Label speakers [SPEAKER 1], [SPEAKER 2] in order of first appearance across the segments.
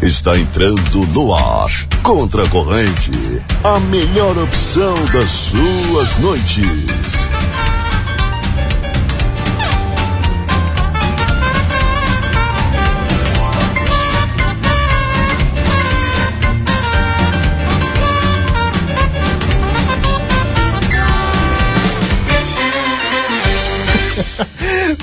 [SPEAKER 1] está entrando no ar. Contra a corrente, a melhor opção das suas noites.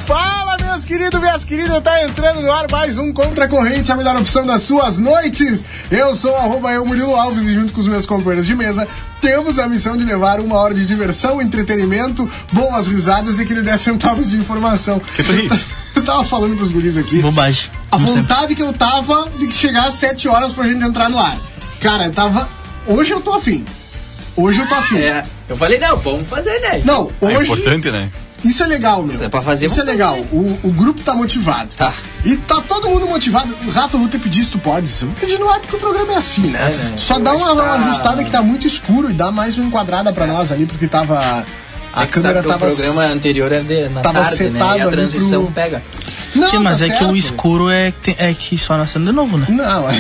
[SPEAKER 2] Fala, meus queridos, minhas queridas, tá entrando no ar mais um Contra a Corrente, a melhor opção das suas noites. Eu sou o arroba eu, Murilo Alves, e junto com os meus companheiros de mesa, temos a missão de levar uma hora de diversão, entretenimento, boas risadas e que lhe dê centavos de informação.
[SPEAKER 3] Que tu ri?
[SPEAKER 2] Eu tava falando pros guris aqui.
[SPEAKER 4] Bobagem.
[SPEAKER 2] A
[SPEAKER 4] Não sei.
[SPEAKER 2] vontade que eu tava de que chegar às 7 horas pra gente entrar no ar. Cara, eu tava. Hoje eu tô afim. Hoje eu tô afim.
[SPEAKER 5] É, eu falei, não, vamos fazer, né?
[SPEAKER 2] Não,
[SPEAKER 3] É
[SPEAKER 2] hoje.
[SPEAKER 3] importante, né?
[SPEAKER 2] Isso é legal, meu.
[SPEAKER 5] Isso é pra fazer,
[SPEAKER 2] Isso é
[SPEAKER 5] vamos
[SPEAKER 2] legal. O, o grupo tá motivado.
[SPEAKER 5] Tá.
[SPEAKER 2] E tá todo mundo motivado. Rafa, eu vou te pedir se tu pode. Eu vou pedir no ar porque o programa é assim, né?
[SPEAKER 5] É, né?
[SPEAKER 2] Só dá uma,
[SPEAKER 5] Hoje tá-
[SPEAKER 2] uma ajustada que tá muito escuro e dá mais uma enquadrada pra nós ali, porque tava. A
[SPEAKER 5] É que
[SPEAKER 2] câmera
[SPEAKER 5] sabe que
[SPEAKER 2] tava.
[SPEAKER 5] O programa anterior é de, na
[SPEAKER 2] tava
[SPEAKER 5] tarde, né?
[SPEAKER 2] setado
[SPEAKER 5] E a
[SPEAKER 2] ali
[SPEAKER 5] transição
[SPEAKER 2] pro-
[SPEAKER 5] pega.
[SPEAKER 2] Não,
[SPEAKER 4] Sim, mas
[SPEAKER 2] tá
[SPEAKER 4] é que
[SPEAKER 2] certo.
[SPEAKER 4] o escuro é que, tem- é que só nascendo de novo, né?
[SPEAKER 2] Não, é.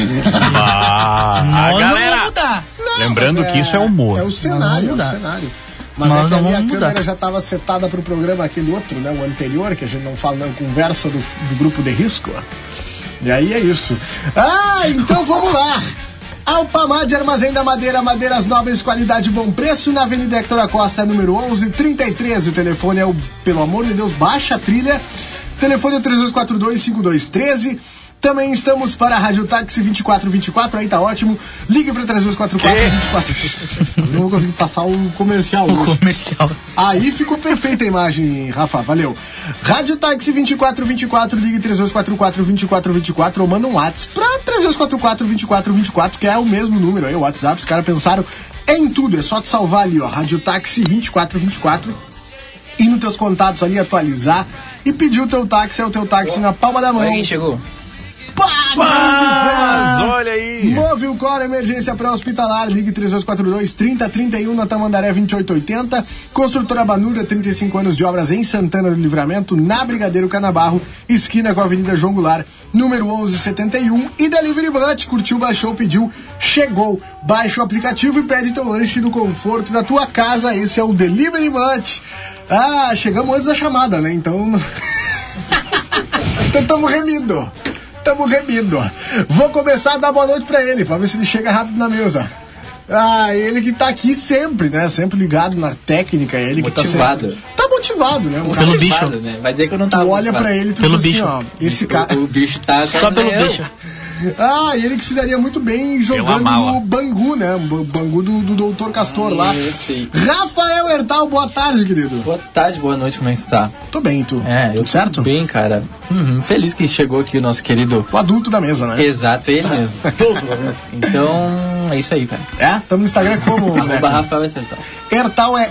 [SPEAKER 3] Ah,
[SPEAKER 4] Nós não
[SPEAKER 3] galera!
[SPEAKER 4] vamos mudar.
[SPEAKER 3] Lembrando
[SPEAKER 2] mas
[SPEAKER 3] que isso é humor.
[SPEAKER 2] É o cenário, é
[SPEAKER 4] Não
[SPEAKER 2] o
[SPEAKER 4] dá.
[SPEAKER 2] cenário. Mas,
[SPEAKER 4] Mas
[SPEAKER 2] é que
[SPEAKER 4] não
[SPEAKER 2] ali a
[SPEAKER 4] vamos
[SPEAKER 2] câmera
[SPEAKER 4] mudar.
[SPEAKER 2] já tava setada pro programa aquele outro, né? O anterior, que a gente não fala, não conversa do, do grupo de risco. E aí é isso. Ah, então vamos lá! Alpamad Armazém da Madeira, madeiras nobres, qualidade e bom preço, na Avenida Hector da Costa, número 1133. O telefone é o, pelo amor de Deus, baixa a trilha. Telefone é o 3242-5213. Também estamos para a Rádio Táxi 2424, aí tá ótimo. Ligue para 3244-24. Não vou conseguir passar o comercial.
[SPEAKER 4] O
[SPEAKER 2] hoje.
[SPEAKER 4] comercial.
[SPEAKER 2] Aí ficou perfeita a imagem, Rafa, valeu. Rádio Táxi 2424, ligue 3244-2424 ou manda um WhatsApp pra 3244-2424, que é o mesmo número aí, o WhatsApp. Os caras pensaram em tudo, é só te salvar ali, ó, Rádio Táxi 2424. Ir nos teus contatos ali, atualizar e pedir o teu táxi, é o teu táxi na palma da mão.
[SPEAKER 5] Olha quem chegou.
[SPEAKER 2] Pá, grande voz!
[SPEAKER 3] Mas olha aí!
[SPEAKER 2] Move o Cor Emergência Pré-Hospitalar, ligue 3242-3031 na Tamandaré 2880. Construtora Banura, 35 anos de obras em Santana do Livramento, na Brigadeiro Canabarro, esquina com a Avenida João Goulart, número 1171. E Delivery Munch, curtiu, baixou, pediu, chegou. Baixa o aplicativo e pede teu lanche no conforto da tua casa. Esse é o Delivery Munch. Ah, chegamos antes da chamada, né? Então... Então tamo remido. Tamo remido. Vou começar a dar boa noite pra ele, pra ver se ele chega rápido na mesa. Ah, ele que tá aqui sempre, né? Sempre ligado na técnica, ele que tá
[SPEAKER 5] Motivado.
[SPEAKER 2] sempre... Tá motivado, né? O cara,
[SPEAKER 4] Pelo
[SPEAKER 2] tu
[SPEAKER 4] bicho.
[SPEAKER 5] Motivado, Né? Vai dizer que eu não tava
[SPEAKER 2] olha
[SPEAKER 5] motivado.
[SPEAKER 2] pra ele e tu
[SPEAKER 4] Pelo
[SPEAKER 2] diz assim,
[SPEAKER 4] bicho.
[SPEAKER 2] ó, esse cara...
[SPEAKER 5] O, o bicho tá...
[SPEAKER 4] Só pelo
[SPEAKER 5] Eu-
[SPEAKER 4] bicho.
[SPEAKER 2] Ah, e ele que se daria muito bem jogando
[SPEAKER 3] mala.
[SPEAKER 2] no Bangu, né? O Bangu do, do Doutor Castor lá.
[SPEAKER 5] Eu sei.
[SPEAKER 2] Rafael Hertal, boa tarde, querido.
[SPEAKER 5] Boa tarde, boa noite, como é que você tá?
[SPEAKER 2] Tô bem, e tu?
[SPEAKER 5] É,
[SPEAKER 2] Tudo
[SPEAKER 5] eu tô
[SPEAKER 2] certo?
[SPEAKER 5] bem, cara. Uhum, feliz que chegou aqui o nosso querido...
[SPEAKER 2] O adulto da mesa, né?
[SPEAKER 5] Exato, ele mesmo. então, é isso aí, cara.
[SPEAKER 2] É? Tamo no Instagram como, né?
[SPEAKER 5] Arroba Rafael Acertal.
[SPEAKER 2] Hertal é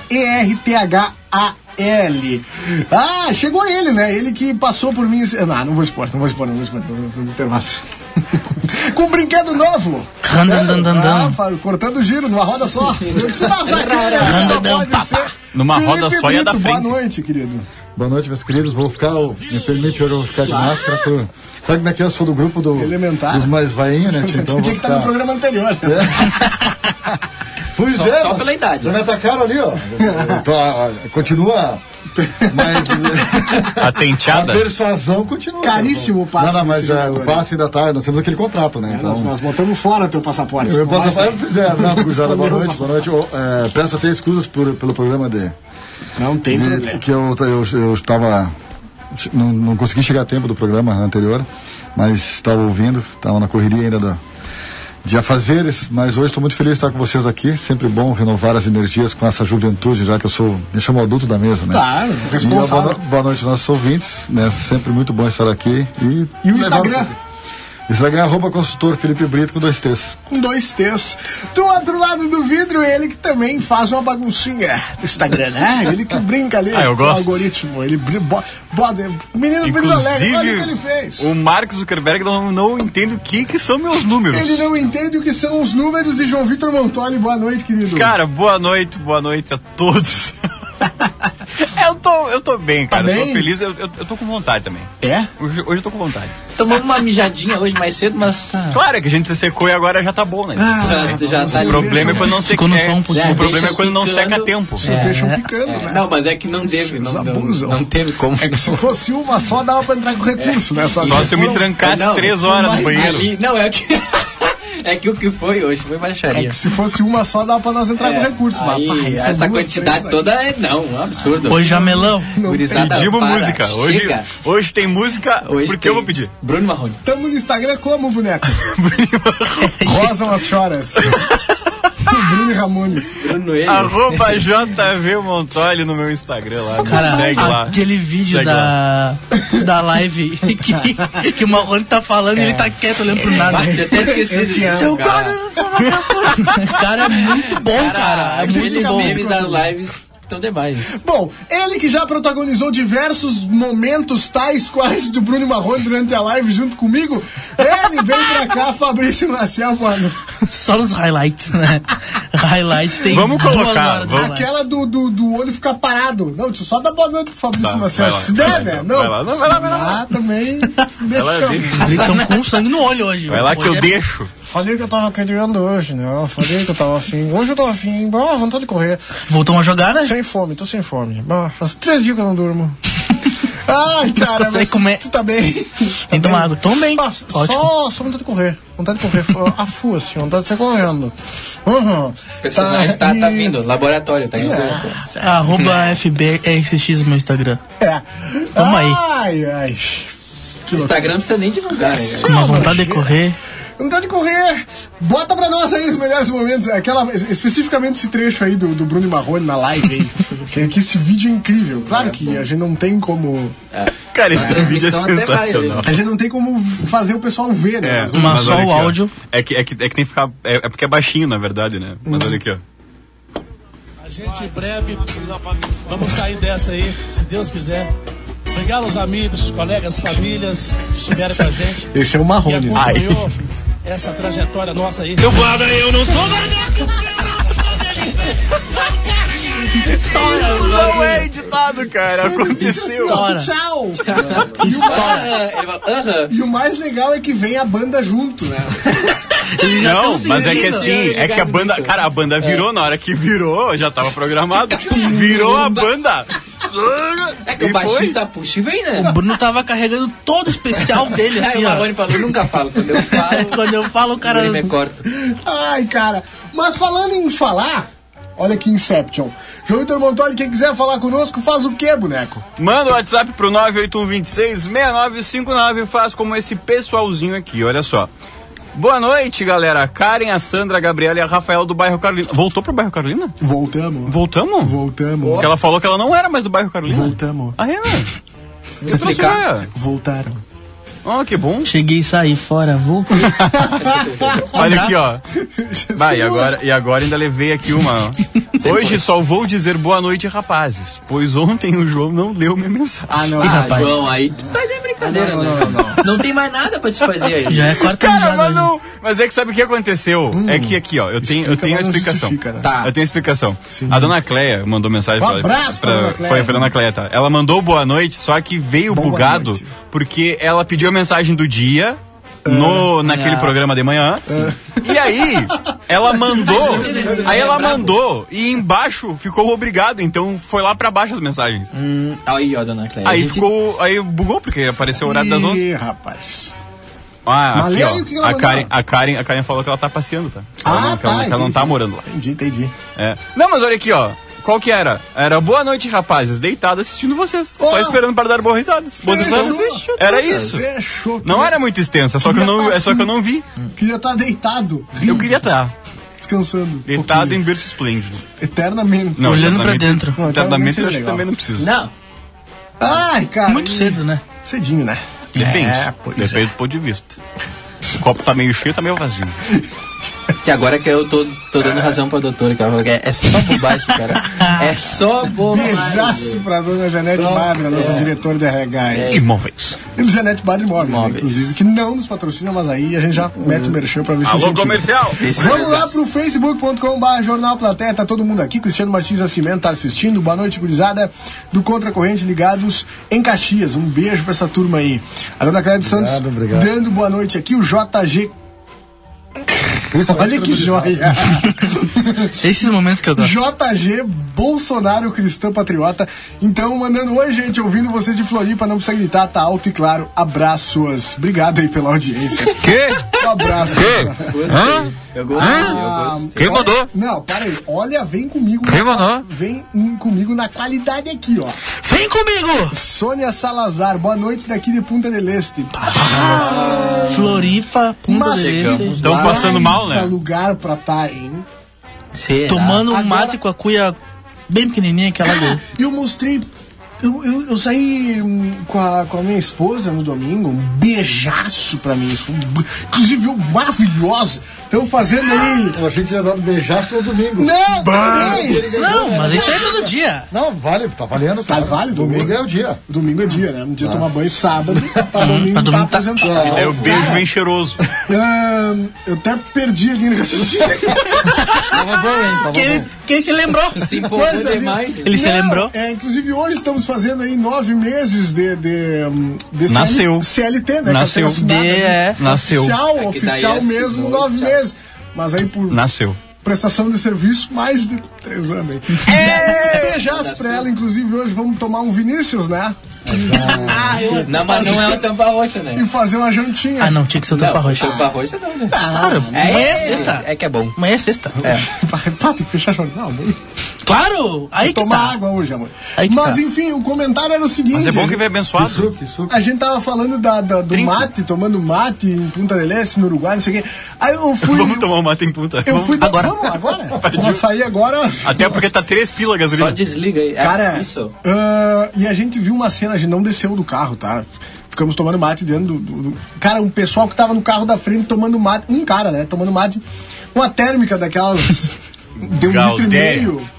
[SPEAKER 2] E-R-T-H-A-L. Ah, chegou ele, né? Ele que passou por mim. esse- Não, não vou expor, não vou expor, não vou expor. Não vou intervalo. Com um brinquedo novo.
[SPEAKER 4] Randandandandam.
[SPEAKER 2] Ah, fa- cortando o giro numa roda só. Se passar aqui, né? Só pode ser.
[SPEAKER 3] Numa roda
[SPEAKER 2] Felipe
[SPEAKER 3] só ia dar
[SPEAKER 2] Brito,
[SPEAKER 3] frente.
[SPEAKER 2] Boa noite, querido.
[SPEAKER 6] Boa noite, meus queridos. Vou ficar, me permite hoje eu vou ficar de máscara. Pro... Sabe como é que eu sou do grupo do,
[SPEAKER 2] Elementar.
[SPEAKER 6] dos mais vainhos, né? tio? Então,
[SPEAKER 2] Tinha
[SPEAKER 6] eu vou
[SPEAKER 2] que estar no
[SPEAKER 6] ficar...
[SPEAKER 2] programa anterior.
[SPEAKER 6] Pois
[SPEAKER 5] Só-
[SPEAKER 6] é,
[SPEAKER 5] só
[SPEAKER 6] mas-
[SPEAKER 5] pela idade. né?
[SPEAKER 6] Já me atacaram ali, ó. Eu tô- olha, continua. Mas
[SPEAKER 3] A
[SPEAKER 6] a
[SPEAKER 3] tenteada.
[SPEAKER 6] persuasão continua.
[SPEAKER 2] Caríssimo o passe
[SPEAKER 6] Não, não, mas
[SPEAKER 2] desse
[SPEAKER 6] ah,
[SPEAKER 2] jogador,
[SPEAKER 6] o passe ainda tá. Nós temos aquele contrato, né? Então,
[SPEAKER 2] Nós, nós botamos fora teu passaporte. senão
[SPEAKER 6] eu
[SPEAKER 2] vai
[SPEAKER 6] posso
[SPEAKER 2] sair.
[SPEAKER 6] não fizer, não, gurizada,
[SPEAKER 2] Escondeu
[SPEAKER 6] boa
[SPEAKER 2] o
[SPEAKER 6] noite, boa noite. Eu, eh, peço até excusas por- pelo programa de,
[SPEAKER 2] Não tem
[SPEAKER 6] de-
[SPEAKER 2] problema.
[SPEAKER 6] que eu, eu, eu estava. Não, não consegui chegar a tempo do programa anterior, mas estava ouvindo, estava na correria ainda da, de afazeres, mas hoje estou muito feliz de estar com vocês aqui. Sempre bom renovar as energias com essa juventude, já que eu sou. Me chamo adulto da mesa, né?
[SPEAKER 2] Claro,
[SPEAKER 6] E, ó, boa,
[SPEAKER 2] responsável.
[SPEAKER 6] no- boa noite, aos nossos ouvintes, né? Sempre muito bom estar aqui. E,
[SPEAKER 2] E o
[SPEAKER 6] levar um
[SPEAKER 2] Instagram?
[SPEAKER 6] pouquinho. Instagram é arroba consultor Felipe Brito com dois T's.
[SPEAKER 2] com dois T's. Do outro lado do vidro, ele que também faz uma baguncinha no Instagram, né? Ele que brinca ali
[SPEAKER 3] Ah, eu
[SPEAKER 2] com o
[SPEAKER 3] gosto.
[SPEAKER 2] algoritmo. Ele bri- bo- bota. Menino Inclusive, olha o que ele fez.
[SPEAKER 3] Inclusive, um- o Mark Zuckerberg não, não entende o que, que são meus números.
[SPEAKER 2] Ele não entende o que são os números de João Vitor Montoli. Boa noite, querido.
[SPEAKER 3] Cara, boa noite, boa noite a todos.
[SPEAKER 5] É
[SPEAKER 3] É, eu tô, eu tô bem, cara. Eu tô
[SPEAKER 2] Tá bem?
[SPEAKER 3] feliz, eu, eu, eu tô com vontade também.
[SPEAKER 2] É?
[SPEAKER 3] Hoje, hoje eu tô com vontade.
[SPEAKER 5] Tomamos uma mijadinha hoje mais cedo, mas tá.
[SPEAKER 3] Claro que a gente se secou e agora já tá bom, né?
[SPEAKER 2] Ah,
[SPEAKER 5] Já, já tá
[SPEAKER 3] o problema é
[SPEAKER 5] ali.
[SPEAKER 3] quando não seca.
[SPEAKER 4] Ficou no só um pouquinho.
[SPEAKER 5] É,
[SPEAKER 3] o problema é
[SPEAKER 5] deixa
[SPEAKER 3] quando não
[SPEAKER 5] ficando.
[SPEAKER 3] seca a tempo.
[SPEAKER 2] Vocês deixam picando, né?
[SPEAKER 5] Não, é mas é que não teve, não, não,
[SPEAKER 2] abusam. É
[SPEAKER 5] não teve como.
[SPEAKER 2] Se fosse uma só, dava pra entrar com recurso, né?
[SPEAKER 3] Só se eu me trancasse
[SPEAKER 5] Não,
[SPEAKER 3] três horas no
[SPEAKER 2] mas
[SPEAKER 3] banheiro.
[SPEAKER 5] Ali, não, é que. é que o que foi hoje foi baixaria.
[SPEAKER 2] É que se fosse uma só, dava pra nós entrar
[SPEAKER 5] É,
[SPEAKER 2] com recurso. mas,
[SPEAKER 5] aí,
[SPEAKER 2] pá, são
[SPEAKER 5] essa
[SPEAKER 2] duas,
[SPEAKER 5] quantidade
[SPEAKER 2] três aí.
[SPEAKER 5] toda é não, um absurdo.
[SPEAKER 4] Hoje jamelão.
[SPEAKER 5] Gurizada,
[SPEAKER 3] Pedimos
[SPEAKER 5] para,
[SPEAKER 3] música. Hoje,
[SPEAKER 5] chega.
[SPEAKER 3] hoje tem música,
[SPEAKER 5] Hoje
[SPEAKER 3] porque
[SPEAKER 5] tem
[SPEAKER 3] eu vou pedir.
[SPEAKER 5] Bruno Marrone.
[SPEAKER 2] Tamo no Instagram como, boneco? Rosam as choras. Bruno e Ramones.
[SPEAKER 5] Bruno ele.
[SPEAKER 3] Arroba JV Montoli no meu Instagram lá. me
[SPEAKER 4] Cara,
[SPEAKER 3] segue lá.
[SPEAKER 4] aquele vídeo
[SPEAKER 3] Segue
[SPEAKER 4] da, da live que, que o Marrone tá falando e ele tá quieto olhando pro nada.
[SPEAKER 3] É.
[SPEAKER 5] Bate, eu até esqueci
[SPEAKER 2] Eu te
[SPEAKER 5] disso,
[SPEAKER 2] amo.
[SPEAKER 5] cara.
[SPEAKER 4] cara é muito bom, cara. É muito
[SPEAKER 5] Aqueles
[SPEAKER 4] bom.
[SPEAKER 5] memes das lives estão demais.
[SPEAKER 2] Bom, ele que já protagonizou diversos momentos tais quais do Bruno Marrone durante a live junto comigo, ele vem pra cá, Fabrício Maciel, mano.
[SPEAKER 4] Só nos highlights, né? Highlights tem
[SPEAKER 3] Vamos
[SPEAKER 4] duas
[SPEAKER 3] colocar,
[SPEAKER 4] horas de
[SPEAKER 3] vamos.
[SPEAKER 4] highlights.
[SPEAKER 2] Aquela do, do, do olho ficar parado. Não, deixa eu só dar boa noite pro Fabrício
[SPEAKER 3] Tá,
[SPEAKER 2] Maciel.
[SPEAKER 3] vai lá,
[SPEAKER 2] Se der,
[SPEAKER 3] vai
[SPEAKER 2] né?
[SPEAKER 3] lá,
[SPEAKER 2] Não.
[SPEAKER 3] vai lá, não, vai lá, vai lá. é
[SPEAKER 2] Ah, também.
[SPEAKER 3] Vai
[SPEAKER 2] Deixa
[SPEAKER 3] lá,
[SPEAKER 2] eu...
[SPEAKER 3] deixa.
[SPEAKER 4] Eles estão com sangue no olho hoje.
[SPEAKER 3] Vai lá que
[SPEAKER 4] Hoje
[SPEAKER 3] eu
[SPEAKER 4] é-
[SPEAKER 3] deixo.
[SPEAKER 2] Falei que eu tava querendo hoje, né? Eu Falei que eu tava afim. Hoje eu tava afim. Bah, vontade de correr.
[SPEAKER 4] Voltamos a jogar, né?
[SPEAKER 2] Sem fome, tô sem fome. Bah, faz três dias que eu não durmo. Ai, cara,
[SPEAKER 4] consegue
[SPEAKER 2] mas
[SPEAKER 4] comer.
[SPEAKER 2] tu tá bem? Tá
[SPEAKER 4] Tem que tomar água. Toma bem.
[SPEAKER 2] Ah,
[SPEAKER 4] Ótimo.
[SPEAKER 2] só, só vontade de correr. Vontade de correr. Foi A full, assim, vontade de sair correndo. Uhum.
[SPEAKER 5] O personagem tá,
[SPEAKER 2] e- Ah,
[SPEAKER 5] tá vindo, laboratório, tá indo.
[SPEAKER 4] Arroba FBXX no meu Instagram.
[SPEAKER 2] É.
[SPEAKER 4] Toma aí.
[SPEAKER 2] Ai, ai. Que loucura.
[SPEAKER 5] Instagram não precisa nem divulgar, né?
[SPEAKER 4] Com uma vontade de correr.
[SPEAKER 2] Vontade de correr. Bota pra nós aí os melhores momentos. Aquela, especificamente esse trecho aí do, do Bruno Marrone na live aí. que, que esse vídeo é incrível. Claro que a gente não tem como.
[SPEAKER 3] Cara, esse vídeo é
[SPEAKER 5] transmissão até vai,
[SPEAKER 3] sensacional. É,
[SPEAKER 2] A gente não tem como fazer o pessoal ver, né? Mas-
[SPEAKER 4] Uma só
[SPEAKER 3] olha
[SPEAKER 4] o
[SPEAKER 3] aqui, ó.
[SPEAKER 4] áudio.
[SPEAKER 3] É que, é, que, é que tem que ficar. É, é porque é baixinho, na verdade, né? Mas olha aqui, ó.
[SPEAKER 7] A gente em breve vamos sair dessa aí, se Deus quiser. Obrigado aos amigos, colegas, famílias que estiveram com a gente
[SPEAKER 2] Esse é o
[SPEAKER 7] que
[SPEAKER 2] Marrone. né?
[SPEAKER 7] acompanhou essa trajetória nossa aí.
[SPEAKER 3] Não é editado, cara. Aconteceu.
[SPEAKER 4] Estoura.
[SPEAKER 2] Tchau!
[SPEAKER 5] Aham, ele fala, aham.
[SPEAKER 2] E o mais legal é que vem a banda junto, né?
[SPEAKER 3] Não,
[SPEAKER 4] tão
[SPEAKER 3] mas é que
[SPEAKER 4] sentindo.
[SPEAKER 3] assim, é que a banda. Cara, a banda virou na hora que virou, já tava programado. Virou a banda.
[SPEAKER 5] É que o
[SPEAKER 3] E foi.
[SPEAKER 5] baixista puxa e vem,
[SPEAKER 4] O
[SPEAKER 5] né?
[SPEAKER 4] Bruno tava carregando todo o especial dele,
[SPEAKER 5] Aí o
[SPEAKER 4] assim, ó.
[SPEAKER 5] Marrone falou, eu nunca falo, quando eu falo,
[SPEAKER 4] Quando eu falo, o cara.
[SPEAKER 5] ele me corta.
[SPEAKER 2] Ai, cara. Mas falando em falar, olha aqui Inception. João Vitor Montoli, quem quiser falar conosco, faz o quê, boneco?
[SPEAKER 3] Manda o WhatsApp pro 981266959 e faz como esse pessoalzinho aqui, olha só. Boa noite, galera. A Karen, a Sandra, a Gabriela e a Rafael do bairro Carolina. Voltou pro bairro Carolina?
[SPEAKER 2] Voltamos.
[SPEAKER 3] Voltamos?
[SPEAKER 2] Voltamos.
[SPEAKER 3] Porque ela falou que ela não era mais do bairro Carolina.
[SPEAKER 2] Voltamos.
[SPEAKER 3] Ah, é? né? Eu trouxe
[SPEAKER 5] explicar.
[SPEAKER 3] ela.
[SPEAKER 2] Voltaram.
[SPEAKER 3] Ó, que bom.
[SPEAKER 4] Cheguei e saí fora, vou.
[SPEAKER 3] Olha aqui, ó. Vai, e agora, e agora ainda levei aqui uma. ó. Hoje só vou dizer boa noite, rapazes, pois ontem o João não leu minha mensagem. é
[SPEAKER 2] Ah, não. Ah,
[SPEAKER 4] Ih,
[SPEAKER 5] Ah,
[SPEAKER 4] rapaz.
[SPEAKER 5] João, aí tu tá de brincadeira,
[SPEAKER 2] Não,
[SPEAKER 5] né?
[SPEAKER 2] não, não,
[SPEAKER 5] Não tem mais nada pra te fazer aí.
[SPEAKER 4] Já é quarta
[SPEAKER 3] Cara,
[SPEAKER 4] mijada
[SPEAKER 3] mas
[SPEAKER 4] hoje.
[SPEAKER 3] não. Mas é que sabe o que aconteceu? é que aqui, ó, eu tenho, eu
[SPEAKER 2] Hum. explica,
[SPEAKER 3] tenho a
[SPEAKER 2] mas não
[SPEAKER 3] explicação.
[SPEAKER 2] justifica, né?
[SPEAKER 5] Tá.
[SPEAKER 3] Eu tenho a explicação.
[SPEAKER 2] Sim.
[SPEAKER 3] A dona Cleia mandou mensagem
[SPEAKER 2] Um
[SPEAKER 3] pra
[SPEAKER 2] abraço pra dona Cleia.
[SPEAKER 3] Foi pra dona Cleia, tá? Ela mandou boa noite, só que veio
[SPEAKER 2] Boa
[SPEAKER 3] bugado
[SPEAKER 2] noite. É.
[SPEAKER 3] porque ela pediu a mensagem do dia. No, naquele
[SPEAKER 2] Ah.
[SPEAKER 3] programa de manhã. E aí, ela mandou. aí ela mandou e embaixo ficou obrigado. Então foi lá pra baixo as mensagens.
[SPEAKER 5] Hum, aí, ó, dona Cléia. a
[SPEAKER 3] aí
[SPEAKER 5] gente-
[SPEAKER 3] ficou. Aí bugou, porque apareceu o horário das 11.
[SPEAKER 2] Ih, rapaz.
[SPEAKER 3] Ah,
[SPEAKER 2] Mas
[SPEAKER 3] aqui,
[SPEAKER 2] lê
[SPEAKER 3] ó.
[SPEAKER 2] aí o que ela
[SPEAKER 3] a,
[SPEAKER 2] mandou.
[SPEAKER 3] Karen, a, Karen, a Karen falou que ela tá passeando, tá? Ela,
[SPEAKER 2] Ah,
[SPEAKER 3] não, que ela,
[SPEAKER 2] tá,
[SPEAKER 3] que ela não
[SPEAKER 2] entendi.
[SPEAKER 3] tá morando lá.
[SPEAKER 2] Entendi, entendi.
[SPEAKER 3] É. Não, mas olha aqui, ó. Qual que era? Era boa noite, rapazes, deitado assistindo vocês.
[SPEAKER 2] Ó.
[SPEAKER 3] Só esperando para dar boas risadas. Boas risadas.
[SPEAKER 2] Fechou.
[SPEAKER 3] tá Era isso.
[SPEAKER 2] Fechou.
[SPEAKER 3] Não era muito extensa, só que eu não, é só que eu não vi.
[SPEAKER 2] Queria estar tá deitado,
[SPEAKER 3] Eu
[SPEAKER 2] rindo,
[SPEAKER 3] queria estar
[SPEAKER 2] descansando. um
[SPEAKER 3] deitado em
[SPEAKER 2] pouquinho.
[SPEAKER 3] berço esplêndido.
[SPEAKER 2] Eternamente.
[SPEAKER 3] Não,
[SPEAKER 4] Olhando pra
[SPEAKER 3] eternamente-
[SPEAKER 4] dentro.
[SPEAKER 2] Não, eternamente
[SPEAKER 3] Eternamente eu acho que
[SPEAKER 2] legal.
[SPEAKER 3] também não precisa.
[SPEAKER 5] Não,
[SPEAKER 2] Ai, cara.
[SPEAKER 4] Muito
[SPEAKER 2] e-
[SPEAKER 4] cedo, né?
[SPEAKER 2] Cedinho, né?
[SPEAKER 3] Depende.
[SPEAKER 2] É, pois
[SPEAKER 3] Depende do ponto de vista. O copo tá meio cheio, tá meio vazio.
[SPEAKER 5] Que agora que eu tô, tô dando razão pra doutora, que ela falou que é, é só bobagem, cara. É só bobagem.
[SPEAKER 2] Beijaço pra dona Janete Badra, nossa diretora da RH.
[SPEAKER 3] É.
[SPEAKER 2] aí.
[SPEAKER 3] Imóveis.
[SPEAKER 2] E do Janete Badra Imóveis, né,
[SPEAKER 5] Imóveis.
[SPEAKER 2] inclusive, que não nos patrocina, mas aí a gente já mete o merchan pra ver se
[SPEAKER 3] Alô,
[SPEAKER 2] incentiva.
[SPEAKER 3] comercial.
[SPEAKER 2] Vamos lá pro facebook.com.br Jornal Plateia, tá todo mundo aqui, Cristiano Martins Nascimento tá assistindo, boa noite, gurizada do Contra Corrente Ligados em Caxias, um beijo pra essa turma aí. A dona Cléia dos Santos
[SPEAKER 6] obrigado.
[SPEAKER 2] dando boa noite aqui, o JG, olha que joia,
[SPEAKER 4] Esses momentos que eu gosto.
[SPEAKER 2] JG Bolsonaro Cristão Patriota, então mandando oi gente, ouvindo vocês de Floripa, não precisa gritar, tá alto e claro, abraços, obrigado aí pela audiência,
[SPEAKER 3] Que?
[SPEAKER 2] um abraço.
[SPEAKER 3] Hã?
[SPEAKER 5] assim. Eu gostei,
[SPEAKER 2] Ah,
[SPEAKER 5] eu gostei.
[SPEAKER 3] Quem mandou?
[SPEAKER 2] Não, para aí. Olha, vem comigo.
[SPEAKER 3] Quem
[SPEAKER 2] na-
[SPEAKER 3] mandou?
[SPEAKER 2] Vem hum, comigo na qualidade aqui, ó.
[SPEAKER 4] Vem comigo!
[SPEAKER 2] Sônia Salazar, boa noite daqui de Punta del Este.
[SPEAKER 4] Floripa, Punta
[SPEAKER 2] Mas-
[SPEAKER 4] del Este.
[SPEAKER 3] Estão passando mal,
[SPEAKER 2] Baita
[SPEAKER 3] né?
[SPEAKER 2] lugar pra tá, hein?
[SPEAKER 5] Será?
[SPEAKER 4] Tomando um
[SPEAKER 2] Agora-
[SPEAKER 4] mate com a cuia bem pequenininha, aquela do...
[SPEAKER 2] E eu mostrei... Eu, eu, eu saí hum, com a, com a minha esposa no domingo, um beijaço pra mim. um Inclusive, viu, maravilhosa. Estão fazendo aí...
[SPEAKER 6] Eu achei que tinha dado um beijaço no domingo.
[SPEAKER 2] Não, também.
[SPEAKER 4] Não, mas isso é todo dia.
[SPEAKER 6] Não, vale, tá valendo.
[SPEAKER 2] Tá válido,
[SPEAKER 6] Domingo
[SPEAKER 2] domingo.
[SPEAKER 6] é o dia.
[SPEAKER 2] Domingo é dia, né? Um dia tomar banho sábado, pra
[SPEAKER 4] pra
[SPEAKER 2] domingo tá
[SPEAKER 4] domingo tá-
[SPEAKER 2] apresentado.
[SPEAKER 3] É o beijo bem cheiroso.
[SPEAKER 2] Ahn, Ah, eu até perdi ali né? no raciocínio.
[SPEAKER 6] Tava bom, hein? Tava
[SPEAKER 4] Quem, ele- quem se lembrou?
[SPEAKER 5] Tu se empolgou
[SPEAKER 2] Coisa ali.
[SPEAKER 5] demais.
[SPEAKER 4] Ele se
[SPEAKER 2] Não,
[SPEAKER 4] lembrou?
[SPEAKER 2] É, inclusive hoje estamos fazendo aí nove meses de. de, hum, de CL,
[SPEAKER 3] Nasceu.
[SPEAKER 2] CLT, né?
[SPEAKER 3] Nasceu.
[SPEAKER 2] Carteira assinada, né?
[SPEAKER 4] De- é.
[SPEAKER 3] Nasceu.
[SPEAKER 2] Oficial,
[SPEAKER 5] É que daí
[SPEAKER 2] oficial
[SPEAKER 5] assinou,
[SPEAKER 2] mesmo, nove
[SPEAKER 5] tchau.
[SPEAKER 2] meses. Mas aí por
[SPEAKER 3] Nasceu.
[SPEAKER 2] prestação de serviço, mais de três anos aí.
[SPEAKER 4] É!
[SPEAKER 2] Beijaço pra ela, inclusive hoje vamos tomar um Vinícius, né?
[SPEAKER 5] Não, mas não é o tampa roxa, né?
[SPEAKER 2] E fazer uma jantinha. Ah,
[SPEAKER 4] Ah, não, tinha que ser o tampa roxa.
[SPEAKER 5] Tampa roxa não, né?
[SPEAKER 4] Claro, amanhã é sexta.
[SPEAKER 5] É que é bom.
[SPEAKER 4] Amanhã é sexta.
[SPEAKER 2] Vai, pá, tem que fechar jornal, mano.
[SPEAKER 4] Claro, aí que
[SPEAKER 2] Tomar
[SPEAKER 4] tá.
[SPEAKER 2] água hoje, amor.
[SPEAKER 4] Aí que
[SPEAKER 2] Mas
[SPEAKER 4] tá.
[SPEAKER 2] enfim, o comentário era o seguinte.
[SPEAKER 3] Mas é bom que vem
[SPEAKER 6] Que
[SPEAKER 3] abençoado.
[SPEAKER 6] suco, que suco.
[SPEAKER 2] A gente tava falando da, da- do
[SPEAKER 3] Trinco.
[SPEAKER 2] mate, tomando mate em Punta del Este, no Uruguai, não sei o quê. Aí eu fui.
[SPEAKER 3] Vamos tomar um mate em punta.
[SPEAKER 2] eu fui
[SPEAKER 4] agora.
[SPEAKER 2] Vamos agora? Se nós sair agora.
[SPEAKER 3] Até porque tá três pila a
[SPEAKER 5] Só
[SPEAKER 3] gasolina.
[SPEAKER 5] desliga aí. É
[SPEAKER 2] Cara,
[SPEAKER 5] Isso.
[SPEAKER 2] ah, e a gente viu uma cena, a gente não desceu do carro, tá? Ficamos tomando mate dentro do, do- do- Cara, um pessoal que tava no carro da frente tomando mate. Um cara, né? Tomando mate. Uma térmica daquelas. de um litro e
[SPEAKER 3] Galdéria.
[SPEAKER 2] meio.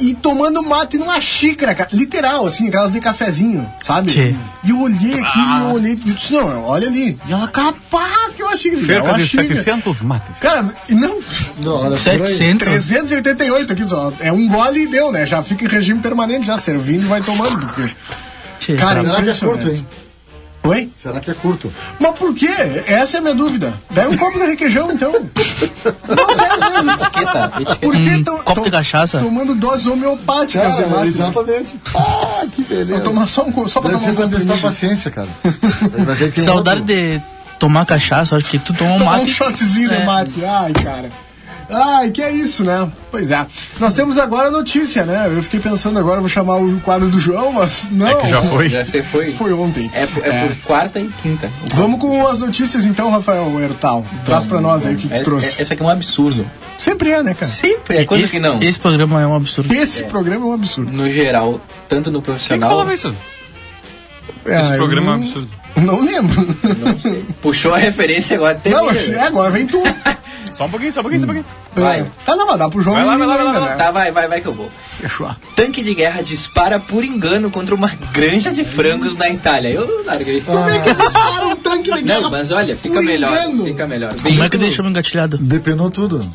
[SPEAKER 2] E tomando mate numa xícara, cara. Literal, assim, aquelas de cafezinho, sabe?
[SPEAKER 4] Tchê.
[SPEAKER 2] E eu olhei aqui, e eu
[SPEAKER 3] Ah.
[SPEAKER 2] olhei. E eu disse, não, olha ali. E ela, capaz que é uma xícara. é
[SPEAKER 3] Cerca
[SPEAKER 2] uma
[SPEAKER 3] de
[SPEAKER 2] xícara.
[SPEAKER 3] 700 mates.
[SPEAKER 2] Cara, e não.
[SPEAKER 6] Não, olha, por aí.
[SPEAKER 4] 700?
[SPEAKER 2] 388 aqui, pessoal. É um gole e deu, né? Já fica em regime permanente, já servindo e vai tomando. porque-
[SPEAKER 4] Tchê.
[SPEAKER 2] Cara,
[SPEAKER 6] Será que é curto,
[SPEAKER 2] impressionante.
[SPEAKER 6] hein?
[SPEAKER 2] Oi?
[SPEAKER 6] Será que é curto?
[SPEAKER 2] Mas por quê? Essa é a minha dúvida. Pega um copo de requeijão, então. Não, sério mesmo.
[SPEAKER 5] Etiqueta, etiqueta.
[SPEAKER 2] Por que
[SPEAKER 4] Um
[SPEAKER 2] tão-
[SPEAKER 4] copo de
[SPEAKER 2] tão-
[SPEAKER 4] cachaça?
[SPEAKER 2] Tomando doses homeopáticas
[SPEAKER 6] Cara,
[SPEAKER 2] de mate.
[SPEAKER 6] exatamente. Ah, que beleza.
[SPEAKER 2] Vou tomar só um co- só pra
[SPEAKER 6] Deve
[SPEAKER 2] tomar
[SPEAKER 6] ser tá
[SPEAKER 2] um
[SPEAKER 6] pra
[SPEAKER 2] comprimido.
[SPEAKER 6] testar a paciência, cara. Você vai ver que um
[SPEAKER 4] Saudade
[SPEAKER 6] eu-
[SPEAKER 4] de tomar cachaça, acho que tu toma um
[SPEAKER 2] Tomar
[SPEAKER 4] mate.
[SPEAKER 2] um shotzinho de
[SPEAKER 4] É.
[SPEAKER 2] mate. Ai, cara. Ai, que é isso, né? Pois é. Nós temos agora a notícia, né? Eu fiquei pensando agora, eu vou chamar o quadro do João, mas não.
[SPEAKER 3] É que já foi.
[SPEAKER 5] Já você foi.
[SPEAKER 2] Foi ontem.
[SPEAKER 5] É, por- é por quarta e quinta.
[SPEAKER 2] Vamos com as notícias então, Rafael Hertal. Traz pra nós aí o que, que tu
[SPEAKER 5] Essa-
[SPEAKER 2] trouxe.
[SPEAKER 5] Essa aqui é um absurdo.
[SPEAKER 2] Sempre é, né, cara?
[SPEAKER 5] Sempre. É coisa
[SPEAKER 4] esse,
[SPEAKER 5] que não.
[SPEAKER 4] esse programa é um absurdo.
[SPEAKER 2] Esse programa é um absurdo.
[SPEAKER 5] No geral, tanto no
[SPEAKER 3] Quem que
[SPEAKER 5] profissional.
[SPEAKER 3] falava isso?
[SPEAKER 2] É,
[SPEAKER 3] Esse
[SPEAKER 2] eu
[SPEAKER 3] programa é um
[SPEAKER 2] não-
[SPEAKER 3] absurdo.
[SPEAKER 2] Não lembro.
[SPEAKER 5] Puxou a referência agora até.
[SPEAKER 2] Não,
[SPEAKER 5] mim,
[SPEAKER 2] mas-
[SPEAKER 5] né?
[SPEAKER 2] é, agora vem tu.
[SPEAKER 3] Só um pouquinho, só um pouquinho, só um pouquinho.
[SPEAKER 5] Vai.
[SPEAKER 2] Ah, não, mas dá pro João
[SPEAKER 3] Vai lá,
[SPEAKER 2] menino
[SPEAKER 3] vai lá, vai
[SPEAKER 2] ainda,
[SPEAKER 3] lá,
[SPEAKER 2] né?
[SPEAKER 5] Tá, vai, vai, vai que eu vou.
[SPEAKER 2] Fechou.
[SPEAKER 5] Tanque de guerra dispara por engano contra uma granja de frangos na Itália. Eu larguei.
[SPEAKER 2] Como é que dispara um tanque de guerra?
[SPEAKER 5] Não, mas olha, fica
[SPEAKER 2] por
[SPEAKER 5] melhor.
[SPEAKER 2] engano?
[SPEAKER 5] Fica melhor.
[SPEAKER 4] Como é que deixou me engatilhado?
[SPEAKER 6] Depenou tudo.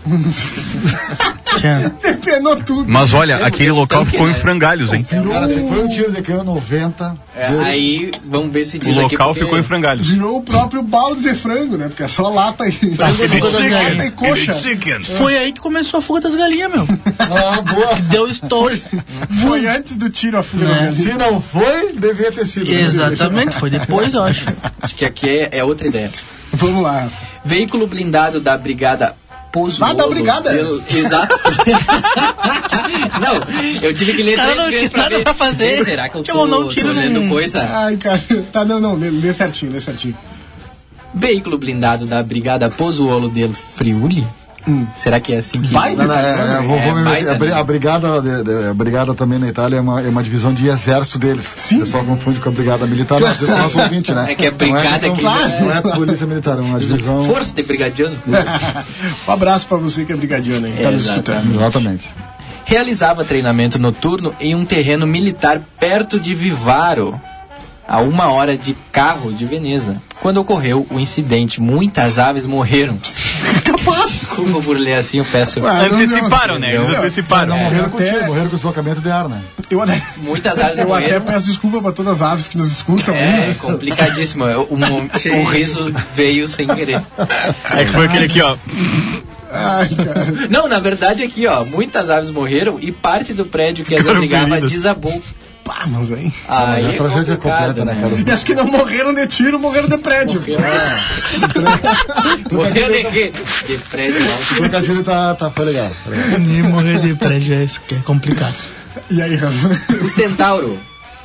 [SPEAKER 4] Tchê.
[SPEAKER 2] Depenou tudo.
[SPEAKER 3] Mas olha, aquele local ficou em frangalhos, hein?
[SPEAKER 2] Virou,
[SPEAKER 6] Cara, se foi um tiro de canhão 90,
[SPEAKER 5] É, assim. Aí, vamos ver se
[SPEAKER 3] O
[SPEAKER 5] diz aqui.
[SPEAKER 3] local
[SPEAKER 5] porque-
[SPEAKER 3] ficou em frangalhos.
[SPEAKER 2] virou o próprio balde de frango, né? Porque é só lata e...
[SPEAKER 3] Tá
[SPEAKER 2] Lata e coxa.
[SPEAKER 4] É. Foi aí que começou a fuga das galinhas, meu.
[SPEAKER 6] ah, boa.
[SPEAKER 4] Deu story.
[SPEAKER 2] Foi antes do tiro a fuga.
[SPEAKER 5] É.
[SPEAKER 6] Se não foi, devia ter sido. né,
[SPEAKER 4] Exatamente, foi depois, eu acho.
[SPEAKER 5] Acho que aqui é, é outra ideia.
[SPEAKER 2] Vamos lá.
[SPEAKER 5] Veículo blindado da brigada Pozuolo.
[SPEAKER 2] Ah, da brigada?
[SPEAKER 5] Eu- exato. não, eu tive que ler
[SPEAKER 4] Os caras
[SPEAKER 5] três
[SPEAKER 4] não
[SPEAKER 5] vezes
[SPEAKER 4] tinha nada
[SPEAKER 5] ver
[SPEAKER 4] pra fazer.
[SPEAKER 5] Será que eu
[SPEAKER 4] Tinha
[SPEAKER 5] tô,
[SPEAKER 4] mandado um
[SPEAKER 5] tô
[SPEAKER 4] tiro
[SPEAKER 5] lendo
[SPEAKER 4] num- Ah.
[SPEAKER 5] coisa?
[SPEAKER 2] Ai, cara. Tá, não, não. Lê, lê certinho, lê certinho.
[SPEAKER 5] Veículo blindado da Brigada Pozuolo del Friuli
[SPEAKER 4] Hum.
[SPEAKER 5] Será que é assim que.
[SPEAKER 2] Baita
[SPEAKER 6] Não, não, é, é, vou-
[SPEAKER 5] É,
[SPEAKER 6] vou me-
[SPEAKER 5] baita,
[SPEAKER 6] a bri-
[SPEAKER 5] né?
[SPEAKER 6] a brigada, de- de- a brigada também na Itália é uma, é uma divisão de exército deles.
[SPEAKER 2] Sim.
[SPEAKER 6] O pessoal confunde com a brigada militar, mas às vezes é o nosso ouvinte, né?
[SPEAKER 5] É que é
[SPEAKER 6] Não
[SPEAKER 5] brigada
[SPEAKER 6] então,
[SPEAKER 5] que-
[SPEAKER 6] claro, Não é polícia militar, é uma divisão...
[SPEAKER 5] Força de brigadiano.
[SPEAKER 2] Um abraço pra você que é brigadiano aí, que tá nos escutando.
[SPEAKER 5] Exatamente.
[SPEAKER 6] Exatamente.
[SPEAKER 5] Realizava treinamento noturno em um terreno militar perto de Vivaro, a uma hora de carro de Veneza. Quando ocorreu o incidente, muitas aves morreram. Desculpa por ler assim, eu peço.
[SPEAKER 2] Ué, Ah, não, não,
[SPEAKER 3] Anteciparam, né? Eles
[SPEAKER 2] não.
[SPEAKER 3] anteciparam.
[SPEAKER 6] Não morreram com
[SPEAKER 2] até-
[SPEAKER 6] tiro, É. morreram com deslocamento de ar, né?
[SPEAKER 2] Eu, até-
[SPEAKER 5] Muitas aves
[SPEAKER 2] eu até
[SPEAKER 5] morreram.
[SPEAKER 2] peço desculpa pra todas as aves que nos escutam.
[SPEAKER 5] um É,
[SPEAKER 2] né?
[SPEAKER 5] complicadíssimo. O, o- o riso veio sem querer.
[SPEAKER 3] É que foi aquele aqui, ó.
[SPEAKER 2] Ai, cara.
[SPEAKER 5] Não, na verdade aqui, ó, muitas aves morreram e parte do prédio que as
[SPEAKER 3] Ficaram
[SPEAKER 5] abrigava
[SPEAKER 3] feridas.
[SPEAKER 5] desabou.
[SPEAKER 2] Pá, mas hein?
[SPEAKER 5] Aí
[SPEAKER 6] é a tragédia
[SPEAKER 5] complicado,
[SPEAKER 6] completa, né, cara?
[SPEAKER 2] E as que não morreram de tiro, morreram de prédio.
[SPEAKER 5] Morreu de quê? De prédio alto.
[SPEAKER 6] O trocadilho tá, tá, foi legal. Foi legal.
[SPEAKER 4] Nem morrer de prédio é isso que é complicado.
[SPEAKER 2] E aí, Rafa?
[SPEAKER 5] O Centauro,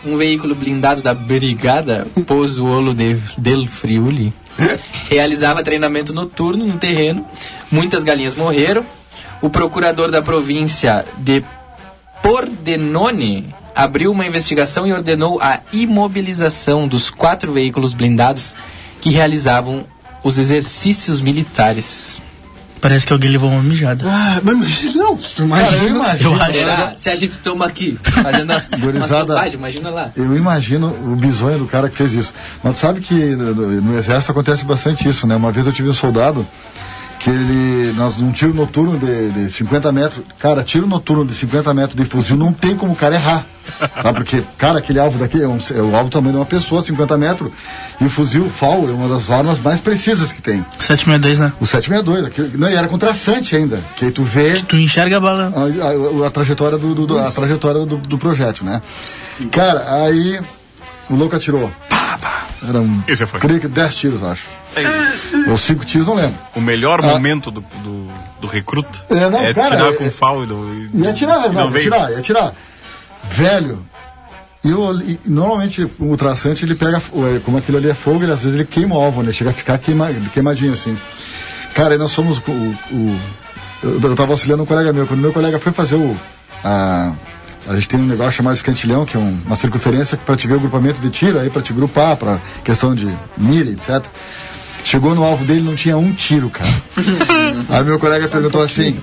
[SPEAKER 5] um veículo blindado da Brigada Pozuolo de, del Friuli, realizava treinamento noturno no terreno. Muitas galinhas morreram. O procurador da província de Pordenone abriu uma investigação e ordenou a imobilização dos quatro veículos blindados que realizavam os exercícios militares.
[SPEAKER 4] Parece que alguém levou uma mijada.
[SPEAKER 2] Ah, mas imagina, não, tu
[SPEAKER 6] Cara, eu
[SPEAKER 2] imagina.
[SPEAKER 6] imagino,
[SPEAKER 5] Será? Se a gente toma aqui, fazendo as, umas
[SPEAKER 6] Gurizada.
[SPEAKER 5] bobagens, imagina lá.
[SPEAKER 6] eu imagino o bizonho do cara que fez isso. Mas tu sabe que no, no- no exército acontece bastante isso, né? Uma vez eu tive um soldado que ele, nós num tiro noturno de, de 50 metros, cara, tiro noturno de 50 metros de fuzil, não tem como o cara errar, tá? Porque, cara, aquele alvo daqui é, um, é o alvo do tamanho de uma pessoa, 50 metros, e o fuzil FAL é uma das armas mais precisas que tem.
[SPEAKER 4] 762, né?
[SPEAKER 6] O 762, aquilo, não, e era com traçante ainda, que aí tu vê
[SPEAKER 4] Tu enxerga a bala.
[SPEAKER 6] a, a- a trajetória do, do- do- a trajetória do, do projétil, né? Cara, aí o louco atirou. Pá, pá. Era um,
[SPEAKER 3] Esse foi. É
[SPEAKER 6] Creio que 10 tiros, acho. Ou 5 tiros, não lembro.
[SPEAKER 3] O melhor momento do, do, do recruta
[SPEAKER 6] É, não, cara,
[SPEAKER 3] tirar
[SPEAKER 6] é-
[SPEAKER 3] com fal e do.
[SPEAKER 6] Ia atirar,
[SPEAKER 3] e
[SPEAKER 6] não, ia
[SPEAKER 3] veio.
[SPEAKER 6] atirar, ia atirar. Velho, eu, olhei- normalmente o traçante ele pega, fo- eh, como aquilo ali é fogo, ele, às vezes ele queima o alvo, né? Chega a ficar queima, queimadinho assim. Cara, e nós somos o. o- eu, eu tava auxiliando um colega meu, quando meu colega foi fazer o. A, a gente tem um negócio chamado escantilhão, que é um- uma circunferência para te ver o grupamento de tiro, aí para te grupar, para questão de milha, etc. Chegou no alvo dele, não tinha um tiro, cara. Aí meu colega perguntou assim: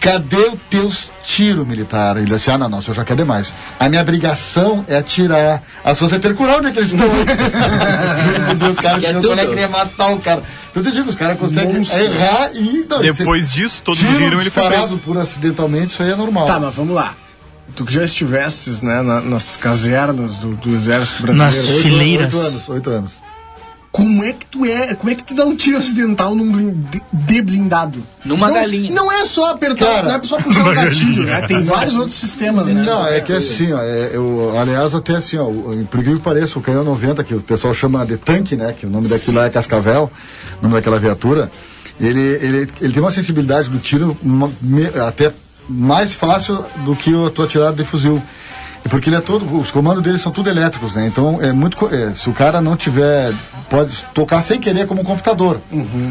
[SPEAKER 6] cadê os teus tiros militar? Ele disse: ah, não, não, o senhor já quer demais. A minha obrigação é atirar. As suas é percurar onde é que eles estão. meu Deus, cara,
[SPEAKER 5] Que é
[SPEAKER 6] meu
[SPEAKER 5] tudo.
[SPEAKER 6] colega queria matar o cara. Então, eu te digo, os caras conseguem
[SPEAKER 2] Monstro.
[SPEAKER 6] errar e. Não,
[SPEAKER 3] Depois disso, todos
[SPEAKER 6] tiro
[SPEAKER 3] viram ele foi
[SPEAKER 6] disparado
[SPEAKER 3] preso.
[SPEAKER 6] por acidentalmente, isso aí é normal.
[SPEAKER 2] Tá, mas vamos lá. Tu que já estivestes né, na- nas casernas do, do exército
[SPEAKER 4] Nas
[SPEAKER 2] brasileiro,
[SPEAKER 6] Oito-
[SPEAKER 4] fileiras.
[SPEAKER 6] Oito anos, oito anos.
[SPEAKER 2] como é que tu é? Como é que tu dá um tiro acidental num blin- de- de blindado?
[SPEAKER 5] Numa
[SPEAKER 2] não,
[SPEAKER 5] galinha.
[SPEAKER 2] Não é só apertar,
[SPEAKER 6] Cara,
[SPEAKER 2] não é só puxar o gatilho, né? Tem vários outros sistemas, né?
[SPEAKER 6] Não, é que é assim, ó. é- eu, aliás, até assim, ó. o- Por incrível que pareça, o canhão 90, que o pessoal chama de tanque, né? Que o nome daquilo lá é Cascavel, o nome daquela viatura. Ele, ele, ele tem uma sensibilidade do tiro uma- me- até mais fácil do que a tua tirada de fuzil. Porque ele é todo, os comandos dele são tudo elétricos, né? Então é muito. co- é, se o cara não tiver. Pode tocar sem querer como um computador.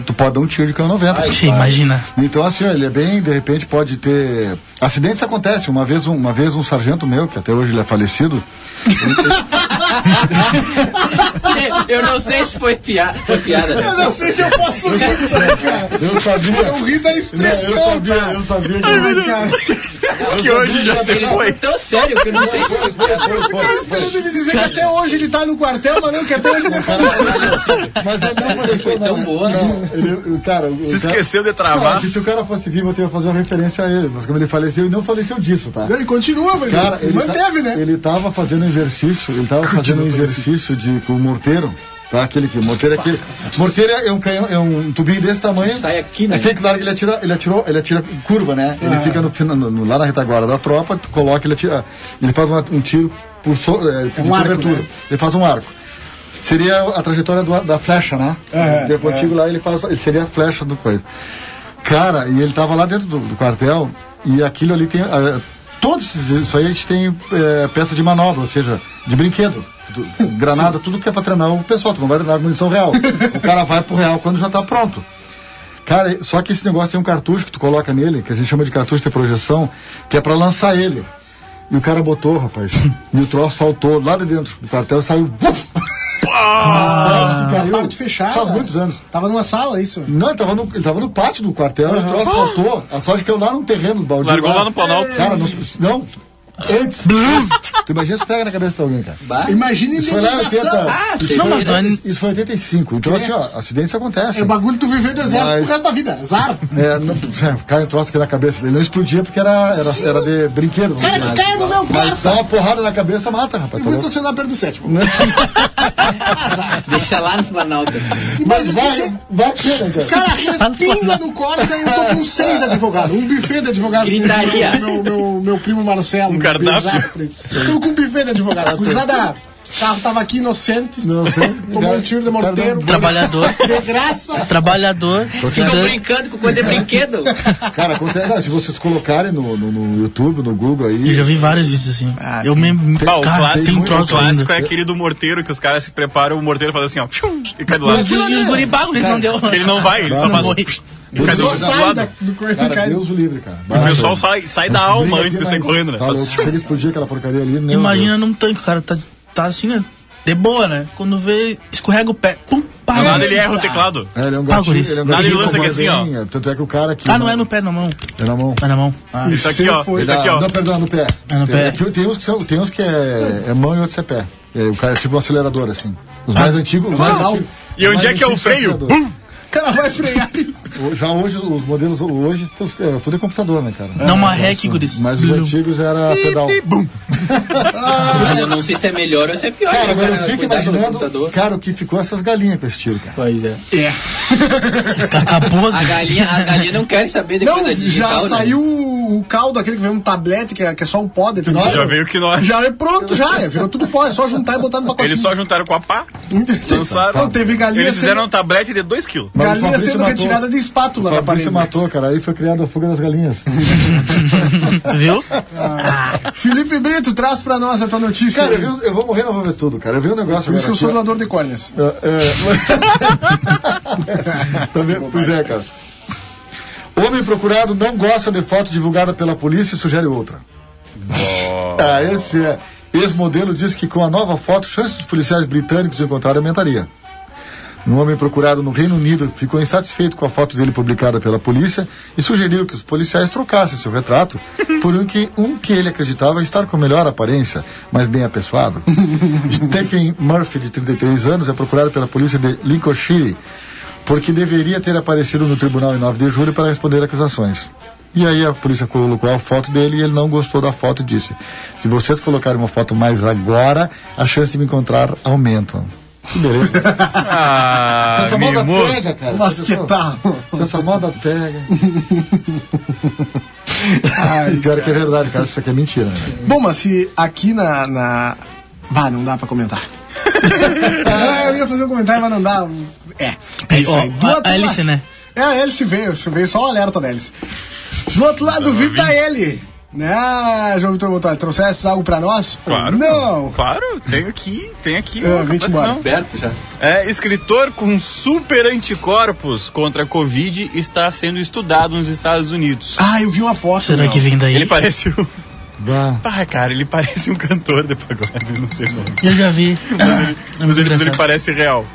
[SPEAKER 6] Tu pode dar um tiro de canhão 90.
[SPEAKER 4] Tchê, imagina.
[SPEAKER 6] Então assim, ó, ele é bem, de repente pode ter acidentes acontecem. Uma vez, um, uma vez um sargento meu que até hoje ele é falecido,
[SPEAKER 5] Eu não sei se foi, pia... foi piada.
[SPEAKER 2] Eu não sei se eu posso rir disso aí, cara.
[SPEAKER 6] eu sabia,
[SPEAKER 2] Eu ri da
[SPEAKER 6] Não, eu
[SPEAKER 2] expressão,
[SPEAKER 6] sabia,
[SPEAKER 2] cara.
[SPEAKER 6] eu sabia. que-
[SPEAKER 3] Que hoje já se
[SPEAKER 5] Ele
[SPEAKER 3] foi.
[SPEAKER 5] foi tão sério que eu não sei se foi piada.
[SPEAKER 6] Foi, foi,
[SPEAKER 2] Tô tá esperando ele dizer que até hoje ele tá no quartel, mas não que até hoje ele é falecido.
[SPEAKER 6] Mas ele não
[SPEAKER 5] Foi
[SPEAKER 6] faleceu não.
[SPEAKER 5] tão boa.
[SPEAKER 6] Não, ele- o cara, o
[SPEAKER 3] Se
[SPEAKER 6] cara-
[SPEAKER 3] esqueceu de
[SPEAKER 6] Não, é
[SPEAKER 3] travar.
[SPEAKER 6] que se o cara fosse vivo, eu teria que fazer uma referência a ele. Mas como ele faleceu, ele não faleceu disso, tá?
[SPEAKER 2] Ele continua, velho.
[SPEAKER 6] Cara, ele
[SPEAKER 2] Manteve,
[SPEAKER 6] tá-
[SPEAKER 2] né?
[SPEAKER 6] Ele tava fazendo exercício, ele tava fazendo um exercício de, com o morteiro, tá? Aquele que, o morteiro é aquele. Morteiro é um canhão, é um tubinho desse tamanho.
[SPEAKER 5] Sai aqui, né?
[SPEAKER 6] É aquele, claro, que ele atira, ele atirou, ele atira em curva, né? Ele
[SPEAKER 2] Ah.
[SPEAKER 6] fica no, final- no- no- lá na retaguarda da tropa, tu coloca, ele atira, ele faz uma- um tiro por so, é, de
[SPEAKER 2] um arco,
[SPEAKER 6] cobertura.
[SPEAKER 2] né?
[SPEAKER 6] Ele faz um arco. Seria a trajetória do- da flecha, né?
[SPEAKER 2] É,
[SPEAKER 6] Tem um pontigo lá, ele, faz, ele seria a flecha do coisa. Cara, e ele tava lá dentro do, do quartel, e aquilo ali tem. ah, todos esses- isso aí a gente tem eh, peça de manobra, ou seja, de brinquedo. do- granada, tudo que é pra treinar o pessoal, tu não vai treinar com munição real. o cara vai pro real quando já tá pronto. Cara, só que esse negócio tem um cartucho que tu coloca nele, que a gente chama de cartucho de projeção, que é pra lançar ele. E o cara botou, rapaz. e o troço saltou lá de dentro do quartel saiu. buf! Caiu.
[SPEAKER 2] Parte fechada.
[SPEAKER 6] Faz muitos anos.
[SPEAKER 2] Tava numa sala, isso?
[SPEAKER 6] Não, ele tava no, ele tava no pátio do quartel, o
[SPEAKER 2] Ah!
[SPEAKER 6] troço saltou. A sorte é que eu lá num terreno do baldio.
[SPEAKER 3] Largou lá no Planalto.
[SPEAKER 6] Cara, não. não antes. tu imagina se pega na cabeça de alguém, cara.
[SPEAKER 2] Imagina
[SPEAKER 6] Isso foi lá em
[SPEAKER 2] indenização.
[SPEAKER 6] 80.
[SPEAKER 2] Ah,
[SPEAKER 6] isso,
[SPEAKER 4] não,
[SPEAKER 6] foi,
[SPEAKER 4] mas não é-
[SPEAKER 6] isso foi 85. Então, assim, ó, acidentes acontecem.
[SPEAKER 2] é o bagulho que tu viveu do exército
[SPEAKER 6] Mas-
[SPEAKER 2] pro resto da vida. Azar.
[SPEAKER 6] É, não, é, cai um troço aqui na cabeça. Ele não explodia porque era, era, era de brinquedo.
[SPEAKER 2] Cara, que caia no meu
[SPEAKER 6] Mas
[SPEAKER 2] braço.
[SPEAKER 6] dá uma porrada na cabeça, mata, rapaz.
[SPEAKER 2] Eu
[SPEAKER 6] tá
[SPEAKER 2] vou
[SPEAKER 6] louco?
[SPEAKER 2] estacionar perto do sétimo.
[SPEAKER 5] Deixa lá no Planalto.
[SPEAKER 2] Mas
[SPEAKER 6] Mas
[SPEAKER 2] esse
[SPEAKER 6] vai, vai que, né, cara?
[SPEAKER 2] Cara, respinga no Corsa e eu tô com seis advogados. Um buffet de advogados.
[SPEAKER 5] Gritaria.
[SPEAKER 2] Meu, meu, meu primo Marcelo. Um
[SPEAKER 3] cardápio.
[SPEAKER 2] Tô com um buffet de advogados. Cruzada. O carro tava aqui inocente.
[SPEAKER 6] Não sei.
[SPEAKER 2] Tomou um tiro de
[SPEAKER 6] Cara,
[SPEAKER 2] morteiro.
[SPEAKER 4] Trabalhador.
[SPEAKER 2] De graça.
[SPEAKER 4] Trabalhador.
[SPEAKER 5] Ficam
[SPEAKER 4] Ficando...
[SPEAKER 5] brincando com coisa de brinquedo.
[SPEAKER 6] Cara, acontece, não, se vocês colocarem no, no, no YouTube, no Google aí.
[SPEAKER 4] Eu já vi vários vídeos assim. eu me.
[SPEAKER 3] Bah, o
[SPEAKER 4] cara,
[SPEAKER 3] clássico,
[SPEAKER 4] tem um
[SPEAKER 6] muito
[SPEAKER 3] o
[SPEAKER 4] troço
[SPEAKER 3] clássico é
[SPEAKER 4] ainda.
[SPEAKER 3] aquele do morteiro que os caras se preparam, o morteiro faz assim, ó, pium, e cai do lado.
[SPEAKER 4] Os guri- os é um guri bagulho, eles não deu.
[SPEAKER 3] Porque ele não vai, ele só
[SPEAKER 6] Não
[SPEAKER 3] faz. um
[SPEAKER 4] vai.
[SPEAKER 3] e Cai do
[SPEAKER 2] Só
[SPEAKER 3] outro
[SPEAKER 2] sai da,
[SPEAKER 3] lado.
[SPEAKER 2] do correio e
[SPEAKER 6] Cara,
[SPEAKER 2] cai.
[SPEAKER 6] Deus o livre, cara.
[SPEAKER 3] O pessoal sai, sai da alma antes de sair correndo, né?
[SPEAKER 6] Tá
[SPEAKER 3] Faz-
[SPEAKER 6] louco, chega a explodir aquela porcaria ali. meu
[SPEAKER 4] Imagina num tanque, o cara tá, tá assim, né? De boa, né? Quando vê, escorrega o pé. Pum, pá.
[SPEAKER 3] Do nada um- ele erra o teclado.
[SPEAKER 6] Deus. É, ele é um
[SPEAKER 4] Pá,
[SPEAKER 6] gatinho.
[SPEAKER 4] guri.
[SPEAKER 6] Ele é um
[SPEAKER 3] Nada, ele
[SPEAKER 6] gatinho com
[SPEAKER 3] lança aqui assim, ó. Tá,
[SPEAKER 6] bolinha, Tanto é que o cara aqui.
[SPEAKER 4] Ah, não é no pé, na mão.
[SPEAKER 6] É na mão.
[SPEAKER 4] É na mão. Ah.
[SPEAKER 3] Isso tá aqui, ó.
[SPEAKER 2] Foi
[SPEAKER 3] Isso aqui,
[SPEAKER 6] Ah,
[SPEAKER 3] ó.
[SPEAKER 6] Não, perdão, no pé.
[SPEAKER 4] É no
[SPEAKER 6] tem,
[SPEAKER 4] pé.
[SPEAKER 6] é que tem uns que, são, tem uns que é, é mão e outros é pé. É, o cara é tipo um acelerador, assim. Os mais antigos. os mais
[SPEAKER 2] Normal.
[SPEAKER 6] antigos-
[SPEAKER 3] E
[SPEAKER 6] os
[SPEAKER 3] onde
[SPEAKER 6] mais
[SPEAKER 3] é que é o
[SPEAKER 6] antigos são
[SPEAKER 3] freio?
[SPEAKER 6] aceleradores.
[SPEAKER 3] Bum!
[SPEAKER 2] O cara vai frear e
[SPEAKER 6] O- Já hoje, os modelos hoje, tu- é, tudo é computador, né, cara?
[SPEAKER 4] Dá uma rec, guris.
[SPEAKER 6] Mas os
[SPEAKER 4] Blum.
[SPEAKER 6] antigos era pedal.
[SPEAKER 5] Mas eu não sei se é melhor ou se é pior.
[SPEAKER 6] Cara,
[SPEAKER 5] né,
[SPEAKER 6] mas eu fico
[SPEAKER 5] cuidar do
[SPEAKER 6] imaginando,
[SPEAKER 5] computador.
[SPEAKER 6] cara, o que ficou essas galinhas com esse tiro, cara.
[SPEAKER 5] Pois é.
[SPEAKER 4] tá Acabou as
[SPEAKER 5] A galinha, a galinha não quer saber de
[SPEAKER 2] Não,
[SPEAKER 5] coisa digital. né?
[SPEAKER 2] já saiu o caldo, aquele que vem um tablete, que é, que é só um pó dentro.
[SPEAKER 3] Já veio que nós.
[SPEAKER 2] Já é pronto, já. É, virou tudo pó, é só juntar e botar no pacotinho.
[SPEAKER 3] Eles só juntaram com a pá, lançaram.
[SPEAKER 2] Não, teve galinha
[SPEAKER 3] Eles fizeram
[SPEAKER 2] sendo-
[SPEAKER 3] um tablete de 2kg.
[SPEAKER 6] Mas o
[SPEAKER 2] Galinha
[SPEAKER 6] Fabrício
[SPEAKER 2] sendo
[SPEAKER 6] matou-
[SPEAKER 2] retirada de espátula
[SPEAKER 6] O
[SPEAKER 2] da parede.
[SPEAKER 6] Fabrício matou, cara. Aí foi criada a fuga das galinhas.
[SPEAKER 4] Viu?
[SPEAKER 2] Felipe Brito, traz pra nós a tua notícia.
[SPEAKER 6] Cara, eu,
[SPEAKER 2] aí.
[SPEAKER 6] vi um- eu vou morrer, não vou ver tudo, cara. Eu vi um negócio
[SPEAKER 2] Por isso que eu
[SPEAKER 6] agora
[SPEAKER 2] sou
[SPEAKER 6] aqui, ó.
[SPEAKER 2] doador de córneas.
[SPEAKER 6] É, é. Também, pois é, cara. Homem procurado não gosta de foto divulgada pela polícia e sugere outra. Ah, esse é. Ex-modelo diz que com a nova foto, chances dos policiais britânicos de encontrar aumentaria. Um homem procurado no Reino Unido ficou insatisfeito com a foto dele publicada pela polícia e sugeriu que os policiais trocassem seu retrato por um que, um que ele acreditava estar com melhor aparência, mas bem apessoado. Stephen Murphy, de 33 anos, é procurado pela polícia de Lincolnshire porque deveria ter aparecido no tribunal em 9 de julho para responder acusações. E aí a polícia colocou a foto dele e ele não gostou da foto e disse: Se vocês colocarem uma foto mais agora, a chance de me encontrar aumenta. Que beleza.
[SPEAKER 3] Ah,
[SPEAKER 6] Essa moda
[SPEAKER 3] mimoso.
[SPEAKER 6] pega, cara.
[SPEAKER 2] Mas que tal?
[SPEAKER 6] Se essa moda pega. Ai, pior que é verdade, cara. Isso aqui é mentira. Né?
[SPEAKER 2] Bom, mas se aqui na. na... Bah, não dá pra comentar. Ah, eu ia fazer um comentário, mas não dá. É. É isso aí.
[SPEAKER 4] Ó,
[SPEAKER 2] Do
[SPEAKER 4] a-
[SPEAKER 2] outro
[SPEAKER 4] a hélice,
[SPEAKER 2] lado-
[SPEAKER 4] né?
[SPEAKER 2] É, a hélice veio. Você veio só o alerta da hélice. Do outro lado, Vita L. Né, João Vitor Montalho, trouxesse algo pra nós?
[SPEAKER 3] Claro.
[SPEAKER 2] Não.
[SPEAKER 3] Claro, tem aqui, tem aqui.
[SPEAKER 2] É,
[SPEAKER 3] ó,
[SPEAKER 2] vem-te
[SPEAKER 3] capaz que
[SPEAKER 2] embora.
[SPEAKER 3] não.
[SPEAKER 5] Aberto já.
[SPEAKER 3] É, escritor com super anticorpos contra a Covid está sendo estudado nos Estados Unidos.
[SPEAKER 2] Ah, eu vi uma foto.
[SPEAKER 4] Será
[SPEAKER 2] meu.
[SPEAKER 4] que vem daí?
[SPEAKER 3] Ele parece um.
[SPEAKER 6] Bah.
[SPEAKER 3] Ah, cara, ele parece um cantor de pagode, não sei o nome.
[SPEAKER 4] Eu já vi. É
[SPEAKER 3] Mas
[SPEAKER 4] muito
[SPEAKER 3] ele, mas ele
[SPEAKER 4] engraçado.
[SPEAKER 3] parece real.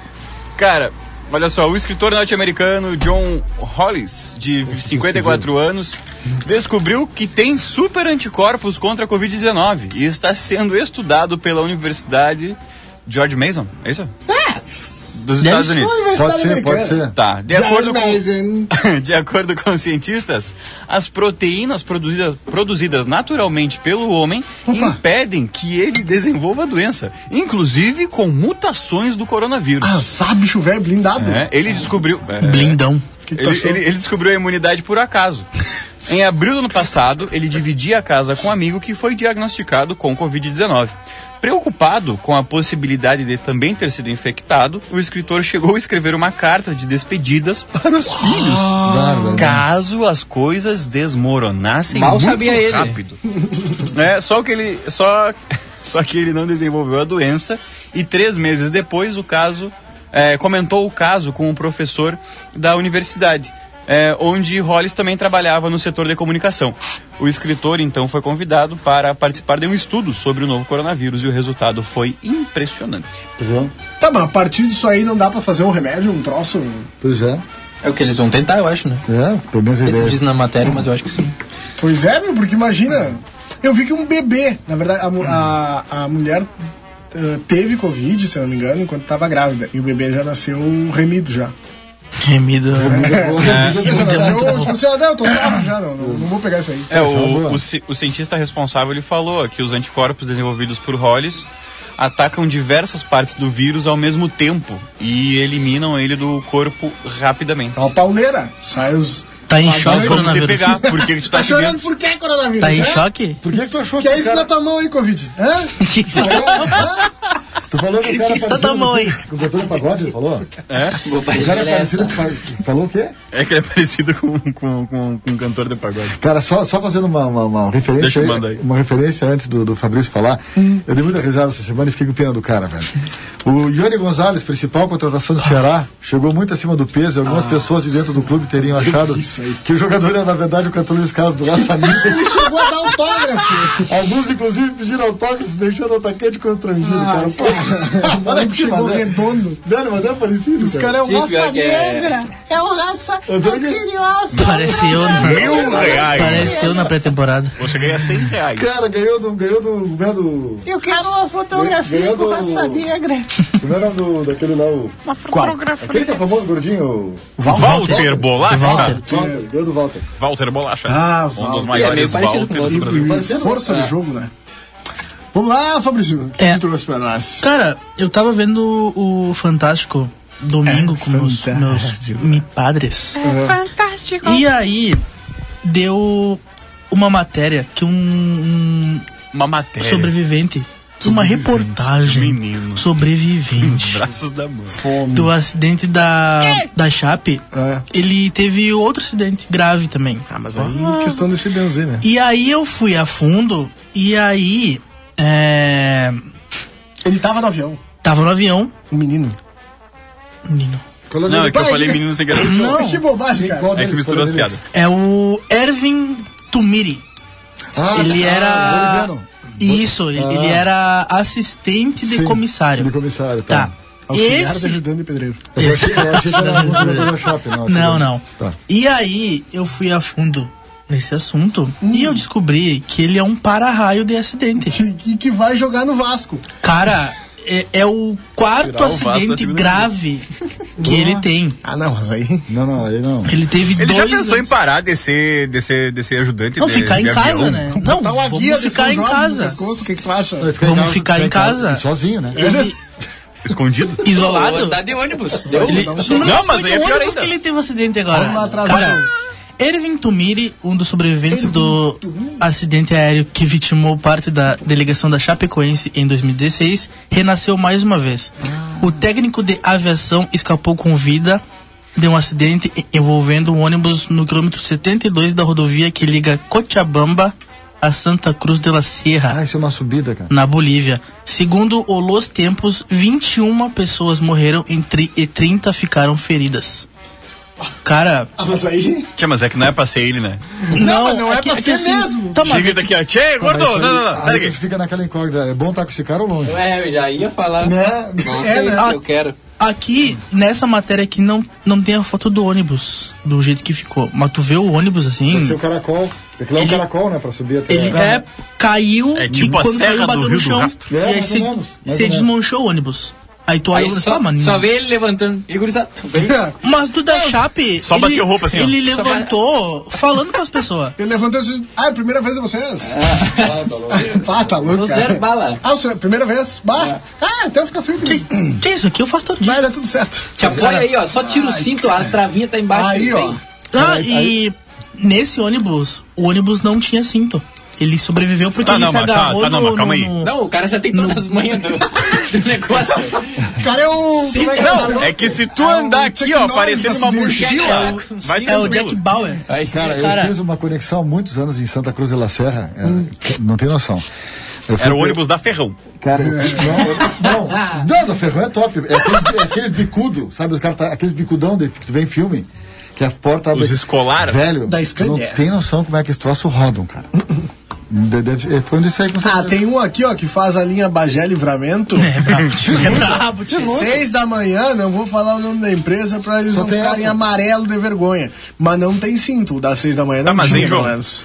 [SPEAKER 3] Cara, olha só, o escritor norte-americano John Hollis, de 54 anos, descobriu que tem super anticorpos contra a Covid-19 e está sendo estudado pela Universidade George Mason, é isso? Dos
[SPEAKER 4] Deve
[SPEAKER 3] Estados
[SPEAKER 4] ser
[SPEAKER 3] Unidos.
[SPEAKER 6] Pode ser, pode ser.
[SPEAKER 3] Tá, de acordo,
[SPEAKER 2] Amazing.
[SPEAKER 3] com, de acordo com os cientistas, as proteínas produzidas, produzidas naturalmente pelo homem impedem que ele desenvolva a doença, inclusive com mutações do coronavírus.
[SPEAKER 2] Ah, sabe, bicho velho blindado.
[SPEAKER 3] É, ele descobriu. é,
[SPEAKER 4] Blindão.
[SPEAKER 2] que tu
[SPEAKER 3] ele,
[SPEAKER 2] achou?
[SPEAKER 3] ele- ele descobriu a imunidade por acaso. Em abril do ano passado, ele dividia a casa com um amigo que foi diagnosticado com Covid-19. Preocupado com a possibilidade de também ter sido infectado, o escritor chegou a escrever uma carta de despedidas para os filhos.
[SPEAKER 2] Ah.
[SPEAKER 6] Bárbaro. né?
[SPEAKER 3] Caso as coisas desmoronassem
[SPEAKER 5] Mal
[SPEAKER 3] muito
[SPEAKER 5] sabia ele.
[SPEAKER 3] rápido. né? Só que ele só só que ele não desenvolveu a doença e três meses é, depois o caso eh, comentou o caso com um professor da universidade. é, onde Hollis também trabalhava no setor de comunicação. O escritor então foi convidado para participar de um estudo sobre o novo coronavírus e o resultado foi impressionante.
[SPEAKER 6] Entendeu?
[SPEAKER 2] Tá, mas a partir disso aí não dá pra fazer um remédio, um troço. um-
[SPEAKER 6] Pois é.
[SPEAKER 5] É o que eles vão tentar, eu acho, né?
[SPEAKER 6] É, pelo menos a
[SPEAKER 5] Não sei se diz
[SPEAKER 6] ideia.
[SPEAKER 5] na matéria, mas eu acho que sim.
[SPEAKER 2] Pois é, meu, porque imagina. Eu vi que um bebê, na verdade, a, mu- a, a mulher eh, teve Covid, se eu não me engano, enquanto tava grávida. E o bebê já nasceu remido já.
[SPEAKER 4] Remido.
[SPEAKER 6] É.
[SPEAKER 2] Já
[SPEAKER 4] muito
[SPEAKER 2] nasceu,
[SPEAKER 4] bom.
[SPEAKER 2] tipo assim, ah, não, eu tô salvo já, não, não, não vou pegar isso aí.
[SPEAKER 3] É,
[SPEAKER 6] Essa é uma
[SPEAKER 3] o,
[SPEAKER 6] boa.
[SPEAKER 3] o, ci- o cientista responsável ele falou que os anticorpos desenvolvidos por Hollis atacam diversas partes do vírus ao mesmo tempo e eliminam ele do corpo rapidamente.
[SPEAKER 2] É uma pauleira. Sai os.
[SPEAKER 4] Tá em
[SPEAKER 2] Mas
[SPEAKER 4] choque o
[SPEAKER 2] nós
[SPEAKER 3] Vamos te
[SPEAKER 4] coronavírus.
[SPEAKER 3] pegar, porque tu
[SPEAKER 2] Tá
[SPEAKER 3] tá
[SPEAKER 2] chorando
[SPEAKER 3] chegando.
[SPEAKER 2] por quê, coronavírus?
[SPEAKER 4] Tá em
[SPEAKER 2] hã?
[SPEAKER 4] choque?
[SPEAKER 6] Por que, que tu achou
[SPEAKER 2] Que
[SPEAKER 6] que,
[SPEAKER 2] é
[SPEAKER 6] o
[SPEAKER 2] isso na
[SPEAKER 6] cara...
[SPEAKER 2] tua mão aí, Covid? Hã?
[SPEAKER 4] Que que você-
[SPEAKER 6] Tu falou que o cara um
[SPEAKER 4] Isso tá na
[SPEAKER 6] parecido
[SPEAKER 4] mão
[SPEAKER 6] com-
[SPEAKER 4] aí.
[SPEAKER 6] Com o doutor de pagode, ele falou?
[SPEAKER 5] Vou
[SPEAKER 6] O cara é
[SPEAKER 5] parar
[SPEAKER 6] parecido
[SPEAKER 5] essa.
[SPEAKER 6] com... pa- Falou o quê?
[SPEAKER 3] É que ele é parecido com, com, com, com um cantor de pagode.
[SPEAKER 6] Cara, só, só fazendo uma, uma, uma referência
[SPEAKER 3] Deixa eu mandar aí.
[SPEAKER 6] Uma referência antes do, do Fabrício falar. Eu dei muita risada essa semana e fiquei com pena do cara, velho. O Ione Gonzalez, principal contratação do Ceará, chegou muito acima do peso e
[SPEAKER 2] Ah.
[SPEAKER 6] algumas pessoas de dentro do clube teriam achado que o jogador era, na verdade, o cantor Luiz Carlos do Raça Negra.
[SPEAKER 2] Ele chegou a dar autógrafo.
[SPEAKER 6] Alguns, inclusive, pediram autógrafos, deixando o atacante constrangido, cara. Pô,
[SPEAKER 2] O maluco Ah, chegou
[SPEAKER 6] mas é-
[SPEAKER 2] redondo.
[SPEAKER 6] Velho, mas é parecido,
[SPEAKER 2] Os caras é
[SPEAKER 5] Sim,
[SPEAKER 2] o raça
[SPEAKER 5] pior que é.
[SPEAKER 2] negra. É o raça.
[SPEAKER 6] Eu tô ligado.
[SPEAKER 4] Apareceu na.
[SPEAKER 3] Mil reais.
[SPEAKER 4] Apareceu na pré-temporada.
[SPEAKER 3] Você ganha 100 reais.
[SPEAKER 6] Cara, ganhou do. Ganhou do. Ganhou do.
[SPEAKER 2] Eu quero uma
[SPEAKER 6] Ganhou do- Como era o nome do, daquele lá, o.
[SPEAKER 3] Uma fotografia.
[SPEAKER 6] Aquele que é famoso gordinho.
[SPEAKER 3] Walter Bolacha?
[SPEAKER 4] Walter.
[SPEAKER 6] Walter, ganhou do Walter.
[SPEAKER 3] Walter Bolacha.
[SPEAKER 2] Ah,
[SPEAKER 3] um
[SPEAKER 2] Walter.
[SPEAKER 5] É meio
[SPEAKER 3] dos maiores
[SPEAKER 5] parecido com
[SPEAKER 3] Walters do
[SPEAKER 5] o
[SPEAKER 3] Brasil.
[SPEAKER 6] Parecendo-
[SPEAKER 2] Força tipo de jogo, né? Vamos lá, Fabrício. O que
[SPEAKER 4] É.
[SPEAKER 2] tu trouxe pra nós?
[SPEAKER 4] Cara, eu tava vendo o Fantástico domingo
[SPEAKER 2] É
[SPEAKER 4] com meus, meus
[SPEAKER 2] fantástico.
[SPEAKER 4] mi padres. fantástico. E aí deu uma matéria que um, um
[SPEAKER 3] Uma matéria.
[SPEAKER 4] sobrevivente, uma reportagem
[SPEAKER 3] É. menino. Os
[SPEAKER 4] sobrevivente
[SPEAKER 3] braços da mão.
[SPEAKER 2] Fome.
[SPEAKER 4] do acidente da da Chape,
[SPEAKER 2] É.
[SPEAKER 4] ele teve outro acidente grave também.
[SPEAKER 2] Ah, mas aí é questão desse benzer, né?
[SPEAKER 4] E aí eu fui a fundo e aí é,
[SPEAKER 2] Ele tava no avião,
[SPEAKER 4] tava no avião,
[SPEAKER 2] o Um menino.
[SPEAKER 4] menino.
[SPEAKER 6] Qual é o nome
[SPEAKER 3] Não, é
[SPEAKER 6] dele?
[SPEAKER 3] que eu
[SPEAKER 2] Pai,
[SPEAKER 3] falei
[SPEAKER 2] ele-
[SPEAKER 3] menino sem querer.
[SPEAKER 4] Não.
[SPEAKER 2] Que bobagem,
[SPEAKER 6] Qual
[SPEAKER 2] cara.
[SPEAKER 3] É que
[SPEAKER 6] deles?
[SPEAKER 3] misturou
[SPEAKER 6] Qual
[SPEAKER 3] as
[SPEAKER 6] deles?
[SPEAKER 3] piadas.
[SPEAKER 4] É o Ervin Tumiri.
[SPEAKER 6] Ah,
[SPEAKER 4] Ele
[SPEAKER 6] ah,
[SPEAKER 4] era.
[SPEAKER 6] boliviano.
[SPEAKER 4] Isso, ele- ele era assistente de
[SPEAKER 6] Sim,
[SPEAKER 4] comissário.
[SPEAKER 6] De comissário, tá.
[SPEAKER 4] Tá.
[SPEAKER 2] Auxiliar do
[SPEAKER 4] Esse.
[SPEAKER 2] ajudante de pedreiro.
[SPEAKER 6] Eu achei, eu achei que era
[SPEAKER 4] Esse-
[SPEAKER 6] um jogador da Chape, não.
[SPEAKER 4] Não, não.
[SPEAKER 6] Tá.
[SPEAKER 4] E aí eu fui a fundo nesse assunto e eu descobri que ele é um para-raio de acidente.
[SPEAKER 2] Que, que, que vai jogar no Vasco.
[SPEAKER 4] Cara, é, é o quarto
[SPEAKER 3] Tirar o Vasco da
[SPEAKER 4] acidente
[SPEAKER 3] segunda
[SPEAKER 4] grave que ele tem.
[SPEAKER 2] Ah, não, mas aí.
[SPEAKER 6] Não, não, aí não.
[SPEAKER 4] Ele teve
[SPEAKER 3] Ele
[SPEAKER 4] dois.
[SPEAKER 3] já pensou em parar de ser, de ser, de ser ajudante
[SPEAKER 4] Não,
[SPEAKER 3] de,
[SPEAKER 4] ficar
[SPEAKER 3] de
[SPEAKER 4] em casa,
[SPEAKER 3] avião?
[SPEAKER 4] né? Não,
[SPEAKER 2] Botar uma Tá guia
[SPEAKER 4] vamos
[SPEAKER 2] de
[SPEAKER 4] ficar
[SPEAKER 2] São
[SPEAKER 4] em
[SPEAKER 2] Jorge no
[SPEAKER 4] casa.
[SPEAKER 2] pescoço, O que, que tu acha?
[SPEAKER 4] Vamos ficar em casa.
[SPEAKER 6] E sozinho, né?
[SPEAKER 4] Ele-
[SPEAKER 3] Escondido?
[SPEAKER 4] isolado.
[SPEAKER 5] Tá de ônibus. Deu?
[SPEAKER 4] Ele-
[SPEAKER 3] Não, mas
[SPEAKER 4] foi
[SPEAKER 3] aí é
[SPEAKER 4] no
[SPEAKER 3] pior
[SPEAKER 4] ônibus
[SPEAKER 3] ainda.
[SPEAKER 4] que ele teve um acidente agora.
[SPEAKER 2] Vamos lá atrás,
[SPEAKER 4] Cara,
[SPEAKER 2] vamos.
[SPEAKER 4] Ervin Tumiri, um dos sobreviventes
[SPEAKER 2] Ervin
[SPEAKER 4] do acidente aéreo que vitimou parte da delegação da Chapecoense em 2016, renasceu mais uma vez. O técnico de aviação escapou com vida de um acidente envolvendo um ônibus no quilômetro 72 da rodovia que liga Cochabamba a Santa Cruz de la Sierra
[SPEAKER 6] Ah, isso é uma subida, cara.
[SPEAKER 4] na Bolívia. Segundo o Los Tempos, 21 pessoas morreram em tri- e 30 ficaram feridas. Cara,
[SPEAKER 2] Ah, mas aí.
[SPEAKER 3] Tchê, mas é que não é pra ser ele, né?
[SPEAKER 4] não,
[SPEAKER 2] mas não é pra ser
[SPEAKER 4] assim,
[SPEAKER 2] mesmo.
[SPEAKER 4] Tá, mas
[SPEAKER 3] Chega daqui, ó. Tchê, gordo! Não, não, não.
[SPEAKER 6] Aí
[SPEAKER 3] Sai
[SPEAKER 6] a gente
[SPEAKER 3] daqui.
[SPEAKER 6] fica naquela incógnita. É bom estar com esse cara ou longe?
[SPEAKER 5] É, eu já ia falar.
[SPEAKER 6] Né?
[SPEAKER 5] Não
[SPEAKER 2] É,
[SPEAKER 5] sei
[SPEAKER 2] né?
[SPEAKER 5] se eu quero.
[SPEAKER 4] aqui, nessa matéria aqui, não, não tem a foto do ônibus, do jeito que ficou. Mas tu vê o ônibus
[SPEAKER 6] Tem que ser
[SPEAKER 4] assim.
[SPEAKER 6] o caracol. Aquilo é um
[SPEAKER 4] Ele-
[SPEAKER 6] caracol, né? Pra subir até.
[SPEAKER 4] Ele é, caiu
[SPEAKER 3] É tipo
[SPEAKER 4] e
[SPEAKER 3] a
[SPEAKER 4] quando
[SPEAKER 3] Serra
[SPEAKER 4] caiu
[SPEAKER 3] do
[SPEAKER 4] bateu
[SPEAKER 3] Rio
[SPEAKER 4] no
[SPEAKER 3] do
[SPEAKER 4] chão
[SPEAKER 3] Rastro.
[SPEAKER 4] e
[SPEAKER 6] É,
[SPEAKER 4] aí
[SPEAKER 6] mais
[SPEAKER 4] se,
[SPEAKER 6] ou menos, mais
[SPEAKER 4] se
[SPEAKER 6] ou menos.
[SPEAKER 4] desmanchou o ônibus. Aí tu olha
[SPEAKER 5] Aí
[SPEAKER 4] e
[SPEAKER 5] só,
[SPEAKER 4] fala, mano.
[SPEAKER 5] só vê ele levantando. E gurizada, tudo bem?
[SPEAKER 4] Mas do da Chape.
[SPEAKER 3] Só
[SPEAKER 4] ele-
[SPEAKER 3] bateu roupa assim, ó.
[SPEAKER 4] Ele
[SPEAKER 5] Só
[SPEAKER 4] levantou falando com as pessoas.
[SPEAKER 2] Ele levantou e disse: Ah, é a primeira vez de vocês?
[SPEAKER 6] Ah, tá longe.
[SPEAKER 2] Ah, tá louco.
[SPEAKER 5] Não,
[SPEAKER 2] Cara.
[SPEAKER 5] zero bala.
[SPEAKER 2] Ah, o senhor, primeira vez?
[SPEAKER 6] É.
[SPEAKER 2] Bah. Ah, então fica firme.
[SPEAKER 4] Que isso aqui eu faço todo dia.
[SPEAKER 2] Vai, dá tudo certo.
[SPEAKER 5] Te apoia aí, ó. Só tira o cinto, a travinha tá embaixo.
[SPEAKER 2] Aí,
[SPEAKER 5] tudo
[SPEAKER 2] ó.
[SPEAKER 5] bem.
[SPEAKER 4] Ah, e nesse ônibus, o ônibus não tinha cinto. Ele sobreviveu porque
[SPEAKER 3] Tá,
[SPEAKER 4] ele
[SPEAKER 3] não,
[SPEAKER 4] se
[SPEAKER 3] mas tá,
[SPEAKER 4] agarrou
[SPEAKER 3] tá, não, mas
[SPEAKER 4] no-
[SPEAKER 3] calma aí.
[SPEAKER 4] no-
[SPEAKER 5] Não, o cara já tem todas as manhas do, do negócio.
[SPEAKER 2] O cara é um.
[SPEAKER 5] Sim,
[SPEAKER 2] como é que
[SPEAKER 5] não,
[SPEAKER 2] é?
[SPEAKER 3] É que se tu
[SPEAKER 2] É um
[SPEAKER 3] andar aqui,
[SPEAKER 2] Chuck
[SPEAKER 3] ó,
[SPEAKER 2] Norris
[SPEAKER 3] aparecendo uma
[SPEAKER 2] acidente.
[SPEAKER 3] mochila, vai um
[SPEAKER 4] É o Jack
[SPEAKER 3] tranquilo.
[SPEAKER 4] Bauer.
[SPEAKER 5] Aí,
[SPEAKER 6] Cara, eu
[SPEAKER 4] Cara.
[SPEAKER 6] fiz uma conexão há muitos anos em Santa Cruz de la Serra. é,
[SPEAKER 2] Hum.
[SPEAKER 6] que- Não tem noção. Eu fui
[SPEAKER 3] Era o
[SPEAKER 6] pe-
[SPEAKER 3] ônibus da Ferrão.
[SPEAKER 6] Cara,
[SPEAKER 2] É.
[SPEAKER 6] eu- não, não, não, do Ferrão é top. É aqueles, é aqueles bicudo, sabe? Os caras tá, aqueles bicudão de, que tu vê em filme. que a porta abre.
[SPEAKER 3] Os escolar?
[SPEAKER 6] Velho,
[SPEAKER 2] Da
[SPEAKER 6] tu não
[SPEAKER 2] Scania.
[SPEAKER 6] tem noção como é que esse troço rodam, cara. De- deve- é, foi onde isso aí com
[SPEAKER 2] Ah,
[SPEAKER 6] certeza.
[SPEAKER 2] tem um aqui, ó, que faz a linha Bagé Livramento.
[SPEAKER 4] É
[SPEAKER 3] Ah,
[SPEAKER 4] brabo, tio. É brabo, tio.
[SPEAKER 2] Seis da manhã, não vou falar o nome da empresa pra eles
[SPEAKER 6] Só
[SPEAKER 2] não
[SPEAKER 6] tem
[SPEAKER 2] ficarem
[SPEAKER 6] essa.
[SPEAKER 2] amarelo de vergonha. Mas não tem cinto, o das seis da manhã não
[SPEAKER 3] Tá, mas,
[SPEAKER 2] tinha,
[SPEAKER 3] hein, João?
[SPEAKER 2] pelo menos.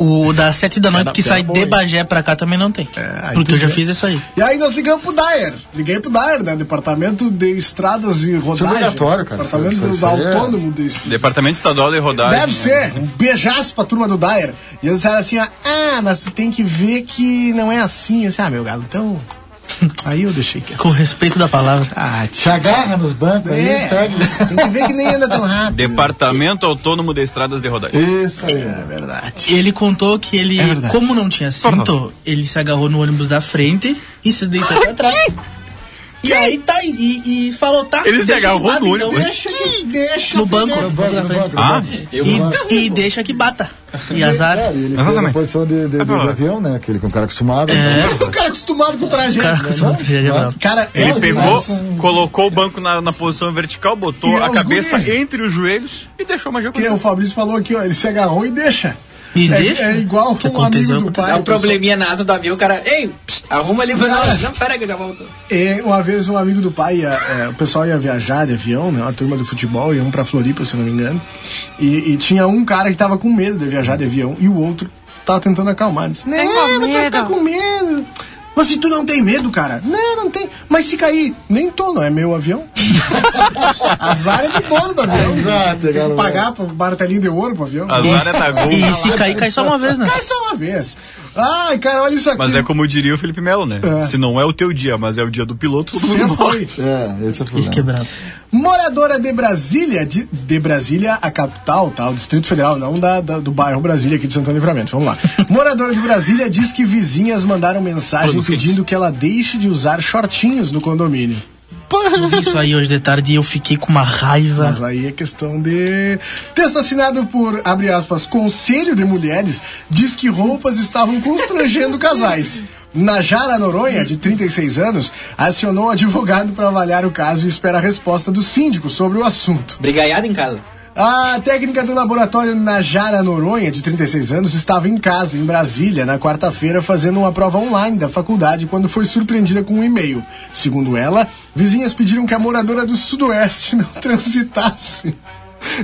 [SPEAKER 4] O das sete da noite
[SPEAKER 2] da-
[SPEAKER 4] que sai
[SPEAKER 2] pera,
[SPEAKER 4] de
[SPEAKER 2] boi.
[SPEAKER 4] Bagé pra cá também não tem.
[SPEAKER 3] É,
[SPEAKER 2] aí
[SPEAKER 4] porque eu
[SPEAKER 2] tu
[SPEAKER 4] já
[SPEAKER 2] vê.
[SPEAKER 4] fiz essa aí.
[SPEAKER 2] E aí nós ligamos pro Dyer. Liguei pro Dyer, né? Departamento de Estradas e Rodagem.
[SPEAKER 6] é obrigatório, cara.
[SPEAKER 2] Departamento
[SPEAKER 6] Isso- isso aí é-
[SPEAKER 2] Autônomo de Estradas.
[SPEAKER 3] Departamento Estadual de Rodagem.
[SPEAKER 2] Deve ser. Um beijaço pra turma do Dyer. E eles disseram assim, ó, ah, mas tu tem que ver que não é assim. Eu disse, ah, meu galo, então... Aí eu deixei quieto.
[SPEAKER 4] Com respeito da palavra.
[SPEAKER 2] Ah, tch...
[SPEAKER 6] Te agarra nos bancos aí,
[SPEAKER 2] É,
[SPEAKER 6] segue.
[SPEAKER 2] tem que ver que nem anda tão rápido.
[SPEAKER 3] Departamento Autônomo de Estradas de Rodagem.
[SPEAKER 6] Isso aí. né?
[SPEAKER 2] É verdade.
[SPEAKER 4] Ele contou que ele,
[SPEAKER 2] É verdade.
[SPEAKER 4] como não tinha cinto, ele se agarrou no ônibus da frente e se deitou pra trás. E aí tá, e, e falou, tá.
[SPEAKER 3] Ele se
[SPEAKER 4] deixa
[SPEAKER 3] agarrou
[SPEAKER 4] que bata,
[SPEAKER 3] no
[SPEAKER 4] então,
[SPEAKER 3] ônibus?
[SPEAKER 4] né?
[SPEAKER 2] Que deixa
[SPEAKER 4] No banco.
[SPEAKER 6] No banco, no banco, no
[SPEAKER 3] Ah.
[SPEAKER 6] banco.
[SPEAKER 4] E, e deixa que bata. E azar.
[SPEAKER 6] Cara, É, ele fez uma
[SPEAKER 3] Exatamente.
[SPEAKER 6] posição de, de- de- de
[SPEAKER 3] lá.
[SPEAKER 6] avião, né? Aquele com o cara
[SPEAKER 2] É.
[SPEAKER 6] acostumado. né?
[SPEAKER 2] O cara acostumado com né?
[SPEAKER 4] O
[SPEAKER 2] tragédia.
[SPEAKER 4] cara é costuma ter geral.
[SPEAKER 2] Cara, é
[SPEAKER 3] Ele
[SPEAKER 2] um
[SPEAKER 3] pegou,
[SPEAKER 2] negócio
[SPEAKER 3] colocou o banco na, na posição vertical, botou
[SPEAKER 2] E
[SPEAKER 4] é
[SPEAKER 3] a
[SPEAKER 4] um
[SPEAKER 2] os
[SPEAKER 3] cabeça
[SPEAKER 2] guri?
[SPEAKER 3] entre os joelhos e deixou uma
[SPEAKER 2] Que o Fabrício falou aqui, ó, ele se agarrou e deixa.
[SPEAKER 4] E
[SPEAKER 2] é,
[SPEAKER 4] deixa?
[SPEAKER 2] é igual
[SPEAKER 4] Que
[SPEAKER 2] um
[SPEAKER 4] aconteceu,
[SPEAKER 2] amigo do pai.
[SPEAKER 5] Dá um
[SPEAKER 2] o pessoal-
[SPEAKER 5] probleminha na asa do avião, o cara. Ei, psst, arruma ali pra nós. Não, pera que eu já volto.
[SPEAKER 2] É, uma vez um amigo do pai, ia, é, o pessoal ia viajar de avião, né? Uma turma do futebol, iam pra Floripa, se não me engano. E, e tinha um cara que tava com medo de viajar de avião e o outro tava tentando acalmar. Disse, não, mas tu vai ficar com medo. Mas se tu não tem medo, cara? Não, não tem. Mas se cair, nem tô, não é meu avião. Azar é do dono do avião.
[SPEAKER 6] Exato,
[SPEAKER 2] tem que
[SPEAKER 6] galera.
[SPEAKER 2] pagar pro martelinho de ouro pro avião.
[SPEAKER 3] Azar é da Gol.
[SPEAKER 4] E se cair, cai só uma vez, né?
[SPEAKER 2] Cai só uma vez. Ai, cara, olha isso aqui.
[SPEAKER 3] Mas é como diria o Felipe Melo, né?
[SPEAKER 2] É.
[SPEAKER 3] Se não é o teu dia, mas é o dia do piloto, todo
[SPEAKER 2] Você
[SPEAKER 3] mundo morre.
[SPEAKER 2] foi.
[SPEAKER 6] É, esse é o
[SPEAKER 4] Isso
[SPEAKER 6] problema.
[SPEAKER 4] quebrado.
[SPEAKER 2] Moradora de Brasília, de, de Brasília, a capital, tá? O Distrito Federal, não da, da- do bairro Brasília aqui de Santana Livramento. Vamos lá. Moradora de Brasília diz que vizinhas mandaram mensagem
[SPEAKER 3] Produtos.
[SPEAKER 2] pedindo que ela deixe de usar shortinhos no condomínio.
[SPEAKER 4] Eu vi isso aí hoje de tarde e eu fiquei com uma raiva.
[SPEAKER 2] Mas aí é questão de. Texto assinado por, abre aspas, Conselho de Mulheres diz que roupas estavam constrangendo casais. Najara Noronha, de 36 anos, acionou o advogado para avaliar o caso e espera a resposta do síndico sobre o assunto.
[SPEAKER 5] Brigaiada em casa.
[SPEAKER 2] A técnica do laboratório Najara Noronha, de 36 anos, estava em casa, em Brasília, na quarta-feira, fazendo uma prova online da faculdade quando foi surpreendida com um e-mail. Segundo ela, vizinhas pediram que a moradora do Sudoeste não transitasse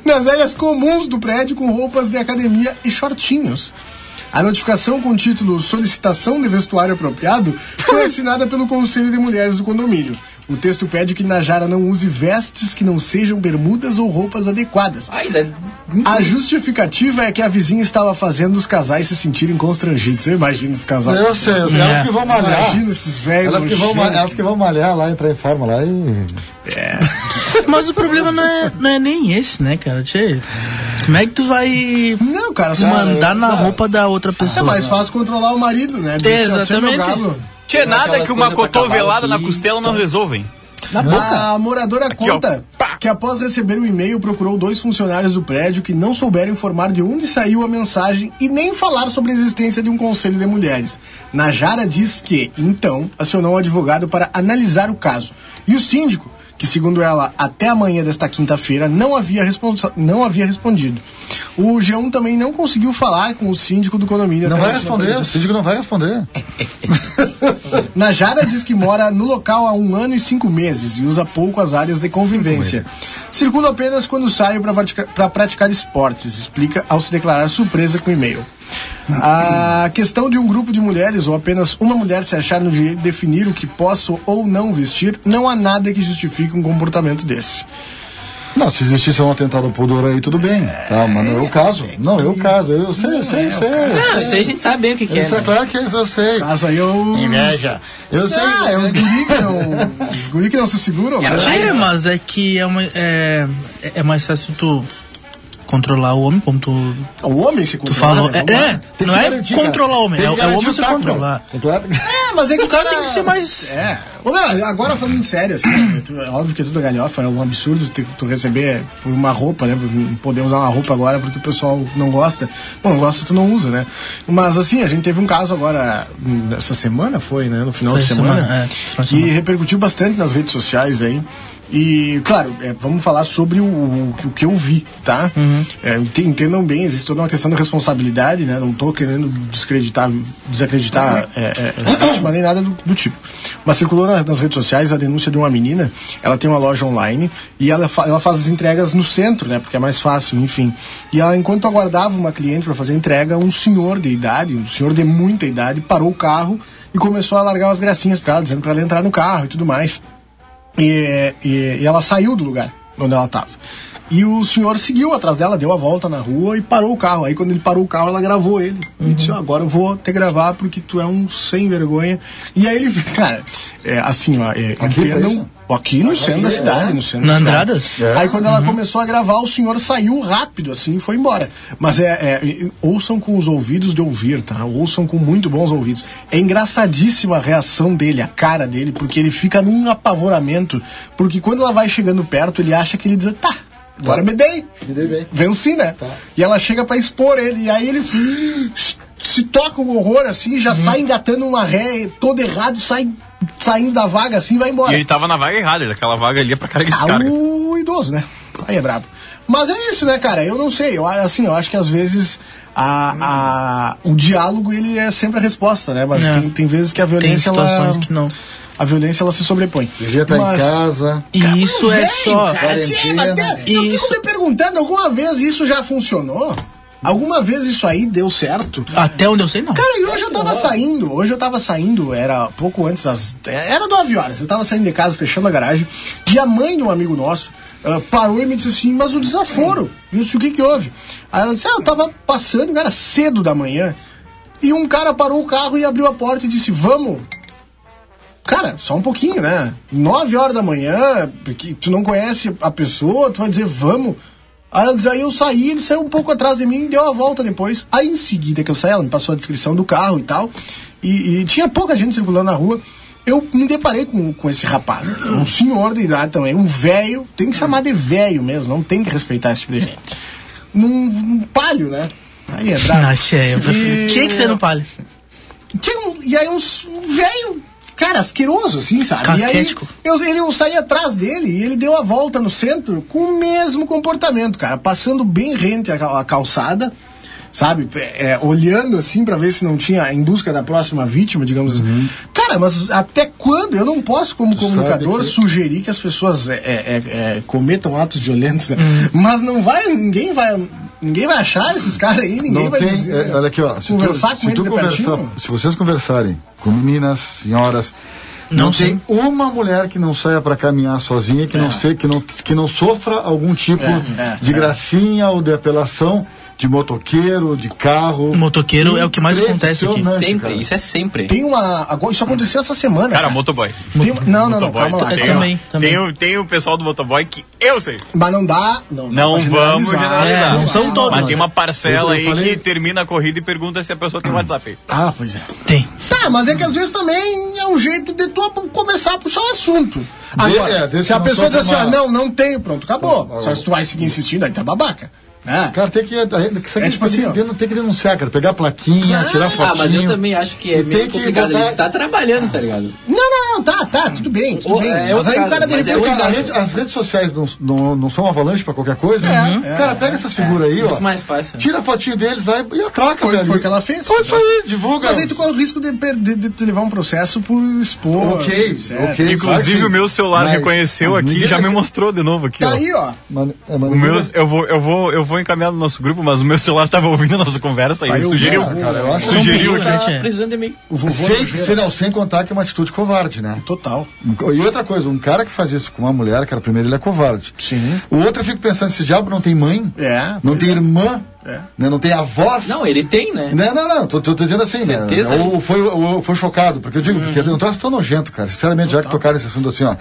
[SPEAKER 2] nas áreas comuns do prédio com roupas de academia e shortinhos. A notificação com o título Solicitação de Vestuário Apropriado foi assinada pelo Conselho de Mulheres do Condomínio. O texto pede que Najara não use vestes que não sejam bermudas ou roupas adequadas.
[SPEAKER 5] Ai, dá...
[SPEAKER 2] A justificativa é que a vizinha estava fazendo os casais se sentirem constrangidos. Eu imagino os casais.
[SPEAKER 6] Eu sei, eu sei,
[SPEAKER 4] É.
[SPEAKER 6] elas que vão malhar.
[SPEAKER 2] Imagina é um esses velhos.
[SPEAKER 6] Elas que, vão, ma-
[SPEAKER 2] nojentos.
[SPEAKER 6] elas que vão malhar lá, entrar em forma lá e.
[SPEAKER 4] Mas o problema não é, não é nem esse, né, cara? Tchê, Como é que tu vai
[SPEAKER 2] Não, cara, só
[SPEAKER 4] mandar na roupa da outra
[SPEAKER 2] É
[SPEAKER 4] pessoa?
[SPEAKER 2] mais fácil controlar o marido, né? Diz, "Tchau, meu
[SPEAKER 4] Exatamente.
[SPEAKER 2] galo."
[SPEAKER 3] Tinha nada
[SPEAKER 5] Aquelas
[SPEAKER 3] que uma
[SPEAKER 5] coisas pra
[SPEAKER 3] cotovelada
[SPEAKER 5] cavalo
[SPEAKER 3] na
[SPEAKER 5] que-
[SPEAKER 3] costela não resolvem.
[SPEAKER 2] A moradora conta
[SPEAKER 3] ó. Pá.
[SPEAKER 2] que após receber o e-mail procurou dois funcionários do prédio que não souberam informar de onde saiu a mensagem e nem falar sobre a existência de um conselho de mulheres. Najara diz que, então, acionou um advogado para analisar o caso. E o síndico, que segundo ela, até amanhã desta quinta-feira não havia, responsa- não havia respondido. O G1 também não conseguiu falar com o síndico do condomínio.
[SPEAKER 6] Não
[SPEAKER 2] até
[SPEAKER 6] vai
[SPEAKER 2] a última
[SPEAKER 6] responder, o
[SPEAKER 2] atualização.
[SPEAKER 6] síndico não vai responder.
[SPEAKER 2] Najara diz que mora no local há um ano e cinco meses e usa pouco as áreas de convivência. Circula apenas quando saio para praticar, esportes, explica ao se declarar surpresa com o e-mail. A questão de um grupo de mulheres ou apenas uma mulher se achar no direito de definir o que posso ou não vestir, não há nada que justifique um comportamento desse.
[SPEAKER 6] Não, se existisse um atentado ao pudor aí, tudo bem. Tá, mas não é o caso. Não, é o caso. Eu sei, eu sei, eu sei.
[SPEAKER 5] Ah, isso aí a gente sabe bem o que, que é.
[SPEAKER 6] Isso é
[SPEAKER 5] Né?
[SPEAKER 6] claro que eu sei.
[SPEAKER 2] Caso aí eu.
[SPEAKER 4] né?
[SPEAKER 6] Eu sei.
[SPEAKER 2] Ah, é os guri que não. Os guri que não se seguram, né?
[SPEAKER 4] É, mas é que é, uma, é, é mais fácil tu controlar o homem, como tu,
[SPEAKER 2] O homem se
[SPEAKER 4] tu
[SPEAKER 2] controla,
[SPEAKER 4] falou.
[SPEAKER 2] né?
[SPEAKER 4] É,
[SPEAKER 2] Vamos lá.
[SPEAKER 4] é,
[SPEAKER 6] Tem que
[SPEAKER 4] não
[SPEAKER 6] se
[SPEAKER 4] é
[SPEAKER 6] garantir, cara.
[SPEAKER 4] controlar o homem, é,
[SPEAKER 6] Tem
[SPEAKER 4] é
[SPEAKER 6] que
[SPEAKER 4] o
[SPEAKER 6] garantir
[SPEAKER 4] homem se
[SPEAKER 6] taco,
[SPEAKER 4] controlar.
[SPEAKER 6] né? É claro.
[SPEAKER 2] É, mas é que
[SPEAKER 4] O cara tem que ser mais.
[SPEAKER 2] É. Ô, Léo, agora falando sério, assim, né, tu- é óbvio que tudo é galhofa, é um absurdo tu, tu receber por uma roupa, né? por não Poder usar uma roupa agora porque o pessoal não gosta. Bom, não gosta, tu não usa, né? Mas assim, a gente teve um caso agora, hum, essa semana foi, né? No final
[SPEAKER 4] Foi
[SPEAKER 2] de
[SPEAKER 4] essa
[SPEAKER 2] semana.
[SPEAKER 4] semana, é, final de
[SPEAKER 2] que
[SPEAKER 4] semana.
[SPEAKER 2] repercutiu bastante nas redes sociais aí. E, claro, é, vamos falar sobre o, o que- o que eu vi, tá?
[SPEAKER 4] Uhum.
[SPEAKER 2] É, ente- entendam bem, existe toda uma questão de responsabilidade, né? Não tô querendo descreditar,
[SPEAKER 4] Uhum.
[SPEAKER 2] desacreditar é, é, é, vítima nem nada do, do tipo. Mas circulou na- nas redes sociais a denúncia de uma menina, ela tem uma loja online e ela, fa- ela faz as entregas no centro, né? Porque é mais fácil, enfim. E ela, enquanto aguardava uma cliente para fazer a entrega, um senhor de idade, um senhor de muita idade, parou o carro e começou a largar umas gracinhas pra ela, dizendo pra ela entrar no carro e tudo mais. E, e- e ela saiu do lugar onde ela estava. E o senhor seguiu atrás dela, deu a volta na rua e parou o carro. Aí quando ele parou o carro, ela gravou ele.
[SPEAKER 4] Uhum.
[SPEAKER 2] E disse, "Ó, agora eu vou te gravar porque tu é um sem vergonha. E aí ele, cara, é, assim, ó, é, entendam.
[SPEAKER 6] isso?
[SPEAKER 2] Aqui no centro da cidade, no centro
[SPEAKER 4] Na
[SPEAKER 2] da cidade.
[SPEAKER 4] Andradas?
[SPEAKER 6] É.
[SPEAKER 2] Aí quando ela começou a gravar, o senhor saiu rápido, assim, e foi embora. Mas é, é, ouçam com os ouvidos de ouvir, tá? Ouçam com muito bons ouvidos. É engraçadíssima a reação dele, a cara dele, porque ele fica num apavoramento, porque quando ela vai chegando perto, ele acha que ele diz, tá, agora me dei.
[SPEAKER 6] Me dei bem.
[SPEAKER 2] Venci, né? E ela chega pra expor ele, e aí ele se toca um horror, assim, já sai engatando uma ré todo errado, sai saindo da vaga, assim, e vai embora.
[SPEAKER 3] E ele tava na vaga errada, aquela vaga ali é pra cara que
[SPEAKER 2] Ah,
[SPEAKER 3] descarga.
[SPEAKER 2] o idoso, né? Aí é brabo. Mas é isso, né, cara? Eu não sei. Eu, assim, eu acho que às vezes a, a- o diálogo ele é sempre a resposta, né? Mas
[SPEAKER 4] É.
[SPEAKER 2] tem, tem vezes que a
[SPEAKER 4] Tem
[SPEAKER 2] violência
[SPEAKER 4] situações
[SPEAKER 2] ela,
[SPEAKER 4] que não.
[SPEAKER 2] A violência ela se sobrepõe.
[SPEAKER 6] Devia estar
[SPEAKER 2] Mas-
[SPEAKER 6] em casa.
[SPEAKER 4] E isso é
[SPEAKER 2] Vem,
[SPEAKER 4] só.
[SPEAKER 2] cara, sim, mas
[SPEAKER 6] quarentena.
[SPEAKER 2] tem- Eu
[SPEAKER 4] Isso.
[SPEAKER 2] fico me perguntando, alguma vez isso já funcionou? Alguma vez isso aí deu certo?
[SPEAKER 4] Até onde eu sei, não.
[SPEAKER 2] Cara, e hoje eu tava saindo, hoje eu tava saindo, era pouco antes das. Era 9 horas, eu tava saindo de casa, fechando a garagem, e a mãe de um amigo nosso ah, parou e me disse assim, mas o desaforo. E eu disse, o que que houve? Aí ela disse, ah, eu tava passando, era cedo da manhã, e um cara parou o carro e abriu a porta e disse, vamos. Cara, só um pouquinho, né? 9 horas da manhã, porque tu não conhece a pessoa, tu vai dizer, vamos. Aí ela diz, aí eu saí, ele saiu um pouco atrás de mim, deu a volta depois. Aí em seguida que eu saí, ela me passou a descrição do carro e tal. E, e tinha pouca gente circulando na rua. Eu me deparei com, com esse rapaz, um senhor de idade também, um velho, tem que chamar de velho mesmo, não tem que respeitar esse tipo de gente. Num, num palio, né? Aí é brabo.
[SPEAKER 4] Ah, tia, eu prefiro-
[SPEAKER 2] E-
[SPEAKER 4] Tinha que ser no palio.
[SPEAKER 2] tinha um- e aí uns- um velho, cara, asqueroso, assim, sabe?
[SPEAKER 4] Caquético.
[SPEAKER 2] E aí eu, ele, eu saí atrás dele e ele deu a volta no centro com o mesmo comportamento, cara. Passando bem rente a, cal- a calçada, sabe? É, é, olhando assim pra ver se não tinha, em busca da próxima vítima, digamos
[SPEAKER 6] Uhum.
[SPEAKER 2] assim. Cara, mas até quando? Eu não posso, como comunicador,
[SPEAKER 6] que-
[SPEAKER 2] sugerir que as pessoas é, é, é, é, cometam atos violentos, né?
[SPEAKER 6] Uhum.
[SPEAKER 2] Mas não vai, ninguém vai... Ninguém vai achar esses caras aí, ninguém
[SPEAKER 6] Não
[SPEAKER 2] vai
[SPEAKER 6] tem.
[SPEAKER 2] dizer,
[SPEAKER 6] é,
[SPEAKER 2] né?
[SPEAKER 6] olha aqui, ó. se tu-
[SPEAKER 2] conversar
[SPEAKER 6] se
[SPEAKER 2] com
[SPEAKER 6] tu
[SPEAKER 2] eles é
[SPEAKER 6] conversar-
[SPEAKER 2] pertinho?
[SPEAKER 6] Se vocês conversarem com meninas, senhoras. Não,
[SPEAKER 4] Não
[SPEAKER 6] tem uma mulher que não saia pra caminhar sozinha, que não sei, que não, que não sofra algum tipo
[SPEAKER 2] É, é,
[SPEAKER 6] de
[SPEAKER 2] é.
[SPEAKER 6] gracinha ou de apelação de motoqueiro, de carro.
[SPEAKER 4] Motoqueiro é o que mais acontece aqui.
[SPEAKER 6] Impressionante,
[SPEAKER 5] Sempre,
[SPEAKER 6] cara.
[SPEAKER 5] isso é sempre.
[SPEAKER 2] Tem uma. agora- Isso aconteceu essa semana. né?
[SPEAKER 3] Cara, motoboy.
[SPEAKER 2] Tem- não, não, não,
[SPEAKER 3] Motoboy,
[SPEAKER 2] calma lá.
[SPEAKER 3] tem,
[SPEAKER 2] calma
[SPEAKER 3] um-
[SPEAKER 4] Eu
[SPEAKER 2] lá.
[SPEAKER 4] também, também.
[SPEAKER 3] Tem, o- tem o pessoal do motoboy que eu sei.
[SPEAKER 2] Mas não dá. Não, dá
[SPEAKER 3] Não
[SPEAKER 2] pra
[SPEAKER 3] vamos
[SPEAKER 4] É,
[SPEAKER 3] generalizar.
[SPEAKER 4] não são todos.
[SPEAKER 3] Mas tem uma parcela
[SPEAKER 6] Eu- eu
[SPEAKER 3] aí
[SPEAKER 6] falei-
[SPEAKER 3] que termina a corrida e pergunta se a pessoa tem WhatsApp. aí.
[SPEAKER 2] Ah, pois é.
[SPEAKER 4] Tem.
[SPEAKER 2] Tá, mas é que às vezes também é um jeito de tu ap- começar a puxar o assunto. Agora,
[SPEAKER 6] é, desse
[SPEAKER 2] se a
[SPEAKER 6] não
[SPEAKER 2] pessoa diz
[SPEAKER 6] solta
[SPEAKER 2] assim, ó,
[SPEAKER 6] mais.
[SPEAKER 2] não, não tenho, pronto, acabou.
[SPEAKER 6] Pronto,
[SPEAKER 2] Só se tu vai seguir insistindo, aí tá babaca. Né?
[SPEAKER 6] Cara, tem que. Isso aqui
[SPEAKER 2] É tipo
[SPEAKER 6] tem,
[SPEAKER 2] assim, ó.
[SPEAKER 6] que, denu- tem que denunciar, cara. Pegar a plaquinha, tirar fotinho.
[SPEAKER 5] Ah, mas eu também acho que é
[SPEAKER 6] E
[SPEAKER 5] meio
[SPEAKER 6] tem que
[SPEAKER 5] complicado.
[SPEAKER 6] botar-
[SPEAKER 5] Ele tá trabalhando, tá ligado?
[SPEAKER 2] Não, não, não, tá, tá, tudo bem, tudo
[SPEAKER 5] Ou-
[SPEAKER 2] bem.
[SPEAKER 5] é
[SPEAKER 2] mas
[SPEAKER 5] outro
[SPEAKER 2] aí o
[SPEAKER 5] caso,
[SPEAKER 2] cara de
[SPEAKER 5] mas é
[SPEAKER 2] repente.
[SPEAKER 5] outro
[SPEAKER 6] Cara,
[SPEAKER 2] ah,
[SPEAKER 6] a
[SPEAKER 5] caso.
[SPEAKER 6] rede- as redes sociais não, não, não são avalanche pra qualquer coisa? né?
[SPEAKER 2] É,
[SPEAKER 6] Cara, pega essas figuras aí, ó.
[SPEAKER 5] mais fácil.
[SPEAKER 6] Tira a fotinho deles vai e atraca,
[SPEAKER 2] Foi-
[SPEAKER 6] velho.
[SPEAKER 2] foi o que ela fez.
[SPEAKER 6] Foi isso aí, divulga.
[SPEAKER 2] Mas aí tu corre o risco de, perder, de tu levar um processo por expor.
[SPEAKER 6] Ok,
[SPEAKER 2] etc.
[SPEAKER 6] ok.
[SPEAKER 3] Inclusive,
[SPEAKER 6] Sorte.
[SPEAKER 3] o meu celular
[SPEAKER 6] Mas
[SPEAKER 3] reconheceu aqui e
[SPEAKER 6] ninguém
[SPEAKER 3] já me
[SPEAKER 6] vai-
[SPEAKER 3] mostrou de novo aqui, ó.
[SPEAKER 2] Tá aí, ó.
[SPEAKER 6] Mano, é, mano,
[SPEAKER 3] O meu, eu, vou, eu, vou, eu vou encaminhar no nosso grupo, mas o meu celular tava ouvindo a nossa conversa e
[SPEAKER 2] Vai
[SPEAKER 3] ele
[SPEAKER 2] ouvir,
[SPEAKER 3] sugeriu.
[SPEAKER 2] cara.
[SPEAKER 6] Cara, eu acho
[SPEAKER 3] Sugeriu
[SPEAKER 4] Sugeriu,
[SPEAKER 3] aqui.
[SPEAKER 4] né,
[SPEAKER 5] Tá
[SPEAKER 4] tia?
[SPEAKER 5] precisando de meio.
[SPEAKER 2] O vovô.
[SPEAKER 6] sem,
[SPEAKER 2] Nogueira.
[SPEAKER 6] sem, não, sem contar que é uma atitude covarde, né?
[SPEAKER 2] Total.
[SPEAKER 6] E outra coisa, um cara que faz isso com uma mulher, cara, primeiro ele é covarde.
[SPEAKER 2] Sim.
[SPEAKER 6] O outro eu fico pensando, esse diabo não tem mãe,
[SPEAKER 2] É.
[SPEAKER 6] não tem irmã,
[SPEAKER 2] É.
[SPEAKER 6] né, não tem avó.
[SPEAKER 5] Não, ele tem, né?
[SPEAKER 6] Não, não, não, tô, tô, tô dizendo assim,
[SPEAKER 5] Certeza,
[SPEAKER 6] né?
[SPEAKER 5] hein?
[SPEAKER 6] Ou foi, ou foi chocado, porque eu digo, porque é um troço tão nojento, cara. Sinceramente, já que tocaram esse assunto assim, ó.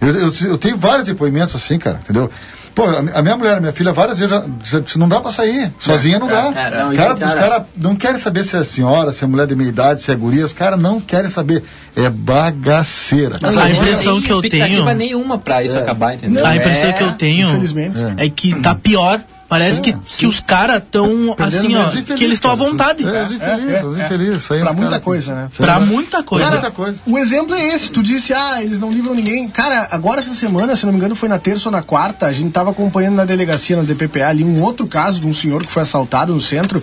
[SPEAKER 6] Eu, eu, eu tenho vários depoimentos assim, cara, entendeu? Pô, a, mi- a minha mulher, a minha filha, várias vezes já disse, "Isso não dá pra sair. Sozinha não dá.
[SPEAKER 5] é, não, isso,
[SPEAKER 6] cara, os
[SPEAKER 5] cara-
[SPEAKER 6] caras não querem saber se é senhora, se é mulher de meia idade, se é guria, os caras não querem saber. É bagaceira.
[SPEAKER 4] Mas
[SPEAKER 5] Não,
[SPEAKER 4] a
[SPEAKER 5] não
[SPEAKER 4] impressão
[SPEAKER 5] tem
[SPEAKER 4] que eu
[SPEAKER 5] expectativa
[SPEAKER 4] tenho-
[SPEAKER 6] É.
[SPEAKER 5] nenhuma pra isso acabar, entendeu? É.
[SPEAKER 4] A impressão que eu tenho
[SPEAKER 2] Infelizmente.
[SPEAKER 4] é que tá pior Parece que, que os caras estão
[SPEAKER 6] Tá
[SPEAKER 4] assim, ó, que eles estão à vontade. Então,
[SPEAKER 6] É, os infelizes, os
[SPEAKER 2] é, é.
[SPEAKER 6] infelizes. isso aí,
[SPEAKER 2] Pra
[SPEAKER 6] os
[SPEAKER 2] muita
[SPEAKER 6] cara que-
[SPEAKER 2] coisa, né?
[SPEAKER 6] Sei
[SPEAKER 4] Pra
[SPEAKER 6] lá.
[SPEAKER 4] muita coisa.
[SPEAKER 6] Muita coisa.
[SPEAKER 2] O exemplo é esse, tu disse, ah, eles não livram ninguém. Cara, agora essa semana, se não me engano, foi na terça ou na quarta, a gente tava acompanhando na delegacia, na DPPA, ali um outro caso de um senhor que foi assaltado no centro,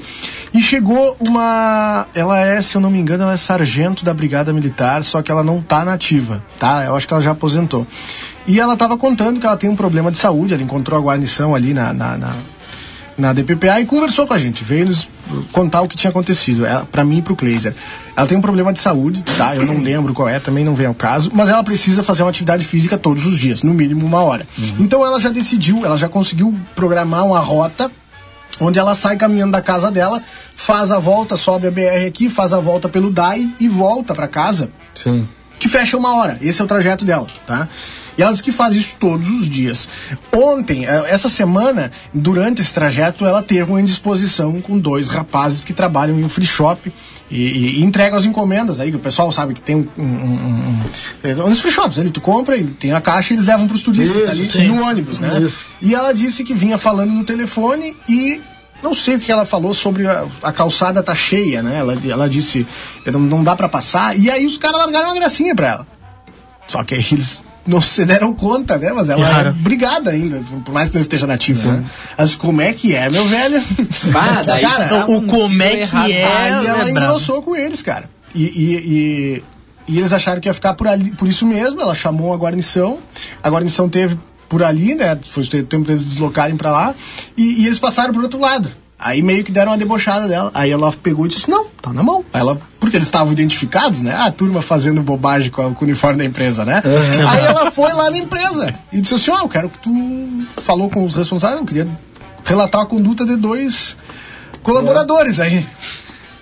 [SPEAKER 2] e chegou uma, ela é, se eu não me engano, ela é sargento da Brigada Militar, só que ela não tá nativa, tá? Eu acho que ela já aposentou. E ela tava contando que ela tem um problema de saúde, ela encontrou a guarnição ali na- na- na na DPPA e conversou com a gente, veio nos contar o que tinha acontecido, ela- pra mim e pro Kleiser. Ela tem um problema de saúde, tá? Eu não lembro qual é, também não vem ao caso, mas ela precisa fazer uma atividade física todos os dias, no mínimo uma hora. Então ela já decidiu, ela já conseguiu programar uma rota onde ela sai caminhando da casa dela, faz a volta, sobe a BR aqui, faz a volta pelo DAI e volta pra casa
[SPEAKER 6] Sim.
[SPEAKER 2] que fecha uma hora. Esse é o trajeto dela, tá? E ela diz que faz isso todos os dias. Ontem, eh, essa semana, durante esse trajeto, ela teve uma indisposição com dois rapazes que trabalham em um free shop e, e- e entregam as encomendas aí, que o pessoal sabe que tem um. um, um, um é, uns free shops ali, tu compra e tem a caixa e eles levam pros turistas
[SPEAKER 6] Isso,
[SPEAKER 2] ali
[SPEAKER 6] sim.
[SPEAKER 2] no ônibus, né?
[SPEAKER 6] Isso.
[SPEAKER 2] E ela disse que vinha falando no telefone e não sei o que ela falou sobre a, a calçada tá cheia, né? Ela, ela disse, não, não dá pra passar. E aí os caras largaram uma gracinha pra ela. Só que aí eles não se deram conta, né? Mas ela
[SPEAKER 4] Claro.
[SPEAKER 2] é brigada ainda, por mais que não esteja nativa, né? Mas como é que é, meu velho?
[SPEAKER 5] Bah, daí
[SPEAKER 2] Cara,
[SPEAKER 5] tá
[SPEAKER 4] o
[SPEAKER 5] um
[SPEAKER 4] como é
[SPEAKER 5] sentido
[SPEAKER 4] que
[SPEAKER 5] errado.
[SPEAKER 4] é?
[SPEAKER 2] Aí
[SPEAKER 4] né,
[SPEAKER 2] ela
[SPEAKER 4] brabo?
[SPEAKER 2] engrossou com eles, cara. E, e- e- e eles acharam que ia ficar por ali, por isso mesmo. Ela chamou a guarnição. A guarnição teve por ali, né? Foi o tempo deles deslocarem pra lá. E, e eles passaram pro outro lado. Aí meio que deram uma debochada dela. Aí ela pegou e disse: Não, tá na mão. Aí ela, porque eles estavam identificados, né? A turma fazendo bobagem com, a- com o uniforme da empresa, né? Aí ela foi lá na empresa e disse assim: Ó, eu quero que tu falou com os responsáveis. Eu queria relatar a conduta de dois colaboradores aí.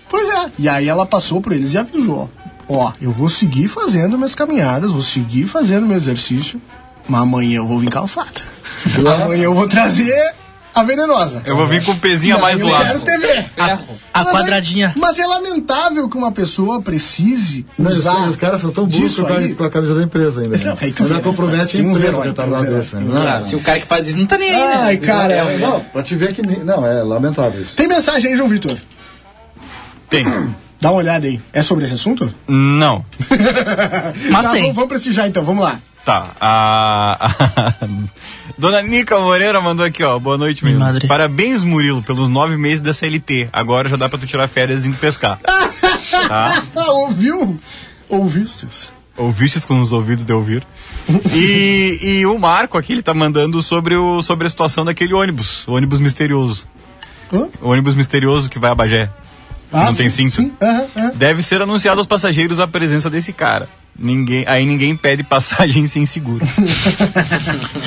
[SPEAKER 2] Pois é. E aí ela passou por eles e avisou. Ó, eu vou seguir fazendo minhas caminhadas, vou seguir fazendo meu exercício, mas amanhã eu vou vir calçada. amanhã eu vou trazer a venenosa.
[SPEAKER 3] Eu vou vir com o pezinho a mais do
[SPEAKER 2] eu quero
[SPEAKER 3] lado.
[SPEAKER 2] TV.
[SPEAKER 5] Ferro.
[SPEAKER 4] A
[SPEAKER 2] Mas é-
[SPEAKER 4] quadradinha.
[SPEAKER 2] mas é lamentável que uma pessoa precise
[SPEAKER 6] Não, os,
[SPEAKER 2] usar.
[SPEAKER 6] os caras são tão burros
[SPEAKER 2] disso
[SPEAKER 6] com, a-
[SPEAKER 2] aí.
[SPEAKER 6] com a camisa da empresa ainda.
[SPEAKER 2] Não,
[SPEAKER 6] Né?
[SPEAKER 2] aí tu
[SPEAKER 6] Ainda
[SPEAKER 2] vê,
[SPEAKER 6] compromete a
[SPEAKER 2] tem uns
[SPEAKER 6] empresa
[SPEAKER 2] heróis,
[SPEAKER 6] que tá
[SPEAKER 2] tem uns
[SPEAKER 6] lá
[SPEAKER 2] heróis,
[SPEAKER 6] desse,
[SPEAKER 2] tem
[SPEAKER 6] né?
[SPEAKER 2] uns
[SPEAKER 6] Não,
[SPEAKER 5] Ah, Se o cara que faz isso não tá nem aí, né?
[SPEAKER 2] Ai, cara.
[SPEAKER 6] é, Não, pra te ver que nem. Não, é lamentável isso.
[SPEAKER 2] Tem mensagem aí, João Vitor.
[SPEAKER 3] Tem.
[SPEAKER 2] Dá uma olhada aí. É sobre esse assunto?
[SPEAKER 3] Não.
[SPEAKER 4] Mas
[SPEAKER 2] Tá,
[SPEAKER 4] tem.
[SPEAKER 2] Vamos, vamos prestigiar então, vamos lá.
[SPEAKER 3] Tá. A... Dona Nica Moreira mandou aqui, ó. Boa noite, meninos.
[SPEAKER 4] madre.
[SPEAKER 3] Parabéns, Murilo, pelos nove meses da CLT. Agora já dá pra tu tirar férias e indo pescar. Tá.
[SPEAKER 2] Ah, ouviu? Ouvistes?
[SPEAKER 3] Ouviste com os ouvidos de ouvir. E, e o Marco aqui, ele tá mandando sobre, o, sobre a situação daquele ônibus. O ônibus misterioso.
[SPEAKER 2] Hã? Ah,
[SPEAKER 3] O ônibus misterioso que vai a Bagé. Não tem cinto?
[SPEAKER 2] Sim, aham, aham.
[SPEAKER 3] Deve ser anunciado aos passageiros a presença desse cara. Ninguém, aí ninguém pede passagem sem seguro.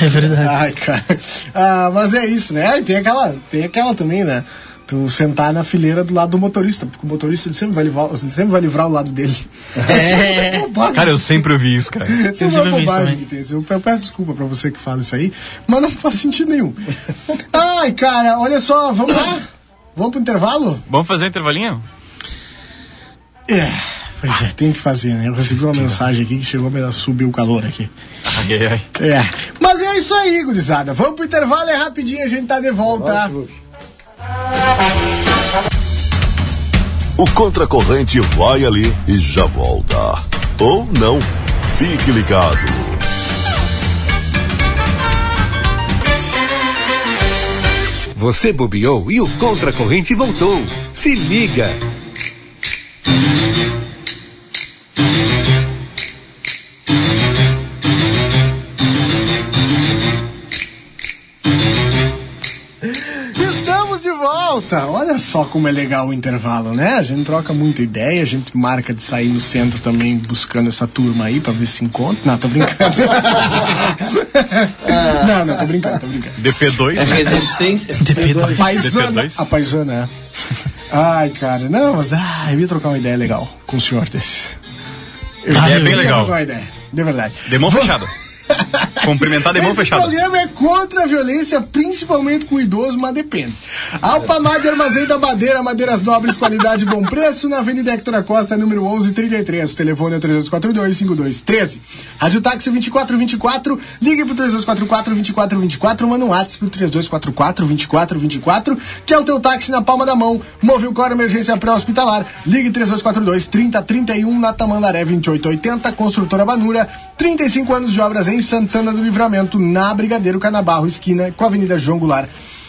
[SPEAKER 4] É verdade.
[SPEAKER 2] Ai, cara. Ah, mas é isso, né? Ah, e Tem aquela, tem aquela também, né? Tu sentar na fileira do lado do motorista, porque o motorista ele sempre vai livrar, ele sempre vai livrar o lado dele.
[SPEAKER 4] É.
[SPEAKER 2] Bobagem.
[SPEAKER 3] Cara, eu sempre ouvi isso, cara.
[SPEAKER 2] Isso é uma
[SPEAKER 4] Eu sempre vi isso
[SPEAKER 2] bobagem
[SPEAKER 4] também.
[SPEAKER 2] que tem. isso. Eu peço desculpa pra você que fala isso aí, mas não faz sentido nenhum. Ai, cara, olha só, vamos lá? Vamos pro intervalo?
[SPEAKER 3] Vamos fazer um intervalinho?
[SPEAKER 2] É, pois é, tem que fazer, né? Eu recebi uma mensagem aqui que chegou, mas ela subiu o calor aqui.
[SPEAKER 3] Ai, ai, ai.
[SPEAKER 2] É. Mas é isso aí, gurizada. Vamos pro intervalo, é rapidinho, a gente tá de volta.
[SPEAKER 6] tipo,
[SPEAKER 1] O contracorrente vai ali e já volta. Ou não. Fique ligado.
[SPEAKER 8] Você bobeou e o contracorrente voltou. Se liga!
[SPEAKER 2] Estamos de volta! Olha só como é legal o intervalo, né? A gente troca muita ideia, a gente marca de sair no centro também buscando essa turma aí pra ver se encontra. Não, tô brincando. não, não, tô brincando, tô brincando.
[SPEAKER 3] DP2,
[SPEAKER 5] É
[SPEAKER 3] né?
[SPEAKER 5] resistência.
[SPEAKER 4] DP2.
[SPEAKER 2] A paisana.
[SPEAKER 3] DP2.
[SPEAKER 2] A paisana, é. Ai, cara, não, mas ai, eu ia trocar uma ideia legal com o senhor desse. Eu
[SPEAKER 4] Ah,
[SPEAKER 2] ia-
[SPEAKER 4] é bem
[SPEAKER 2] eu ia
[SPEAKER 3] legal.
[SPEAKER 2] trocar uma ideia, de verdade.
[SPEAKER 3] Demão fechado. Cumprimentar Tá de mão
[SPEAKER 2] Esse
[SPEAKER 3] fechada.
[SPEAKER 2] programa é contra a violência, principalmente com o idoso, mas depende. Alpamar e Armazém da Madeira, madeiras nobres, qualidade e bom preço, na Avenida Hector Costa, número 1133. O telefone é 3242-5213. Rádio Táxi 2424, ligue pro 3244-2424, manda um WhatsApp pro 3244-2424, que é o teu táxi na palma da mão. Move o Cor Emergência Pré-Hospitalar, ligue 3242-3031 na Tamandaré 2880, Construtora Banura, 35 anos de obras em Santana do Livramento, na Brigadeiro Canabarro, esquina com a Avenida João Goulart.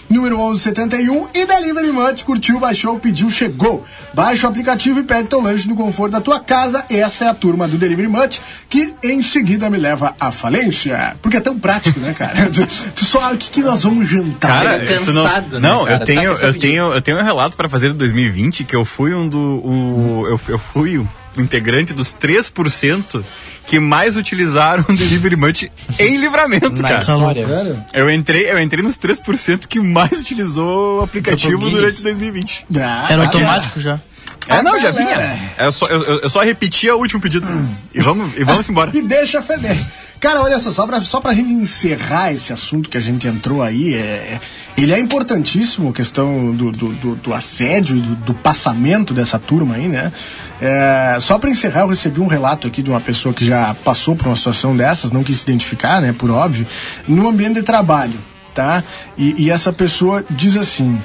[SPEAKER 2] Número 1171 e Delivery Munch, curtiu, baixou, pediu, chegou. Baixa o aplicativo e pede teu lanche no conforto da tua casa. Essa é a turma do Delivery Munch, que em seguida me leva à falência. Porque é tão prático, né, cara? tu, tu só, o que, que nós vamos jantar?
[SPEAKER 3] Cara,
[SPEAKER 5] Chega
[SPEAKER 3] tu tá não-
[SPEAKER 5] cansado, né,
[SPEAKER 3] não,
[SPEAKER 5] cara?
[SPEAKER 3] eu
[SPEAKER 5] Tu sabe
[SPEAKER 3] tenho,
[SPEAKER 5] que eu
[SPEAKER 3] eu
[SPEAKER 5] só
[SPEAKER 3] tenho, eu tenho um relato pra fazer de 2020 que eu fui um do, o, eu, eu fui o integrante dos 3% que mais utilizaram o Delivery Munch em livramento,
[SPEAKER 5] Na
[SPEAKER 3] cara.
[SPEAKER 5] história.
[SPEAKER 6] Sério?
[SPEAKER 3] Eu entrei, eu entrei nos 3% que mais utilizou o aplicativo
[SPEAKER 5] Guinness.
[SPEAKER 3] durante 2020.
[SPEAKER 2] Ah,
[SPEAKER 4] Era
[SPEAKER 2] cara.
[SPEAKER 4] automático já.
[SPEAKER 3] É, não, já
[SPEAKER 2] galera.
[SPEAKER 3] vinha. Eu só, eu, eu- eu só repetia o último pedido. E vamos, e vamos embora.
[SPEAKER 2] E deixa feder. Cara, olha só, só pra, só pra gente encerrar esse assunto que a gente entrou aí, é, é- ele é importantíssimo, a questão do, do, do- do assédio, do, do passamento dessa turma aí, né? É, só pra encerrar, eu recebi um relato aqui de uma pessoa que já passou por uma situação dessas, não quis se identificar, né, por óbvio, no ambiente de trabalho, tá? E- e essa pessoa diz assim,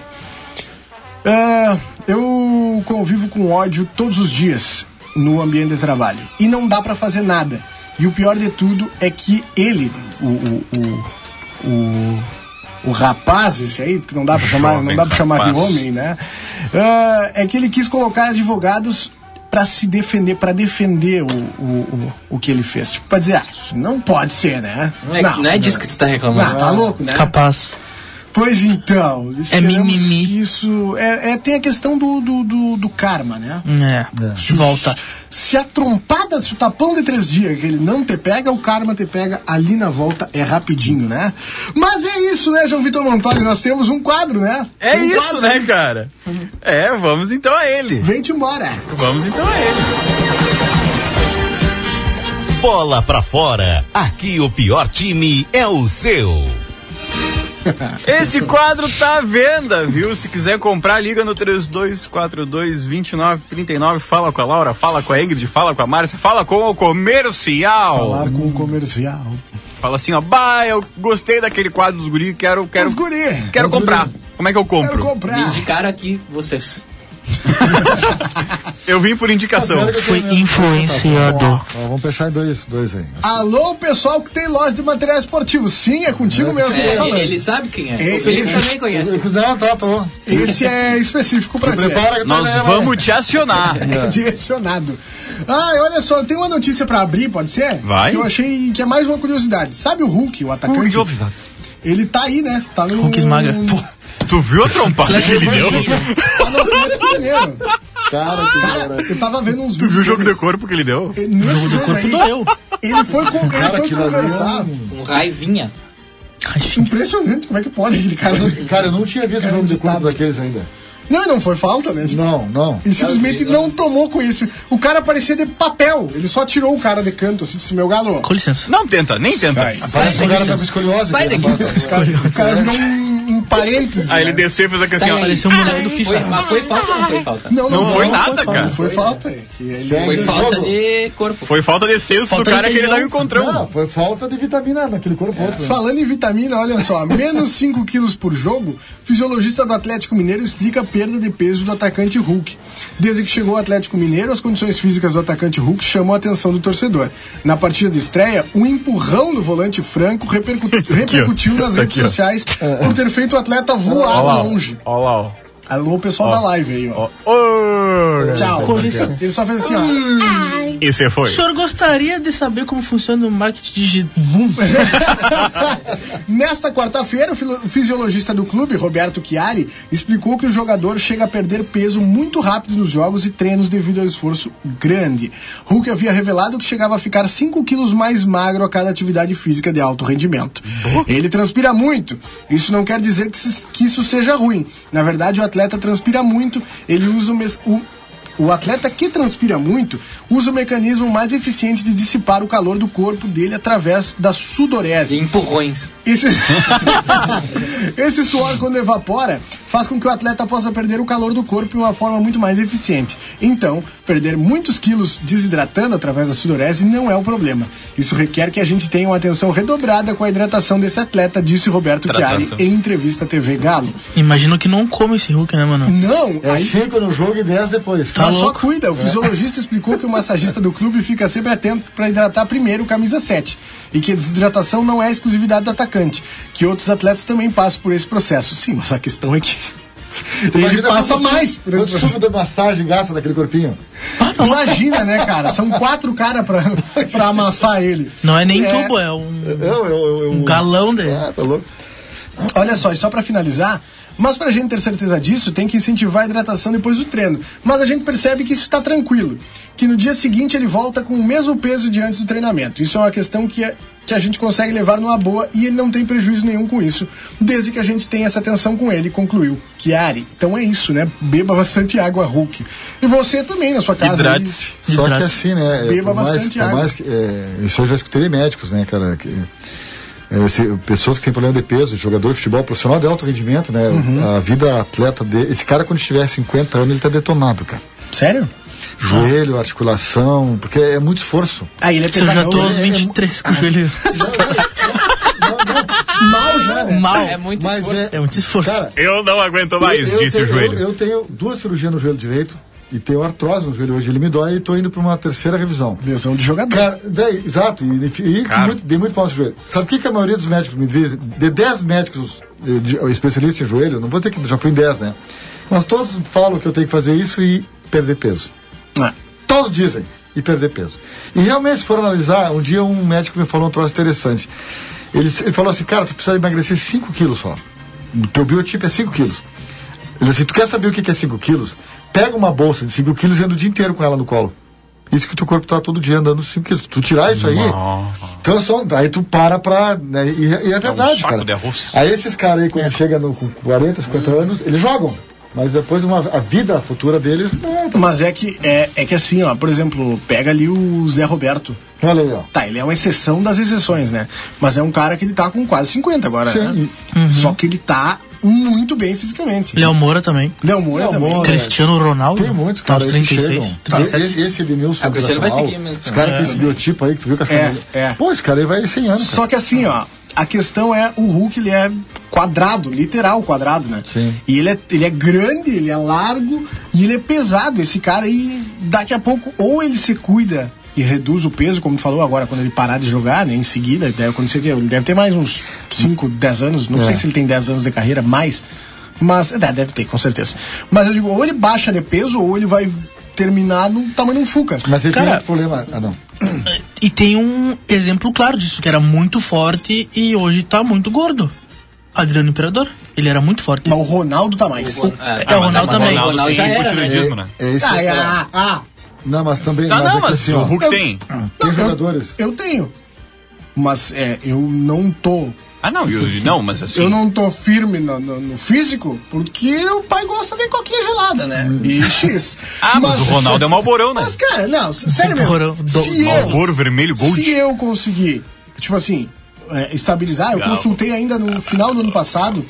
[SPEAKER 2] é, eu convivo com ódio todos os dias no ambiente de trabalho e não dá pra fazer nada. E o pior de tudo é que ele, o, o, o, o, o rapaz esse aí, porque não dá pra chamar, não
[SPEAKER 3] Jovem
[SPEAKER 2] dá para chamar de
[SPEAKER 3] rapaz.
[SPEAKER 2] homem, né? É, é que ele quis colocar advogados pra se defender, pra defender o, o, o, o que ele fez, tipo pra dizer, ah, isso não pode ser, né?
[SPEAKER 5] Não é, não é disso que tu tá reclamando.
[SPEAKER 2] Ah, tá louco, né?
[SPEAKER 4] Capaz.
[SPEAKER 2] Pois então, esperamos
[SPEAKER 4] mimimi.
[SPEAKER 2] que Isso é, é- tem a questão do, do, do- do karma, né?
[SPEAKER 4] É.
[SPEAKER 2] Se o-
[SPEAKER 4] Volta.
[SPEAKER 2] Se a trompada, se o tapão de três dias que ele não te pega, o karma te pega ali na volta, é rapidinho, né? Mas é isso, né, João Vitor Montoli? Nós temos um quadro, né?
[SPEAKER 3] É
[SPEAKER 2] Um
[SPEAKER 3] isso,
[SPEAKER 2] quadro.
[SPEAKER 3] né, cara? É, vamos então a ele.
[SPEAKER 2] Vem-te embora.
[SPEAKER 3] Vamos então a ele.
[SPEAKER 1] Bola pra fora. Aqui o pior time é o seu.
[SPEAKER 3] Esse quadro tá à venda, viu? Se quiser comprar, liga no 3242-2939. Fala com a Laura, fala com a Ingrid, fala com a Márcia, fala com o comercial.
[SPEAKER 2] Falar com o comercial.
[SPEAKER 3] Fala assim, ó, bah, eu gostei daquele quadro dos guri, quero, quero,
[SPEAKER 2] Os guri.
[SPEAKER 3] quero
[SPEAKER 2] Os
[SPEAKER 3] comprar.
[SPEAKER 2] guri.
[SPEAKER 3] Como é que eu compro?
[SPEAKER 2] Quero
[SPEAKER 5] Me
[SPEAKER 2] comprar.
[SPEAKER 5] indicaram aqui vocês.
[SPEAKER 3] Eu vim por indicação.
[SPEAKER 2] Tá
[SPEAKER 4] Foi influenciador.
[SPEAKER 6] Ó, vamos fechar em dois, dois aí.
[SPEAKER 2] Alô, pessoal que tem loja de material esportivo. Sim, é contigo mesmo que eu tô falando.
[SPEAKER 5] É, ele sabe quem é.
[SPEAKER 2] Ele-
[SPEAKER 5] o Felipe
[SPEAKER 2] ele-
[SPEAKER 5] também conhece.
[SPEAKER 6] Não, tá, tô.
[SPEAKER 2] Esse é específico pra ti.
[SPEAKER 6] Prepara que eu tô
[SPEAKER 3] Nós
[SPEAKER 6] ganhando,
[SPEAKER 3] vamos te acionar.
[SPEAKER 2] É. Direcionado. Ah, olha só, tem uma notícia pra abrir, pode ser?
[SPEAKER 3] Vai.
[SPEAKER 2] Que eu achei que é mais uma curiosidade. Sabe o Hulk, o atacante? Ele tá aí, né? Tá no.
[SPEAKER 4] Hulk esmaga. Pô.
[SPEAKER 3] Tu viu a trompada que ele deu?
[SPEAKER 2] Tá no Atlético Mineiro.
[SPEAKER 6] né? Cara, que
[SPEAKER 2] Cara, eu tava vendo uns
[SPEAKER 3] Tu viu o
[SPEAKER 2] vídeos.
[SPEAKER 3] jogo de corpo que ele deu?
[SPEAKER 2] dele. Nesse jogo, aí,
[SPEAKER 4] doeu.
[SPEAKER 2] ele foi, com, ele
[SPEAKER 6] Cara,
[SPEAKER 2] foi
[SPEAKER 6] aquilo ali
[SPEAKER 2] conversar.
[SPEAKER 6] é
[SPEAKER 5] Um raivinha.
[SPEAKER 2] Impressionante como é que pode aquele cara.
[SPEAKER 6] um- Cara, eu não tinha visto um
[SPEAKER 2] Cara,
[SPEAKER 6] jogo de
[SPEAKER 2] ditado.
[SPEAKER 6] corpo daqueles ainda.
[SPEAKER 2] Não, e não foi falta, né?
[SPEAKER 6] Não, não.
[SPEAKER 2] Ele simplesmente
[SPEAKER 5] Cara, que-
[SPEAKER 2] não tomou conhecimento. O cara parecia de papel. Ele só tirou o cara de canto, assim, disse: Meu galo.
[SPEAKER 4] Com licença.
[SPEAKER 3] Não tenta, nem tenta.
[SPEAKER 6] Parece que o cara
[SPEAKER 4] daqui,
[SPEAKER 6] tava escoliose.
[SPEAKER 5] Sai
[SPEAKER 6] cara,
[SPEAKER 5] daqui.
[SPEAKER 6] passa-
[SPEAKER 2] O cara virou um, um parênteses.
[SPEAKER 3] Aí ele
[SPEAKER 2] né?
[SPEAKER 3] desceu e fez assim, a
[SPEAKER 5] Tá
[SPEAKER 3] canção.
[SPEAKER 5] aí.
[SPEAKER 4] Parecia um boneco do
[SPEAKER 5] Foi,
[SPEAKER 4] FIFA.
[SPEAKER 5] mas foi falta ou não foi falta?
[SPEAKER 2] Não,
[SPEAKER 3] Não foi nada,
[SPEAKER 2] falta,
[SPEAKER 3] cara.
[SPEAKER 2] Não foi falta. é que ele-
[SPEAKER 5] Foi
[SPEAKER 6] Segue o
[SPEAKER 5] falta
[SPEAKER 6] jogo.
[SPEAKER 5] de corpo.
[SPEAKER 3] Foi falta de senso do
[SPEAKER 4] Falta de
[SPEAKER 3] cara que ele dava
[SPEAKER 4] feijão.
[SPEAKER 3] encontrão.
[SPEAKER 6] Não, foi falta de vitamina naquele
[SPEAKER 2] É.
[SPEAKER 6] corpo outro. né?
[SPEAKER 2] Falando em vitamina, olha só, menos 5 quilos por jogo, fisiologista do Atlético Mineiro explica a perda de peso do atacante Hulk. Desde que chegou ao Atlético Mineiro, as condições físicas do atacante Hulk chamou a atenção do torcedor. Na partida de estreia, o empurrão do volante franco repercu- repercutiu nas
[SPEAKER 3] Tá
[SPEAKER 2] redes
[SPEAKER 3] aqui, ó.
[SPEAKER 2] sociais por ter feito o atleta
[SPEAKER 3] Ó lá,
[SPEAKER 2] voar
[SPEAKER 3] ó.
[SPEAKER 2] longe.
[SPEAKER 3] Ó lá, ó.
[SPEAKER 2] Alô, pessoal da live aí, ó.
[SPEAKER 3] Ó. Ô,
[SPEAKER 2] Tchau.
[SPEAKER 6] Com
[SPEAKER 2] Ele só fez assim, ó.
[SPEAKER 3] E você
[SPEAKER 4] O
[SPEAKER 3] foi.
[SPEAKER 4] senhor gostaria de saber como funciona o marketing digital?
[SPEAKER 2] Nesta quarta-feira, o filo- fisiologista do clube, Roberto Chiari, explicou que o jogador chega a perder peso muito rápido nos jogos e treinos devido ao esforço grande. Hulk havia revelado que chegava a ficar 5 quilos mais magro a cada atividade física de alto rendimento. Ele transpira muito. Isso não quer dizer que, se- que isso seja ruim. Na verdade, o atleta transpira muito, ele usa o mes- o o atleta que transpira muito usa o mecanismo mais eficiente de dissipar o calor do corpo dele através da sudorese.
[SPEAKER 5] De empurrões.
[SPEAKER 2] Esse... Esse suor, quando evapora, faz com que o atleta possa perder o calor do corpo de uma forma muito mais eficiente. Então, perder muitos quilos desidratando através da sudorese não é o problema. Isso requer que a gente tenha uma atenção redobrada com a hidratação desse atleta, disse Roberto Chiari
[SPEAKER 3] Hidratação.
[SPEAKER 2] em entrevista à TV Galo.
[SPEAKER 4] Imagino que não come esse Hulk, né, mano?
[SPEAKER 2] Não,
[SPEAKER 6] É
[SPEAKER 2] aí
[SPEAKER 6] 5 no jogo e 10 depois.
[SPEAKER 4] Tá
[SPEAKER 2] mas só
[SPEAKER 4] louco.
[SPEAKER 2] cuida. O fisiologista explicou que o massagista do clube fica sempre atento para hidratar primeiro o camisa 7 e que a desidratação não é exclusividade do atacante, que outros atletas também passam por esse processo. Sim, mas a questão é que ele
[SPEAKER 6] Imagina
[SPEAKER 2] passa
[SPEAKER 6] quantos-
[SPEAKER 2] mais por esse
[SPEAKER 6] Quantos
[SPEAKER 2] processo.
[SPEAKER 6] tubos de massagem gasta daquele corpinho?
[SPEAKER 4] Ah,
[SPEAKER 2] Imagina, né, cara? São quatro caras pra, pra amassar ele.
[SPEAKER 4] Não é nem
[SPEAKER 2] É.
[SPEAKER 4] tubo, é um,
[SPEAKER 6] Eu, eu, eu,
[SPEAKER 4] um galão dele.
[SPEAKER 6] Ah, tá louco.
[SPEAKER 2] Olha só, e só pra finalizar, mas pra gente ter certeza disso, tem que incentivar a hidratação depois do treino. Mas a gente percebe que isso tá tranquilo, que no dia seguinte ele volta com o mesmo peso de antes do treinamento. Isso é uma questão que, é- que a gente consegue levar numa boa e ele não tem prejuízo nenhum com isso, desde que a gente tenha essa atenção com ele, concluiu Chiari. Então é isso, né? Beba bastante água, Hulk. E você também na sua casa.
[SPEAKER 3] Hidrate-se.
[SPEAKER 2] aí.
[SPEAKER 6] Só
[SPEAKER 4] Hidrata.
[SPEAKER 6] que assim, né?
[SPEAKER 2] Beba
[SPEAKER 6] por mais-
[SPEAKER 2] bastante
[SPEAKER 6] por
[SPEAKER 2] água.
[SPEAKER 6] mais que, é, isso eu já escutei de médicos, né, cara? que, é, se- pessoas que têm problema de peso, jogador de futebol, profissional de alto rendimento, né? A vida atleta dele. Esse cara, quando tiver 50 anos, ele tá detonado, cara.
[SPEAKER 2] Sério?
[SPEAKER 6] Joelho, articulação, porque é muito esforço.
[SPEAKER 2] Aí ele é
[SPEAKER 4] Eu já
[SPEAKER 2] pesadão.
[SPEAKER 4] tô aos
[SPEAKER 2] né?
[SPEAKER 4] 23 com o joelho
[SPEAKER 2] Mal já, né?
[SPEAKER 4] mal.
[SPEAKER 5] É muito
[SPEAKER 6] Mas
[SPEAKER 5] esforço.
[SPEAKER 4] É muito esforço.
[SPEAKER 6] Cara,
[SPEAKER 3] Eu não aguento mais,
[SPEAKER 6] eu,
[SPEAKER 3] disse
[SPEAKER 6] tenho,
[SPEAKER 3] o joelho.
[SPEAKER 6] Eu, eu tenho duas cirurgias no joelho direito e tenho artrose no joelho hoje. Ele me dói e tô indo pra uma terceira revisão.
[SPEAKER 2] Lesão de jogador.
[SPEAKER 6] Cara, daí, exato, e, e, e
[SPEAKER 3] Cara.
[SPEAKER 6] muito- dei muito pau no joelho. Sabe o que, que a maioria dos médicos me diz? De 10 médicos eh, de- especialistas em joelho, não vou dizer que já fui em 10, né? Mas todos falam que eu tenho que fazer isso e perder peso.
[SPEAKER 2] Ah.
[SPEAKER 6] Todos dizem, e perder peso. E realmente, se for analisar, um dia um médico me falou um troço interessante. Ele, s- ele falou assim, cara, tu precisa emagrecer 5 quilos só. O teu biotipo é 5 quilos. Ele disse, tu quer saber o que que é 5 quilos? Pega uma bolsa de 5 quilos e anda o dia inteiro com ela no colo. Isso que o teu corpo tá todo dia andando 5 quilos. Tu tirar isso aí, então é só, aí tu para pra. Né, e, e é verdade,
[SPEAKER 3] saco
[SPEAKER 6] cara.
[SPEAKER 3] de arroz.
[SPEAKER 6] Aí esses caras aí, quando chega no, com 40, 50 anos, eles jogam. Mas depois uma, a vida futura deles. né, tá-
[SPEAKER 2] Mas é que, é, é que assim, ó, por exemplo, pega ali o Zé Roberto.
[SPEAKER 6] Olha aí, ó.
[SPEAKER 2] Tá, ele é uma exceção das exceções, né? Mas é um cara que ele tá com quase 50 agora, né?
[SPEAKER 6] Sim.
[SPEAKER 2] Só que ele tá muito bem fisicamente.
[SPEAKER 4] Léo Moura também.
[SPEAKER 2] Léo Moura
[SPEAKER 6] Léo
[SPEAKER 2] também.
[SPEAKER 6] Moura.
[SPEAKER 2] Cris-
[SPEAKER 4] Cristiano Ronaldo.
[SPEAKER 6] Tem um muitos
[SPEAKER 4] tá aos
[SPEAKER 6] caras aí que
[SPEAKER 4] 36.
[SPEAKER 6] chegam. Esse, esse Edenilson.
[SPEAKER 5] Ah, o Cristiano vai seguir mesmo.
[SPEAKER 6] Os caras com esse biotipo aí que tu viu com essa.
[SPEAKER 2] É,
[SPEAKER 6] mulher.
[SPEAKER 2] é.
[SPEAKER 6] Pô, esse cara aí vai 100 anos.
[SPEAKER 2] Só que assim, ó, a questão é, o Hulk, ele é quadrado, literal quadrado, né?
[SPEAKER 6] Sim.
[SPEAKER 2] E ele é, ele é grande, ele é largo e ele é pesado. Esse cara aí, daqui a pouco, ou ele se cuida e reduz o peso, como tu falou agora, quando ele parar de jogar, né? Em seguida, deve acontecer que ele deve ter mais uns 5, 10 anos. Não
[SPEAKER 6] É.
[SPEAKER 2] sei se ele tem 10 anos de carreira, mais. Mas, é, deve ter, com certeza. Mas eu digo, ou ele baixa de peso, ou ele vai terminar no tamanho de um Fuca.
[SPEAKER 6] Mas ele
[SPEAKER 4] Cara-
[SPEAKER 6] tem outro problema. Ah, não.
[SPEAKER 4] E tem um exemplo claro disso, que era muito forte e hoje tá muito gordo. Adriano Imperador. Ele era muito forte.
[SPEAKER 2] Mas o Ronaldo tá mais.
[SPEAKER 5] Ah,
[SPEAKER 4] É, o
[SPEAKER 3] mas
[SPEAKER 4] Ronaldo também.
[SPEAKER 5] O Ronaldo
[SPEAKER 3] tem
[SPEAKER 5] já era,
[SPEAKER 3] hipotiroidismo, né?
[SPEAKER 6] É isso.
[SPEAKER 2] Ah, ah, ah,
[SPEAKER 6] Não, mas também.
[SPEAKER 3] Tá,
[SPEAKER 6] mas
[SPEAKER 3] não,
[SPEAKER 6] é que
[SPEAKER 3] mas
[SPEAKER 6] assim,
[SPEAKER 3] o
[SPEAKER 6] ó,
[SPEAKER 3] Hulk
[SPEAKER 2] Eu-
[SPEAKER 3] tem.
[SPEAKER 6] Tem jogadores.
[SPEAKER 2] Eu tenho. Mas é, eu não tô.
[SPEAKER 3] Ah, não, eu- não, mas assim.
[SPEAKER 2] Eu não tô firme no, no- no físico, porque o pai gosta de coquinha gelada, né? E X.
[SPEAKER 3] Hum. Ah, mas o Ronaldo é um Malborão, né?
[SPEAKER 2] Mas, cara, não, s- sério mesmo.
[SPEAKER 4] Malborão, do-
[SPEAKER 2] Se eu,
[SPEAKER 3] Malboro um vermelho, gold.
[SPEAKER 2] se eu conseguir, tipo assim, é, estabilizar, eu
[SPEAKER 3] Legal.
[SPEAKER 2] consultei ainda no final do ano passado.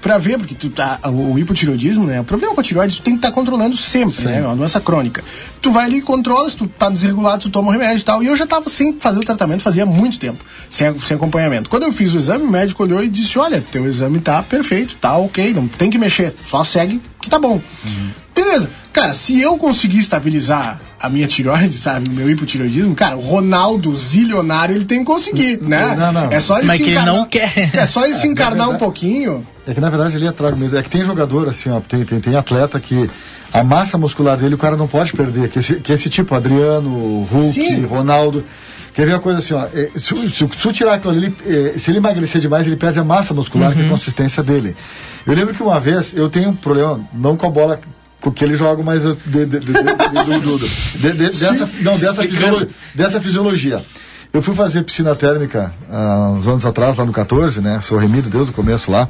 [SPEAKER 2] Pra ver, porque tu tá, o hipotireoidismo, né? O problema com a tireoide, tu tem que estar controlando sempre, né? É uma doença crônica. Tu vai ali, controla, se tu tá desregulado, tu toma um remédio e tal. E eu já tava sem fazer o tratamento fazia muito tempo, sem, sem acompanhamento. Quando eu fiz o exame, o médico olhou e disse: Olha, teu exame tá perfeito, tá ok, não tem que mexer, só segue que tá bom.
[SPEAKER 6] Uhum.
[SPEAKER 2] Beleza. Cara, se eu conseguir estabilizar a minha tireoide, sabe, o meu hipotireoidismo, cara, o Ronaldo zilionário, ele tem que conseguir, né?
[SPEAKER 6] Não, não.
[SPEAKER 2] É só ele
[SPEAKER 4] Mas
[SPEAKER 2] se
[SPEAKER 4] que ele
[SPEAKER 2] encarnar.
[SPEAKER 4] não quer.
[SPEAKER 2] É só ele se encarnar um
[SPEAKER 6] verdade-
[SPEAKER 2] pouquinho.
[SPEAKER 6] É que na verdade ele é trago mesmo. É que tem jogador, assim, ó, tem, tem, tem atleta que a massa muscular dele o cara não pode perder. Que esse, que esse tipo, Adriano, Hulk,
[SPEAKER 2] Sim.
[SPEAKER 6] Ronaldo. Quer ver uma coisa assim, ó? é, se, o- se, o- se o tirar aquilo ali, ele, é, se ele emagrecer demais, ele perde a massa muscular, que é a consistência dele. Eu lembro que uma vez eu tenho um problema, não com a bola com que ele joga, mas eu- de- de- de- de- do- do- do- de- de- dessa, não, dessa, fisiolo- dessa fisiologia. Eu fui ah, fazer piscina térmica há uns anos atrás, lá no 14, né? Sou remido desde o começo lá.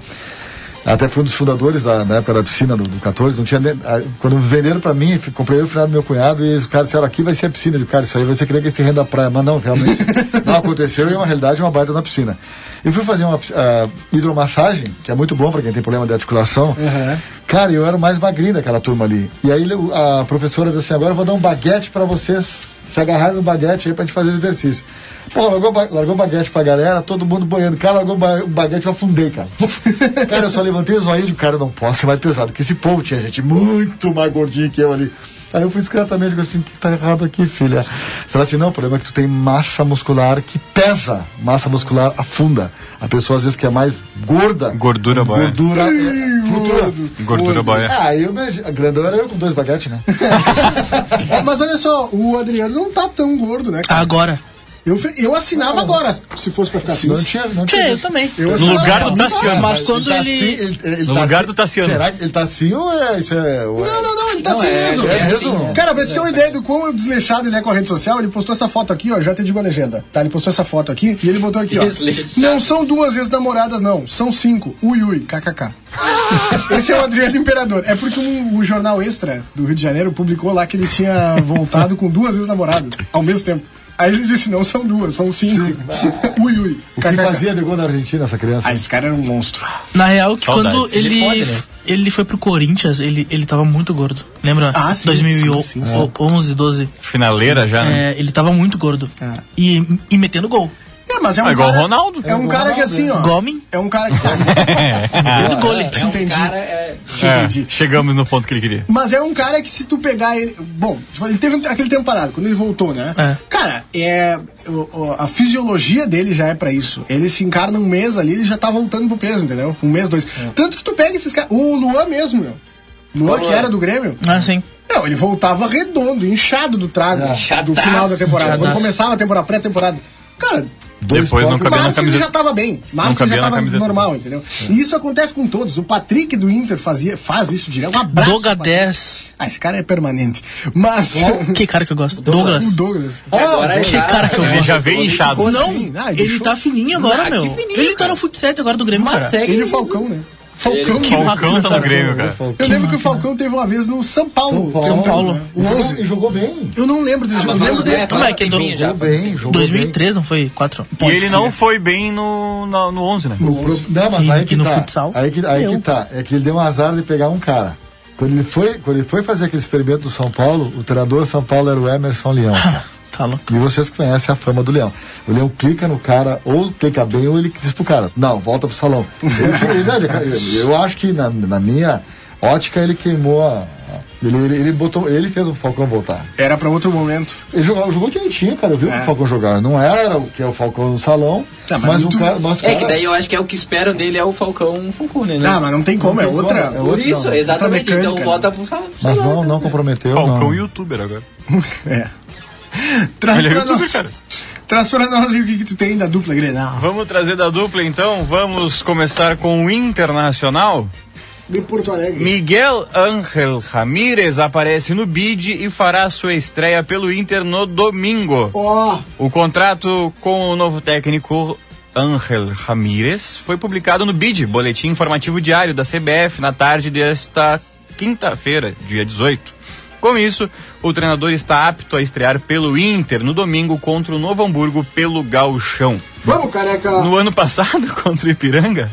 [SPEAKER 6] Até fui um dos fundadores da, da época da piscina do, do 14. Não tinha nem- ah, quando venderam pra mim, f- comprei eu e o Fernando, meu cunhado, e os caras disseram: aqui vai ser a piscina. Eu, cara, isso aí você queria que se renda à praia. Mas não, realmente não aconteceu e é uma realidade, uma baita na piscina. Eu fui fazer uma pis- ah, hidromassagem, que é muito bom pra quem tem problema de articulação. Cara, eu era o mais magrinho daquela turma ali. E aí o- a professora disse assim: agora eu vou dar um baguete pra vocês se agarraram no baguete aí pra gente fazer o exercício. Pô, largou, ba- largou baguete pra galera, todo mundo boiando. Cara, largou ba- o baguete, eu afundei, cara. cara, eu só levantei os olhos, cara, eu não posso ser mais pesado, porque esse povo tinha gente muito mais gordinho que eu ali. Aí eu fui discretamente, digo assim, o que tá errado aqui, filha? Ela falou assim, não, o problema é que tu tem massa muscular que pesa, massa muscular afunda. A pessoa, às vezes, que é mais gorda...
[SPEAKER 3] Gordura boia.
[SPEAKER 6] Gordura... é, flutua.
[SPEAKER 3] Gordura boia.
[SPEAKER 6] Ah, eu, me- a grandão era eu com dois baguetes, né?
[SPEAKER 2] É, mas olha só, o Adriano não tá tão gordo, né? cara?
[SPEAKER 4] Agora.
[SPEAKER 2] Eu, fe- eu assinava agora, se fosse pra ficar
[SPEAKER 6] Não
[SPEAKER 2] feliz.
[SPEAKER 6] tinha... Não
[SPEAKER 4] Que
[SPEAKER 6] tinha
[SPEAKER 4] É, eu
[SPEAKER 6] isso.
[SPEAKER 4] também.
[SPEAKER 2] Eu
[SPEAKER 3] No
[SPEAKER 2] assinava
[SPEAKER 3] lugar do
[SPEAKER 2] agora.
[SPEAKER 3] Tassiano.
[SPEAKER 4] Mas quando
[SPEAKER 6] Ele tá
[SPEAKER 4] ele-
[SPEAKER 6] assim, ele
[SPEAKER 3] No
[SPEAKER 6] tá
[SPEAKER 3] lugar
[SPEAKER 6] assim-
[SPEAKER 3] do Tassiano.
[SPEAKER 6] Será que ele tá assim ou é isso? É, ou é-
[SPEAKER 2] Não, não, não, ele tá assim
[SPEAKER 5] é,
[SPEAKER 2] mesmo.
[SPEAKER 5] é
[SPEAKER 6] assim, né?
[SPEAKER 2] Cara, pra te ter uma ideia do quão desleixado ele é com a rede social, ele postou essa foto aqui, ó. Já te digo a legenda, tá? Ele postou essa foto aqui e ele botou aqui, ó.
[SPEAKER 5] Desleixado.
[SPEAKER 2] Não são duas ex-namoradas, não. São cinco. Ui, ui, kkk. Esse é o Adriano Imperador. É porque um- o jornal Extra do Rio de Janeiro publicou lá que ele tinha voltado com duas ex-namoradas ao mesmo tempo. Aí ele disse: não são duas, são cinco. Ui, ui,
[SPEAKER 6] O que
[SPEAKER 2] kkk.
[SPEAKER 6] fazia de gol na Argentina essa criança?
[SPEAKER 2] Ah, esse cara era um monstro.
[SPEAKER 4] Na real, que
[SPEAKER 3] Saudades.
[SPEAKER 4] quando ele,
[SPEAKER 5] Ele pode, né?
[SPEAKER 4] ele foi pro Corinthians, ele, ele tava muito gordo. Lembra?
[SPEAKER 2] Ah, sim,
[SPEAKER 4] 2011,
[SPEAKER 2] sim, sim, sim.
[SPEAKER 4] 11, 12.
[SPEAKER 3] Finaleira já, né?
[SPEAKER 4] É, ele tava muito gordo.
[SPEAKER 5] Ah.
[SPEAKER 4] E, e metendo gol.
[SPEAKER 2] É, mas é um
[SPEAKER 3] É igual
[SPEAKER 2] cara,
[SPEAKER 3] o Ronaldo.
[SPEAKER 2] É um cara que assim, ó.
[SPEAKER 4] Golem?
[SPEAKER 2] É um cara que tá.
[SPEAKER 4] Metendo gol.
[SPEAKER 2] Te entendi.
[SPEAKER 5] Cara, é...
[SPEAKER 2] te entendi.
[SPEAKER 3] É, chegamos no ponto que ele queria.
[SPEAKER 2] Mas é um cara que se tu pegar ele. Bom, tipo, ele teve aquele tempo parado, quando ele voltou, né?
[SPEAKER 4] É.
[SPEAKER 2] Cara, é. o- o- a fisiologia dele já é pra isso. Ele se encarna um mês ali, ele já tá voltando pro peso, entendeu? Um mês, dois. Tanto que tu pega esses caras. O Luan mesmo, meu. Luan, que era do Grêmio.
[SPEAKER 4] Ah, sim.
[SPEAKER 2] Não, ele voltava redondo, inchado do trago. Do
[SPEAKER 5] Inchadaço.
[SPEAKER 2] final da temporada. Quando
[SPEAKER 4] Inchadaço.
[SPEAKER 2] começava a temporada, pré-temporada. Cara,
[SPEAKER 3] Depois não cabia na
[SPEAKER 2] Márcio ele já
[SPEAKER 3] camiseta.
[SPEAKER 2] tava bem.
[SPEAKER 3] Não
[SPEAKER 2] Márcio
[SPEAKER 3] cabia
[SPEAKER 2] já
[SPEAKER 3] na
[SPEAKER 2] tava
[SPEAKER 3] camiseta. É.
[SPEAKER 2] normal, entendeu? E isso acontece com todos. O Patrick do Inter fazia, faz isso direto. Um abraço.
[SPEAKER 4] Doga
[SPEAKER 2] pro Patrick.
[SPEAKER 4] 10.
[SPEAKER 2] Ah, esse cara é permanente. Mas.
[SPEAKER 4] Que cara que eu gosto.
[SPEAKER 2] o
[SPEAKER 5] um
[SPEAKER 4] Douglas.
[SPEAKER 2] Douglas.
[SPEAKER 6] Ah,
[SPEAKER 5] agora
[SPEAKER 4] Que
[SPEAKER 5] já-
[SPEAKER 4] cara que eu
[SPEAKER 5] é,
[SPEAKER 3] Ele
[SPEAKER 4] gosto.
[SPEAKER 3] já veio inchado.
[SPEAKER 2] Como
[SPEAKER 4] Não,
[SPEAKER 2] assim? Ah, ele
[SPEAKER 4] ele
[SPEAKER 2] deixou-
[SPEAKER 4] tá fininho agora,
[SPEAKER 5] Ah,
[SPEAKER 4] meu.
[SPEAKER 5] que fininho,
[SPEAKER 4] ele tá
[SPEAKER 5] cara.
[SPEAKER 4] no futsal agora do Grêmio,
[SPEAKER 5] Mas
[SPEAKER 4] cara.
[SPEAKER 5] segue. um
[SPEAKER 2] Ele e o Falcão, né? Falcão.
[SPEAKER 5] Ele- é um
[SPEAKER 2] que-
[SPEAKER 3] é Falcão tá no Grêmio, cara.
[SPEAKER 2] Eu lembro que o Falcão teve uma vez no São Paulo. né?
[SPEAKER 4] São Paulo.
[SPEAKER 2] O 11.
[SPEAKER 6] E jogou bem.
[SPEAKER 2] Eu não lembro dele.
[SPEAKER 5] Ah,
[SPEAKER 2] eu
[SPEAKER 5] mas
[SPEAKER 2] lembro
[SPEAKER 5] vamos
[SPEAKER 2] dele.
[SPEAKER 5] ver,
[SPEAKER 4] Como é que
[SPEAKER 5] Tempinho
[SPEAKER 4] do-
[SPEAKER 5] já.
[SPEAKER 6] Jogou bem, jogou
[SPEAKER 4] 2003, não foi? 4?
[SPEAKER 3] E ele não foi bem no, na- no 11, né?
[SPEAKER 6] bem. O pro- Não, mas aí
[SPEAKER 4] E
[SPEAKER 6] que
[SPEAKER 4] no
[SPEAKER 6] tá.
[SPEAKER 4] futsal?
[SPEAKER 6] Aí que, aí que
[SPEAKER 4] Deu.
[SPEAKER 6] tá. É que ele deu um azar de pegar um cara. Quando ele foi, quando ele foi fazer aquele experimento do São Paulo, o treinador do São Paulo era o Emerson Leão. cara.
[SPEAKER 4] Tá louco.
[SPEAKER 6] E vocês que conhecem a fama do Leão. O Leão clica no cara, ou clica bem, ou ele diz pro cara, não, volta pro salão. Ele- ele- eu acho que na, na minha ótica ele queimou a. Ele, ele, ele botou, ele fez o Falcão voltar.
[SPEAKER 2] Era pra outro momento.
[SPEAKER 6] Ele jogava, jogou direitinho, cara. Eu vi
[SPEAKER 2] É.
[SPEAKER 6] o Falcão jogar. Não era o que é o Falcão no salão,
[SPEAKER 2] Tá, mas
[SPEAKER 6] mas,
[SPEAKER 2] muito-
[SPEAKER 6] o cara. Nosso
[SPEAKER 5] É
[SPEAKER 6] cara-
[SPEAKER 5] que daí eu acho que é o que esperam dele é o Falcão Falcone, né?
[SPEAKER 2] Ah, mas não tem como, é
[SPEAKER 6] tem como,
[SPEAKER 2] outra.
[SPEAKER 6] é
[SPEAKER 5] Por
[SPEAKER 6] outra-
[SPEAKER 5] isso,
[SPEAKER 6] não,
[SPEAKER 5] exatamente.
[SPEAKER 2] outra
[SPEAKER 5] Então
[SPEAKER 2] mecânica,
[SPEAKER 5] volta pro Falcão.
[SPEAKER 6] Mas não, não comprometeu.
[SPEAKER 3] Falcão
[SPEAKER 6] não.
[SPEAKER 3] youtuber agora.
[SPEAKER 2] É. Traz
[SPEAKER 3] Ele é
[SPEAKER 2] pra
[SPEAKER 3] youtuber,
[SPEAKER 2] nós.
[SPEAKER 3] cara.
[SPEAKER 2] Traz pra nós aí o que, que tu tem da dupla Grenal.
[SPEAKER 3] Vamos trazer da dupla então. Vamos começar com o Internacional.
[SPEAKER 2] De Porto Alegre.
[SPEAKER 3] Miguel Ángel Ramírez aparece no bid e fará sua estreia pelo Inter no domingo.
[SPEAKER 2] Ó.
[SPEAKER 3] O contrato com o novo técnico Ángel Ramírez foi publicado no BID, Boletim Informativo Diário da CBF, na tarde desta quinta-feira, dia 18. Com isso, o treinador está apto a estrear pelo Inter no domingo contra o Novo Hamburgo pelo Gauchão.
[SPEAKER 2] Vamos, careca.
[SPEAKER 3] No ano passado, contra o Ipiranga,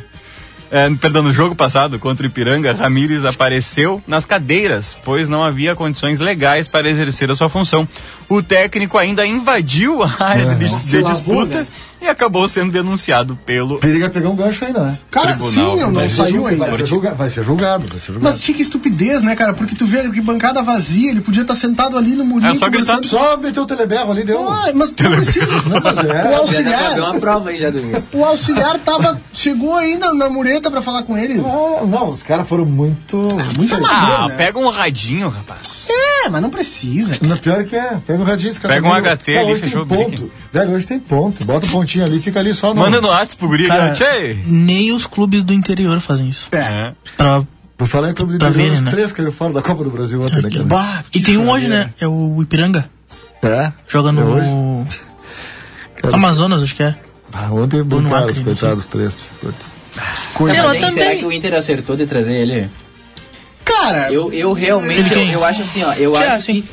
[SPEAKER 3] eh, perdão, no jogo passado contra o Ipiranga, Ramírez apareceu nas cadeiras, pois não havia condições legais para exercer a sua função. O técnico ainda invadiu a área de, de
[SPEAKER 2] Se lavou,
[SPEAKER 3] disputa
[SPEAKER 2] né?
[SPEAKER 3] e acabou sendo denunciado pelo.
[SPEAKER 6] Periga pegar um gancho ainda, né?
[SPEAKER 2] Cara,
[SPEAKER 3] Tribunal,
[SPEAKER 2] sim, eu não
[SPEAKER 3] mas
[SPEAKER 2] saiu
[SPEAKER 6] vai,
[SPEAKER 2] ainda.
[SPEAKER 6] ser julga- vai ser julgado, vai ser julgado.
[SPEAKER 2] Mas tinha que estupidez, né, cara? Porque tu vê que bancada vazia, ele podia estar sentado ali no murinho
[SPEAKER 3] É, só
[SPEAKER 2] conversando.
[SPEAKER 6] Só meteu o teleberro ali, deu. um-
[SPEAKER 2] Ah, mas não precisa.
[SPEAKER 6] mas é.
[SPEAKER 2] O
[SPEAKER 5] Já dá pra ver
[SPEAKER 2] auxiliar,
[SPEAKER 5] uma prova aí já domingo.
[SPEAKER 2] o auxiliar tava, chegou ainda na mureta pra falar com ele.
[SPEAKER 6] Ah, não, os caras foram muito.
[SPEAKER 2] muito
[SPEAKER 6] Sei.
[SPEAKER 2] amador.
[SPEAKER 3] Ah,
[SPEAKER 2] né?
[SPEAKER 3] pega um radinho, rapaz.
[SPEAKER 2] É, mas não precisa.
[SPEAKER 6] Não, pior que é, pega um radinho, esse cara.
[SPEAKER 3] Pega
[SPEAKER 6] tá
[SPEAKER 3] um
[SPEAKER 6] meio-
[SPEAKER 3] HT
[SPEAKER 6] Não,
[SPEAKER 3] ali,
[SPEAKER 6] hoje
[SPEAKER 3] fechou o
[SPEAKER 6] tem ponto.
[SPEAKER 3] brinquedo.
[SPEAKER 6] Velho, hoje tem ponto. Bota o pontinho ali, fica ali só no.
[SPEAKER 3] Manda no WhatsApp pro guri
[SPEAKER 4] Cara,
[SPEAKER 3] aqui, tchê.
[SPEAKER 4] nem os clubes do interior fazem isso.
[SPEAKER 3] É.
[SPEAKER 4] Pra-
[SPEAKER 6] Por falar em Clube do
[SPEAKER 4] Pra
[SPEAKER 6] Interior,
[SPEAKER 4] ver,
[SPEAKER 6] os
[SPEAKER 4] né?
[SPEAKER 6] três caíram fora da Copa do Brasil ontem, né, cara?
[SPEAKER 2] Bah,
[SPEAKER 4] E tem um hoje, né? É o Ipiranga.
[SPEAKER 6] É.
[SPEAKER 4] Joga
[SPEAKER 6] É hoje?
[SPEAKER 4] no
[SPEAKER 6] Cara,
[SPEAKER 4] Amazonas, acho que é.
[SPEAKER 6] Ah, ontem
[SPEAKER 4] no
[SPEAKER 6] brincaram
[SPEAKER 4] Acre,
[SPEAKER 6] os
[SPEAKER 4] não
[SPEAKER 6] coitados, os três. putz. Coisa.
[SPEAKER 5] Não, mas,
[SPEAKER 4] Eu
[SPEAKER 5] hein,
[SPEAKER 4] também.
[SPEAKER 5] será que o Inter acertou de trazer ele?
[SPEAKER 2] Cara,
[SPEAKER 5] Eu, eu realmente,
[SPEAKER 4] Ele
[SPEAKER 5] eu,
[SPEAKER 4] quem?
[SPEAKER 5] eu acho assim, ó, eu
[SPEAKER 4] Que
[SPEAKER 5] acho
[SPEAKER 4] acha, hein?
[SPEAKER 5] que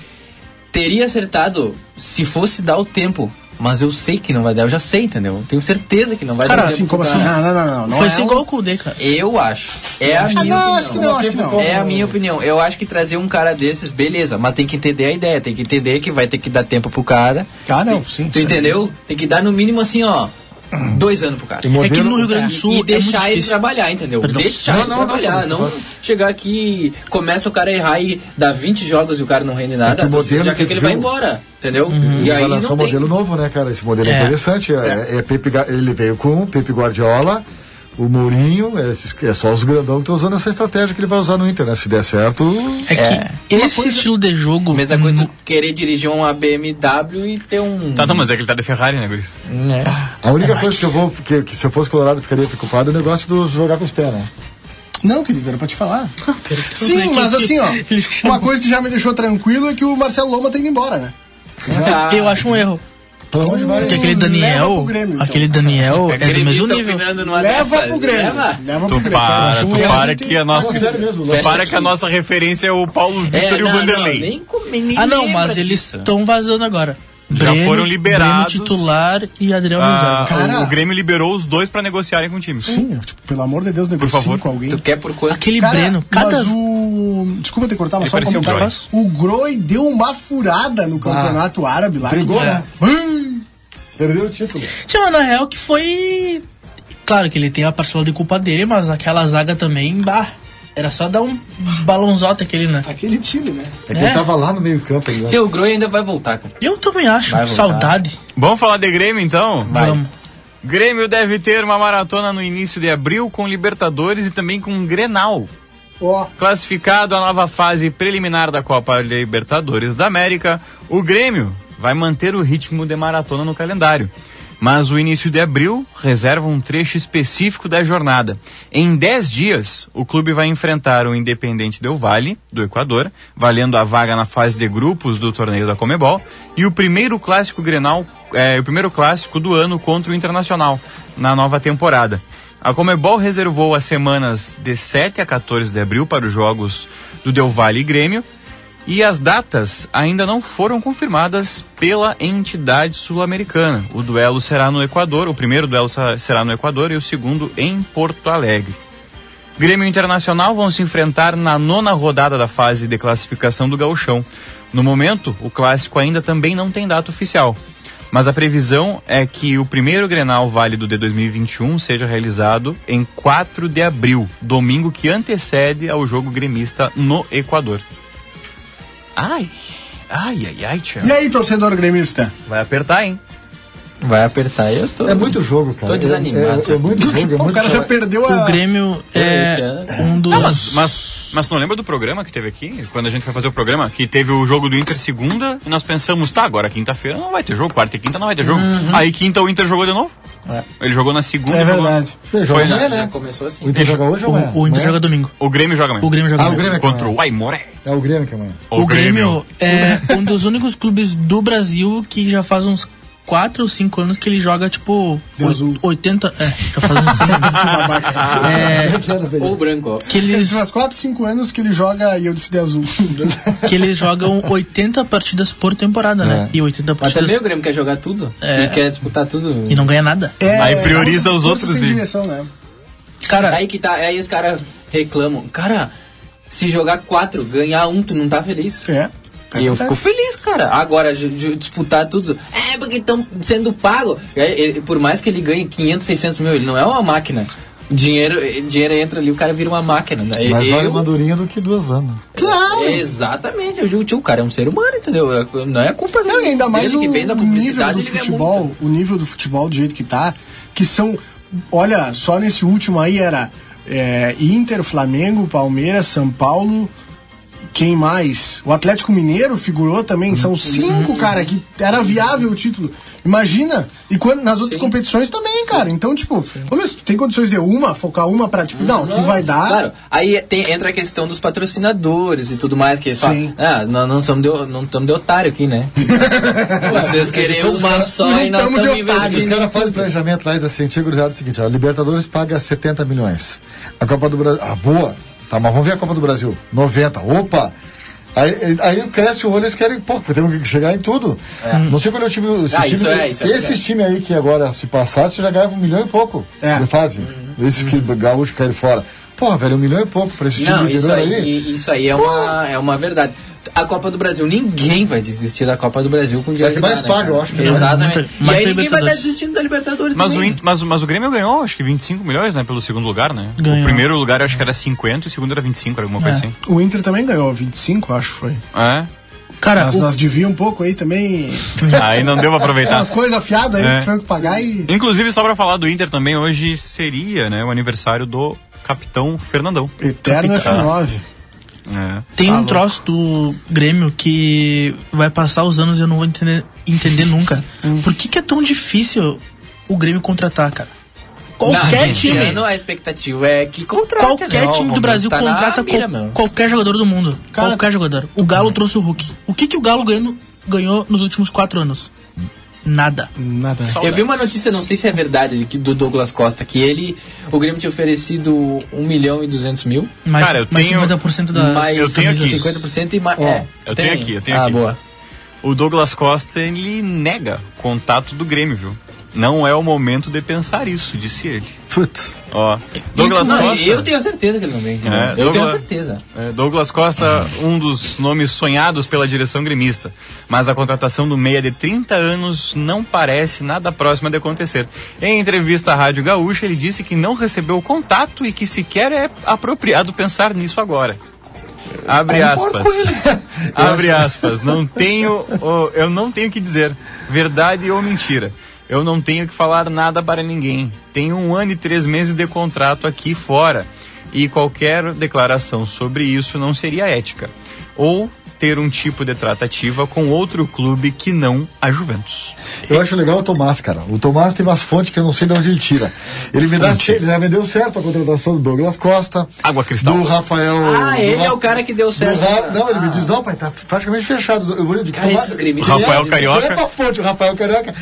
[SPEAKER 5] teria acertado se fosse dar o tempo. Mas eu sei que não vai dar, eu já sei, entendeu? Tenho certeza que não vai
[SPEAKER 4] Cara,
[SPEAKER 5] dar. o
[SPEAKER 2] assim,
[SPEAKER 5] tempo
[SPEAKER 2] como
[SPEAKER 5] pra-
[SPEAKER 2] assim? Não, não, não. não, não
[SPEAKER 4] Foi
[SPEAKER 2] é
[SPEAKER 4] sem
[SPEAKER 2] um- Ah,
[SPEAKER 4] igual o Kudê, cara.
[SPEAKER 5] Eu acho. É a minha
[SPEAKER 2] não,
[SPEAKER 5] opinião.
[SPEAKER 2] acho que não, acho que não.
[SPEAKER 5] É a minha opinião. Eu acho que trazer um cara desses, beleza, mas tem que entender a ideia, tem que entender que vai ter que dar tempo pro cara.
[SPEAKER 2] Ah, não, sim.
[SPEAKER 5] Tu
[SPEAKER 2] sim.
[SPEAKER 5] entendeu? Tem que dar no mínimo assim, ó, dois anos pro cara.
[SPEAKER 6] O modelo-
[SPEAKER 4] é que no Rio Grande do Sul
[SPEAKER 5] e
[SPEAKER 4] é
[SPEAKER 5] deixar
[SPEAKER 4] muito
[SPEAKER 5] ele
[SPEAKER 4] difícil.
[SPEAKER 5] trabalhar, entendeu?
[SPEAKER 4] Perdão.
[SPEAKER 5] Deixar
[SPEAKER 6] Não,
[SPEAKER 5] ele
[SPEAKER 6] não, não,
[SPEAKER 5] trabalhar, não,
[SPEAKER 6] Fabrício,
[SPEAKER 5] chegar aqui, começa o cara a errar e dá 20 jogos e o cara não rende
[SPEAKER 6] É que
[SPEAKER 5] nada,
[SPEAKER 6] o modelo
[SPEAKER 5] já
[SPEAKER 6] que
[SPEAKER 5] quer que ele
[SPEAKER 6] viu-
[SPEAKER 5] vai embora, entendeu?
[SPEAKER 6] Ele
[SPEAKER 5] E
[SPEAKER 6] vai
[SPEAKER 5] aí
[SPEAKER 6] lançar um
[SPEAKER 5] não
[SPEAKER 6] modelo
[SPEAKER 5] tem.
[SPEAKER 6] novo, né, cara? Esse modelo é,
[SPEAKER 4] É.
[SPEAKER 6] interessante. É, é Pepe Ga- ele veio com o Pepe Guardiola, o Mourinho, é, esses- é só os grandão que estão usando essa estratégia que ele vai usar no Inter, né? Se der certo.
[SPEAKER 4] É que esse estilo de jogo.
[SPEAKER 5] Mesma coisa tu querer dirigir uma BMW e ter um.
[SPEAKER 3] Tá, tá, mas é que ele tá de Ferrari, né, Guris?
[SPEAKER 5] Né?
[SPEAKER 6] A única coisa que eu vou. Que, que se eu fosse colorado, eu ficaria preocupado é o negócio do jogar com os pés, né?
[SPEAKER 2] Não, querido, era pra te falar.
[SPEAKER 4] Ah,
[SPEAKER 2] Sim, mas assim, ó. Uma coisa que já me deixou tranquilo é que o Marcelo Loma tem ido embora, né?
[SPEAKER 4] Eu acho um erro.
[SPEAKER 6] Pra onde vai?
[SPEAKER 4] Porque aquele
[SPEAKER 2] Leva pro
[SPEAKER 4] Daniel.
[SPEAKER 2] Grêmio, então.
[SPEAKER 4] Aquele Daniel é do mesmo
[SPEAKER 5] Gremista
[SPEAKER 4] nível.
[SPEAKER 5] opinando no
[SPEAKER 2] Leva
[SPEAKER 5] WhatsApp,
[SPEAKER 2] pro Grêmio.
[SPEAKER 5] Ah, leva.
[SPEAKER 2] Leva pro
[SPEAKER 3] Tu
[SPEAKER 2] Grêmio. um
[SPEAKER 3] para,
[SPEAKER 2] E
[SPEAKER 3] tu
[SPEAKER 2] né? a
[SPEAKER 3] para
[SPEAKER 2] gente-
[SPEAKER 3] que a
[SPEAKER 6] Não,
[SPEAKER 3] nossa.
[SPEAKER 6] sério mesmo,
[SPEAKER 3] tu
[SPEAKER 2] né?
[SPEAKER 6] fecha
[SPEAKER 3] para que a nossa referência é o Paulo Vitor e o
[SPEAKER 5] não,
[SPEAKER 3] Vanderlei.
[SPEAKER 5] não, nem come- nem
[SPEAKER 4] Ah, não,
[SPEAKER 5] lembra
[SPEAKER 4] mas eles
[SPEAKER 5] disso.
[SPEAKER 4] estão vazando agora.
[SPEAKER 3] Já foram liberados.
[SPEAKER 4] Breno titular e Adriel
[SPEAKER 3] Ah,
[SPEAKER 4] Reserva.
[SPEAKER 2] Cara.
[SPEAKER 3] o- o Grêmio liberou os dois pra negociarem com o time.
[SPEAKER 2] Sim, tipo, pelo amor de Deus, negocie
[SPEAKER 3] favor.
[SPEAKER 2] com alguém.
[SPEAKER 5] Tu quer por quanto?
[SPEAKER 4] Aquele
[SPEAKER 2] Cara,
[SPEAKER 4] Breno, cada.
[SPEAKER 2] Mas o. Desculpa te cortar, mas
[SPEAKER 3] Ele
[SPEAKER 2] só um
[SPEAKER 3] parecia um
[SPEAKER 2] comentário.
[SPEAKER 3] Groy.
[SPEAKER 2] O Groi deu uma furada no campeonato árabe lá.
[SPEAKER 6] Brigou,
[SPEAKER 2] que-
[SPEAKER 6] né? Perdeu o título. É
[SPEAKER 4] Sim, mas na real que foi. Claro que ele tem a parcela de culpa dele, mas aquela zaga também, bah. Era só dar um balãozote aquele, né?
[SPEAKER 2] Aquele time, né?
[SPEAKER 6] É que ele
[SPEAKER 4] É.
[SPEAKER 6] tava lá no meio-campo ainda.
[SPEAKER 5] Seu Groi ainda vai voltar, cara.
[SPEAKER 4] Eu também acho.
[SPEAKER 5] Vai voltar.
[SPEAKER 4] Saudade.
[SPEAKER 3] Vamos falar de Grêmio então?
[SPEAKER 5] Vai.
[SPEAKER 4] Vamos.
[SPEAKER 3] Grêmio deve ter uma maratona no início de abril com Libertadores e também com um Grenal.
[SPEAKER 2] Ó.
[SPEAKER 3] Classificado à nova fase preliminar da Copa Libertadores da América, o Grêmio vai manter o ritmo de maratona no calendário. Mas o início de abril reserva um trecho específico da jornada. Em 10 dias, o clube vai enfrentar o Independente Del Valle, do Equador, valendo a vaga na fase de grupos do torneio da Comebol, e o primeiro clássico Grenal, eh, o primeiro clássico do ano contra o Internacional, na nova temporada. A Comebol reservou as semanas de 7 a 14 de abril para os jogos do Del Valle e Grêmio, e as datas ainda não foram confirmadas pela entidade sul-americana. O duelo será no Equador, o primeiro duelo sa- será no Equador e o segundo em Porto Alegre. Grêmio e Internacional vão se enfrentar na nona rodada da fase de classificação do Gauchão. No momento, o clássico ainda também não tem data oficial. Mas a previsão é que o primeiro Grenal válido de 2021 seja realizado em 4 de abril, domingo que antecede ao jogo gremista no Equador. Ai, ai, ai, ai, tia.
[SPEAKER 2] E aí, torcedor gremista?
[SPEAKER 3] Vai apertar, hein?
[SPEAKER 5] Vai apertar, eu tô.
[SPEAKER 6] É muito jogo, cara.
[SPEAKER 5] Tô desanimado.
[SPEAKER 6] É, é- é muito jogo, é
[SPEAKER 2] Pô, Tipo,
[SPEAKER 6] muito
[SPEAKER 2] o cara já
[SPEAKER 6] jogo.
[SPEAKER 2] perdeu a.
[SPEAKER 4] O Grêmio
[SPEAKER 5] esse
[SPEAKER 4] é
[SPEAKER 5] ano.
[SPEAKER 4] um dos.
[SPEAKER 3] Não, mas, mas, mas tu não lembra do programa que teve aqui? Quando a gente foi fazer o programa, que teve o jogo do Inter segunda, e nós pensamos, tá, agora quinta-feira não vai ter jogo, quarta e quinta não vai ter jogo.
[SPEAKER 4] Uhum.
[SPEAKER 3] Aí quinta o Inter jogou de novo. Ele jogou na segunda.
[SPEAKER 2] É
[SPEAKER 3] jogou-
[SPEAKER 2] verdade.
[SPEAKER 6] Você joga
[SPEAKER 3] Foi,
[SPEAKER 6] amanhã,
[SPEAKER 5] Já
[SPEAKER 6] né?
[SPEAKER 5] começou assim.
[SPEAKER 6] O Inter joga hoje ou amanhã?
[SPEAKER 4] O, o Inter
[SPEAKER 6] Amanhã?
[SPEAKER 4] joga domingo.
[SPEAKER 3] O Grêmio joga mesmo.
[SPEAKER 4] O Grêmio joga
[SPEAKER 6] Ah, o
[SPEAKER 4] domingo.
[SPEAKER 6] Grêmio é que
[SPEAKER 3] Contra
[SPEAKER 6] amanhã.
[SPEAKER 3] o Aimoré.
[SPEAKER 6] É o Grêmio que é amanhã.
[SPEAKER 4] O Grêmio é um dos únicos clubes do Brasil que já faz uns 4 ou 5 anos que ele joga, tipo,
[SPEAKER 2] De
[SPEAKER 4] oit-
[SPEAKER 2] azul.
[SPEAKER 4] 80. É, já faz uns 100 anos. É,
[SPEAKER 5] Ou o branco, ó.
[SPEAKER 4] que eles,
[SPEAKER 2] Faz 4, 5 anos que ele joga e eu disse de azul.
[SPEAKER 4] que eles jogam 80 partidas por temporada, né? E 80
[SPEAKER 5] É. Mas
[SPEAKER 4] partidas.
[SPEAKER 5] também o Grêmio quer jogar tudo.
[SPEAKER 4] É.
[SPEAKER 5] E quer disputar tudo.
[SPEAKER 4] E não ganha nada.
[SPEAKER 2] É,
[SPEAKER 3] Aí prioriza os
[SPEAKER 2] força
[SPEAKER 3] outros
[SPEAKER 2] Sem
[SPEAKER 3] e-
[SPEAKER 2] direção, né?
[SPEAKER 4] Cara,
[SPEAKER 5] Aí que tá. Aí os caras reclamam. Cara, se jogar quatro, ganhar um, tu não tá feliz.
[SPEAKER 2] É.
[SPEAKER 5] E eu fico feliz, cara. Agora, de- de disputar tudo. É, porque estão sendo pago. É, é, por mais que ele ganhe 500, 600 mil, ele não é uma máquina. O Dinheiro, é, dinheiro entra ali, o cara vira uma máquina. Né?
[SPEAKER 6] Mais vale
[SPEAKER 5] eu,
[SPEAKER 6] uma durinha do que duas vanas.
[SPEAKER 2] Claro!
[SPEAKER 5] É, exatamente, eu digo, tio, o cara é um ser humano, entendeu? É- Não é culpa dele.
[SPEAKER 2] Não, e ainda mais
[SPEAKER 5] Desde
[SPEAKER 2] o,
[SPEAKER 5] que vem da
[SPEAKER 2] o nível
[SPEAKER 5] publicidade,
[SPEAKER 2] do
[SPEAKER 5] ele ganha
[SPEAKER 2] futebol,
[SPEAKER 5] muito. né?
[SPEAKER 2] o nível do futebol do jeito que tá, que são, olha, só nesse último aí era é, Inter, Flamengo, Palmeiras, São Paulo, Quem mais? O Atlético Mineiro figurou também.
[SPEAKER 3] Uhum.
[SPEAKER 2] São cinco, cara, que era viável o título. Imagina. E quando, nas outras competições também, cara. Então, tipo, ô, meu, tem condições de uma, focar uma pra, tipo, não, tu vai
[SPEAKER 6] Ah.
[SPEAKER 2] dar.
[SPEAKER 5] Uhum. Claro, aí tem- entra a questão dos patrocinadores e tudo mais, que só.
[SPEAKER 2] Sim.
[SPEAKER 5] Ah, nós não somos de, não estamos de otário aqui, né? Vocês querem uma só e nós
[SPEAKER 2] tamo de
[SPEAKER 5] estamos
[SPEAKER 2] otário,
[SPEAKER 6] Os
[SPEAKER 5] investindo.
[SPEAKER 6] caras fazem planejamento lá e dizem assim, tinha cruzado o seguinte, a Libertadores paga 70 milhões. A Copa do Brasil. Ah, boa! Tá, mas vamos ver a Copa do Brasil. 90. Opa! Aí, aí cresce o olho, eles querem, pô, porque temos que chegar em tudo. Não sei qual é o time. Esse,
[SPEAKER 5] Ah,
[SPEAKER 6] time,
[SPEAKER 5] isso é, isso é
[SPEAKER 6] esse
[SPEAKER 5] verdade.
[SPEAKER 6] time aí que agora se passasse já ganhava um milhão e pouco.
[SPEAKER 2] É.
[SPEAKER 6] Ele faz.
[SPEAKER 5] Uhum.
[SPEAKER 6] Esse que do gaúcho cai fora. Porra, velho, um milhão e pouco pra esse
[SPEAKER 5] Não,
[SPEAKER 6] time
[SPEAKER 5] isso
[SPEAKER 6] grande
[SPEAKER 5] aí, isso aí é, uma, é uma verdade. A Copa do Brasil, ninguém vai desistir da Copa do Brasil com dinheiro.
[SPEAKER 6] É que
[SPEAKER 5] de lá,
[SPEAKER 6] mais
[SPEAKER 5] né,
[SPEAKER 6] paga,
[SPEAKER 5] cara?
[SPEAKER 6] eu acho que é.
[SPEAKER 5] Exatamente.
[SPEAKER 4] Muito-
[SPEAKER 5] e
[SPEAKER 4] mas
[SPEAKER 5] aí
[SPEAKER 4] tem
[SPEAKER 5] ninguém vai estar
[SPEAKER 4] Libertadores.
[SPEAKER 5] desistindo da Libertadores
[SPEAKER 3] Mas o,
[SPEAKER 5] também.
[SPEAKER 3] Inter- mas, o- mas o Grêmio ganhou, acho que 25 milhões, né? Pelo segundo lugar, né?
[SPEAKER 4] Ganhou.
[SPEAKER 3] O primeiro lugar eu acho que era 50 e o segundo era 25, era alguma coisa
[SPEAKER 4] É.
[SPEAKER 3] assim.
[SPEAKER 2] O Inter também ganhou, 25, acho que foi.
[SPEAKER 3] É.
[SPEAKER 4] Cara,
[SPEAKER 2] Mas
[SPEAKER 4] o-
[SPEAKER 2] nós devia um pouco aí também.
[SPEAKER 3] Aí não deu pra aproveitar.
[SPEAKER 2] Umas coisas afiadas aí
[SPEAKER 3] É.
[SPEAKER 2] que tiveram que pagar e.
[SPEAKER 3] Inclusive, só pra falar do Inter também, hoje seria, né, o aniversário do capitão Fernandão.
[SPEAKER 2] Eterno
[SPEAKER 3] Ah.
[SPEAKER 2] F9.
[SPEAKER 3] É.
[SPEAKER 4] tem um troço do Grêmio que vai passar os anos e eu não vou entender, entender nunca.
[SPEAKER 2] Hum.
[SPEAKER 4] Por que, que é tão difícil o Grêmio contratar, cara? Qualquer
[SPEAKER 5] Não, esse
[SPEAKER 4] time.
[SPEAKER 5] ano a expectativa é que contrata,
[SPEAKER 4] Qualquer
[SPEAKER 5] né? Ó,
[SPEAKER 4] time
[SPEAKER 5] vamos
[SPEAKER 4] do Brasil
[SPEAKER 5] botar na
[SPEAKER 4] contrata
[SPEAKER 5] mira,
[SPEAKER 4] qual-
[SPEAKER 5] meu. Hum.
[SPEAKER 4] qualquer jogador do mundo.
[SPEAKER 2] Cara-
[SPEAKER 4] qualquer jogador. O Galo trouxe o Hulk. O que, que o Galo ganhou, ganhou nos últimos quatro anos? Nada.
[SPEAKER 2] Nada.
[SPEAKER 5] Eu vi uma notícia, não sei se é verdade, de que- do Douglas Costa, que ele, o Grêmio tinha oferecido 1 milhão e 200 mil,
[SPEAKER 4] Mais,
[SPEAKER 3] Cara, eu
[SPEAKER 4] mais
[SPEAKER 3] tenho-
[SPEAKER 4] 50% da.
[SPEAKER 5] mais
[SPEAKER 3] eu tenho aqui.
[SPEAKER 5] 50% e mais... é,
[SPEAKER 3] eu
[SPEAKER 5] tem?
[SPEAKER 3] tenho aqui, eu tenho
[SPEAKER 5] ah,
[SPEAKER 3] aqui.
[SPEAKER 5] boa.
[SPEAKER 3] O Douglas Costa, ele nega contato do Grêmio, viu? Não é o momento de pensar isso, disse ele.
[SPEAKER 6] Putz.
[SPEAKER 3] Ó, Douglas
[SPEAKER 5] Então, Não,
[SPEAKER 3] Costa.
[SPEAKER 5] eu tenho certeza que ele não vem.
[SPEAKER 3] É,
[SPEAKER 5] eu tenho
[SPEAKER 3] Douglas-
[SPEAKER 5] certeza.
[SPEAKER 3] É, Douglas Costa, um dos nomes sonhados pela direção gremista. Mas a contratação do meia de 30 anos não parece nada próxima de acontecer. Em entrevista à Rádio Gaúcha, ele disse que não recebeu contato e que sequer é apropriado pensar nisso agora. Abre aspas. Abre aspas. Não tenho, oh, eu não tenho o que dizer, verdade ou mentira. Eu não tenho que falar nada para ninguém. Tenho um ano e três meses de contrato aqui fora e qualquer declaração sobre isso não seria ética. Ou ter um tipo de tratativa com outro clube que não a Juventus.
[SPEAKER 6] Eu acho legal o Tomás, cara. O Tomás tem umas fontes que eu não sei de onde ele tira. Ele me dá, ele já me deu certo a contratação do Douglas Costa.
[SPEAKER 3] Água cristal.
[SPEAKER 6] Do Rafael.
[SPEAKER 5] Ah,
[SPEAKER 6] do
[SPEAKER 5] ele
[SPEAKER 6] Ra-
[SPEAKER 5] é o cara que deu
[SPEAKER 6] do
[SPEAKER 5] certo.
[SPEAKER 6] Ra- Não, ele
[SPEAKER 5] Ah.
[SPEAKER 6] me diz, não, pai, tá praticamente fechado. Eu vou de
[SPEAKER 5] Cara, esses gremistas-
[SPEAKER 6] Quem
[SPEAKER 3] Rafael
[SPEAKER 6] é?
[SPEAKER 3] Carioca.
[SPEAKER 6] Quem é pra fonte, o Rafael Carioca.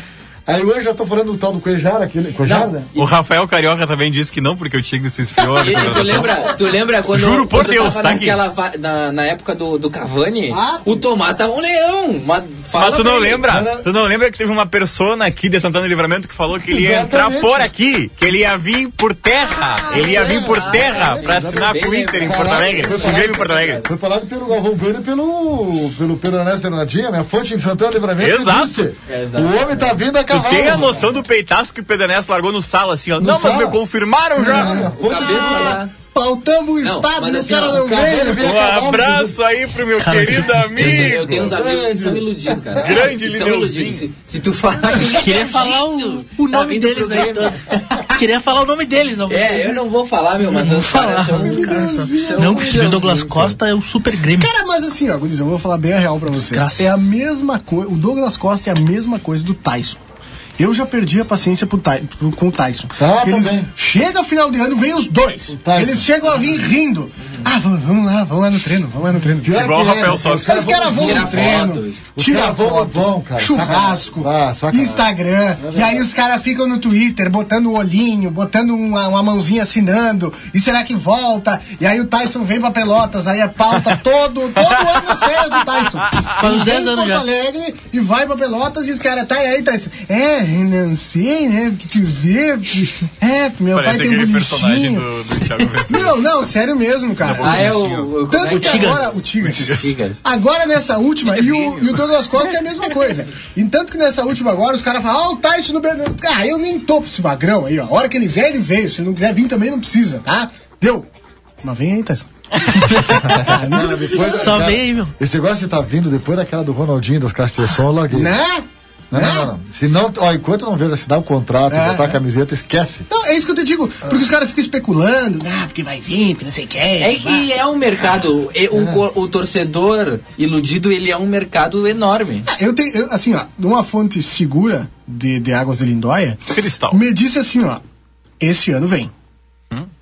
[SPEAKER 6] Aí hoje já tô falando do tal do Cuejara, aquele. Cuejara? né?
[SPEAKER 3] O Rafael Carioca também disse que não, porque o Tigre se esfriou. na
[SPEAKER 5] E tu
[SPEAKER 3] contratação.
[SPEAKER 5] lembra, tu lembra quando,
[SPEAKER 3] Juro por
[SPEAKER 5] quando
[SPEAKER 3] Deus,
[SPEAKER 5] tava
[SPEAKER 3] tá aqui.
[SPEAKER 5] naquela va- na, na época do, do Cavani,
[SPEAKER 2] Ah.
[SPEAKER 5] o Tomás tava um leão. Mas, fala
[SPEAKER 3] Mas tu não
[SPEAKER 5] pra ele.
[SPEAKER 3] lembra?
[SPEAKER 6] Não, não.
[SPEAKER 3] Tu não lembra que teve uma persona aqui de Santana do Livramento que falou que ele ia entrar
[SPEAKER 6] Exatamente.
[SPEAKER 3] por aqui, que ele ia vir por terra, ele ia vir por
[SPEAKER 5] ah,
[SPEAKER 3] terra
[SPEAKER 5] é,
[SPEAKER 3] pra assinar
[SPEAKER 5] bem
[SPEAKER 3] com o Inter em
[SPEAKER 6] lembrado.
[SPEAKER 3] Porto Alegre,
[SPEAKER 6] Foi
[SPEAKER 3] com o Grêmio em Porto Alegre.
[SPEAKER 6] Foi falado pelo Galvão Bueno e pelo, pelo Pedro Ernesto Bernardinha, minha fonte de Santana Livramento.
[SPEAKER 3] Exato.
[SPEAKER 6] existe.
[SPEAKER 5] É, exato.
[SPEAKER 6] o homem tá vindo a
[SPEAKER 3] Tu
[SPEAKER 6] cavalo.
[SPEAKER 3] tem a noção do peitaço que o Pedanés largou no sala assim, ó. Não, mas
[SPEAKER 6] sala?
[SPEAKER 3] me confirmaram
[SPEAKER 6] Minha
[SPEAKER 3] já.
[SPEAKER 5] O
[SPEAKER 6] fonte-
[SPEAKER 5] cabelo lá.
[SPEAKER 2] Pautamos o
[SPEAKER 5] Não,
[SPEAKER 2] Estado
[SPEAKER 5] mas
[SPEAKER 2] e o
[SPEAKER 5] assim,
[SPEAKER 2] cara
[SPEAKER 5] ó,
[SPEAKER 2] não
[SPEAKER 5] o
[SPEAKER 6] Cara,
[SPEAKER 2] veio.
[SPEAKER 6] ele vem a
[SPEAKER 3] Um
[SPEAKER 6] cavalo.
[SPEAKER 3] abraço aí pro meu
[SPEAKER 4] Cara,
[SPEAKER 3] querido
[SPEAKER 4] que
[SPEAKER 5] Eu tenho- Eu tenho
[SPEAKER 3] amigo.
[SPEAKER 5] uns amigos que são iludidos, cara.
[SPEAKER 3] Grande
[SPEAKER 5] Que são
[SPEAKER 3] Lineuzinho.
[SPEAKER 5] iludidos. Se, se tu falar que
[SPEAKER 4] Queria falar o, o
[SPEAKER 5] Tá
[SPEAKER 4] nome
[SPEAKER 5] vindo
[SPEAKER 4] deles
[SPEAKER 5] pro
[SPEAKER 4] aí.
[SPEAKER 5] Grêmio.
[SPEAKER 4] todo. Queria falar o nome deles, Alvaro.
[SPEAKER 5] É, eu não vou falar, meu, mas os
[SPEAKER 4] falar.
[SPEAKER 5] caras são uns caras. são-
[SPEAKER 4] Não,
[SPEAKER 5] são-
[SPEAKER 4] que o Douglas Costa é o super Grêmio.
[SPEAKER 2] Cara, mas assim, ó, Guriz, eu vou falar bem a real pra vocês.
[SPEAKER 4] Desgraça.
[SPEAKER 2] É a mesma coisa. O Douglas Costa é a mesma coisa do Tyson. Eu já perdi a paciência pro Ty- pro- com o Tyson.
[SPEAKER 6] Ah,
[SPEAKER 2] Porque eles
[SPEAKER 6] também.
[SPEAKER 2] chega final de ano, vem os dois.
[SPEAKER 6] Tyson.
[SPEAKER 2] Eles chegam a vir rindo. Ah, vamos, vamos lá, vamos lá no treino, vamos lá no treino.
[SPEAKER 6] Pior
[SPEAKER 3] Igual
[SPEAKER 6] que
[SPEAKER 3] o Rafael
[SPEAKER 6] é, né?
[SPEAKER 3] Sopes.
[SPEAKER 6] Os
[SPEAKER 2] Os caras vão
[SPEAKER 5] Tira
[SPEAKER 2] no treino,
[SPEAKER 5] fotos.
[SPEAKER 6] Os
[SPEAKER 2] tira
[SPEAKER 6] caras vão
[SPEAKER 2] foto,
[SPEAKER 6] bom, cara.
[SPEAKER 2] churrasco,
[SPEAKER 6] Ah, sacanagem.
[SPEAKER 2] Instagram, e aí os caras ficam no Twitter botando o olhinho, botando uma, uma mãozinha assinando, e será que volta? E aí o Tyson vem pra Pelotas, aí é pauta todo, todo ano as férias do Tyson.
[SPEAKER 4] Faz
[SPEAKER 2] Ele
[SPEAKER 4] uns 10
[SPEAKER 2] vem
[SPEAKER 4] anos
[SPEAKER 2] em Porto
[SPEAKER 4] já.
[SPEAKER 2] Alegre e vai pra Pelotas e os caras, tá e aí Tyson, é, não sei, né, porque tu vê, porque- é, meu pai
[SPEAKER 3] Parece
[SPEAKER 2] tem um
[SPEAKER 3] aquele personagem
[SPEAKER 2] bichinho.
[SPEAKER 3] do, do Thiago Ventura.
[SPEAKER 2] Não, não, sério mesmo, cara.
[SPEAKER 5] Ah, é o. o- como
[SPEAKER 2] Tanto que
[SPEAKER 5] é que é?
[SPEAKER 2] agora assim, o Tigres.
[SPEAKER 5] Tigres.
[SPEAKER 2] Agora nessa última, e o, e o Douglas Costa é a mesma coisa. E tanto que nessa última agora os caras falam, ah, o Tyson no Bernardo. Ah, eu nem topo esse magrão aí, ó. A hora que ele vier, ele veio. Se ele não quiser vir também, não precisa, tá? Deu. Mas vem aí, Tyson. Ah, não,
[SPEAKER 6] Depois da-
[SPEAKER 4] Só
[SPEAKER 6] já-
[SPEAKER 4] vem aí, meu.
[SPEAKER 6] Esse negócio que tá vindo depois daquela do Ronaldinho das Castrações, eu larguei.
[SPEAKER 2] né?
[SPEAKER 6] Não, não, não, não. Se não, ó, enquanto não ver assinar o contrato,
[SPEAKER 2] É,
[SPEAKER 6] botar
[SPEAKER 2] é.
[SPEAKER 6] a camiseta, esquece.
[SPEAKER 2] Não, é isso que eu te digo. Porque os caras ficam especulando. Ah, porque vai vir, porque não sei quem.
[SPEAKER 5] É que é um mercado, e o, co- o torcedor iludido, ele é um mercado enorme.
[SPEAKER 2] Eu tenho, eu, assim, ó, numa fonte segura de, de águas de Lindóia,
[SPEAKER 3] Cristal.
[SPEAKER 2] me disse assim, ó, esse ano vem.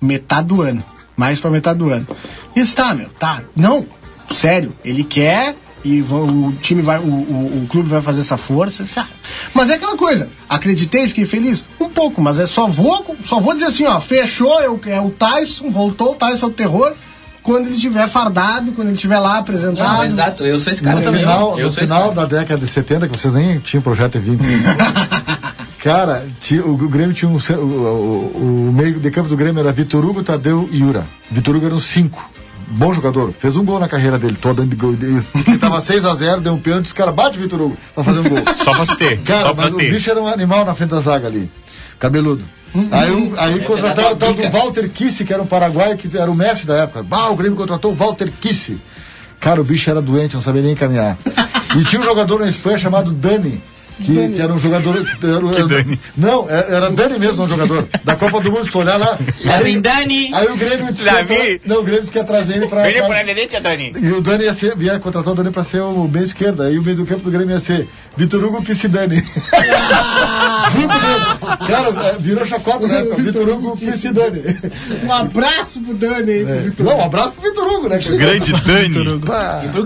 [SPEAKER 2] Metade do ano. Mais pra metade do ano. Isso tá, meu, tá. Não, sério, ele quer e vão- o time vai, o, o, o clube vai fazer essa força. sabe? Mas é aquela coisa, acreditei, fiquei feliz? Um pouco, mas é só vou, só vou dizer assim, ó, fechou, eu, é o Tyson, voltou o Tyson ao terror. Quando ele estiver fardado, quando ele estiver lá apresentado.
[SPEAKER 5] Não, exato, eu sou esse
[SPEAKER 6] No
[SPEAKER 5] cara também.
[SPEAKER 6] final,
[SPEAKER 5] eu
[SPEAKER 6] no
[SPEAKER 5] sou esse cara.
[SPEAKER 6] final da década de 70, que vocês nem tinham projeto de vir. Cara, ti- o, o Grêmio tinha um. ce- O, o- o meio de campo do Grêmio era Vitor Hugo, Tadeu e Yura. Vitor Hugo eram cinco. Bom jogador. Fez um gol na carreira dele toda. dentro de gol. Ele tava 6x0, deu um pênalti. Os caras bate o Vitor Hugo pra fazer um gol.
[SPEAKER 3] Só pra ter,
[SPEAKER 6] Cara,
[SPEAKER 3] só pra
[SPEAKER 6] mas o
[SPEAKER 3] ter.
[SPEAKER 6] bicho era um animal na frente da zaga ali. Cabeludo. Aí, o- aí contrataram o tal do Walter Kisse, que era um paraguaio, que era o Messi da época. Bah, o Grêmio contratou o Walter Kisse. Cara, o bicho era doente, não sabia nem caminhar. e tinha um jogador na Espanha chamado Dani. Que, que era um jogador. que Era, era-
[SPEAKER 3] Dani?
[SPEAKER 6] Não, é- era Dani mesmo, um jogador. Da Copa do Mundo, se tu olhar lá. Aí,
[SPEAKER 5] Dani!
[SPEAKER 6] aí o Grêmio disse
[SPEAKER 3] Lá
[SPEAKER 6] que-
[SPEAKER 3] vi.
[SPEAKER 6] Não, o Grêmio disse que ia trazer ele pra. pra-
[SPEAKER 3] Lelete, Dani.
[SPEAKER 6] e o é Dani ia, ser, ia contratar o Dani pra ser o meio esquerdo. Aí o meio do campo do Grêmio ia ser Vitor Hugo Pisse Dani.
[SPEAKER 2] Ah!
[SPEAKER 6] Juro mesmo. Cara, eh, virou chacota na época. Vitor Hugo Pisse Dani.
[SPEAKER 2] Um abraço pro Dani aí, pro Vitor.
[SPEAKER 6] Não, um abraço pro Vitor Hugo, né? cara?
[SPEAKER 3] Grande Dani.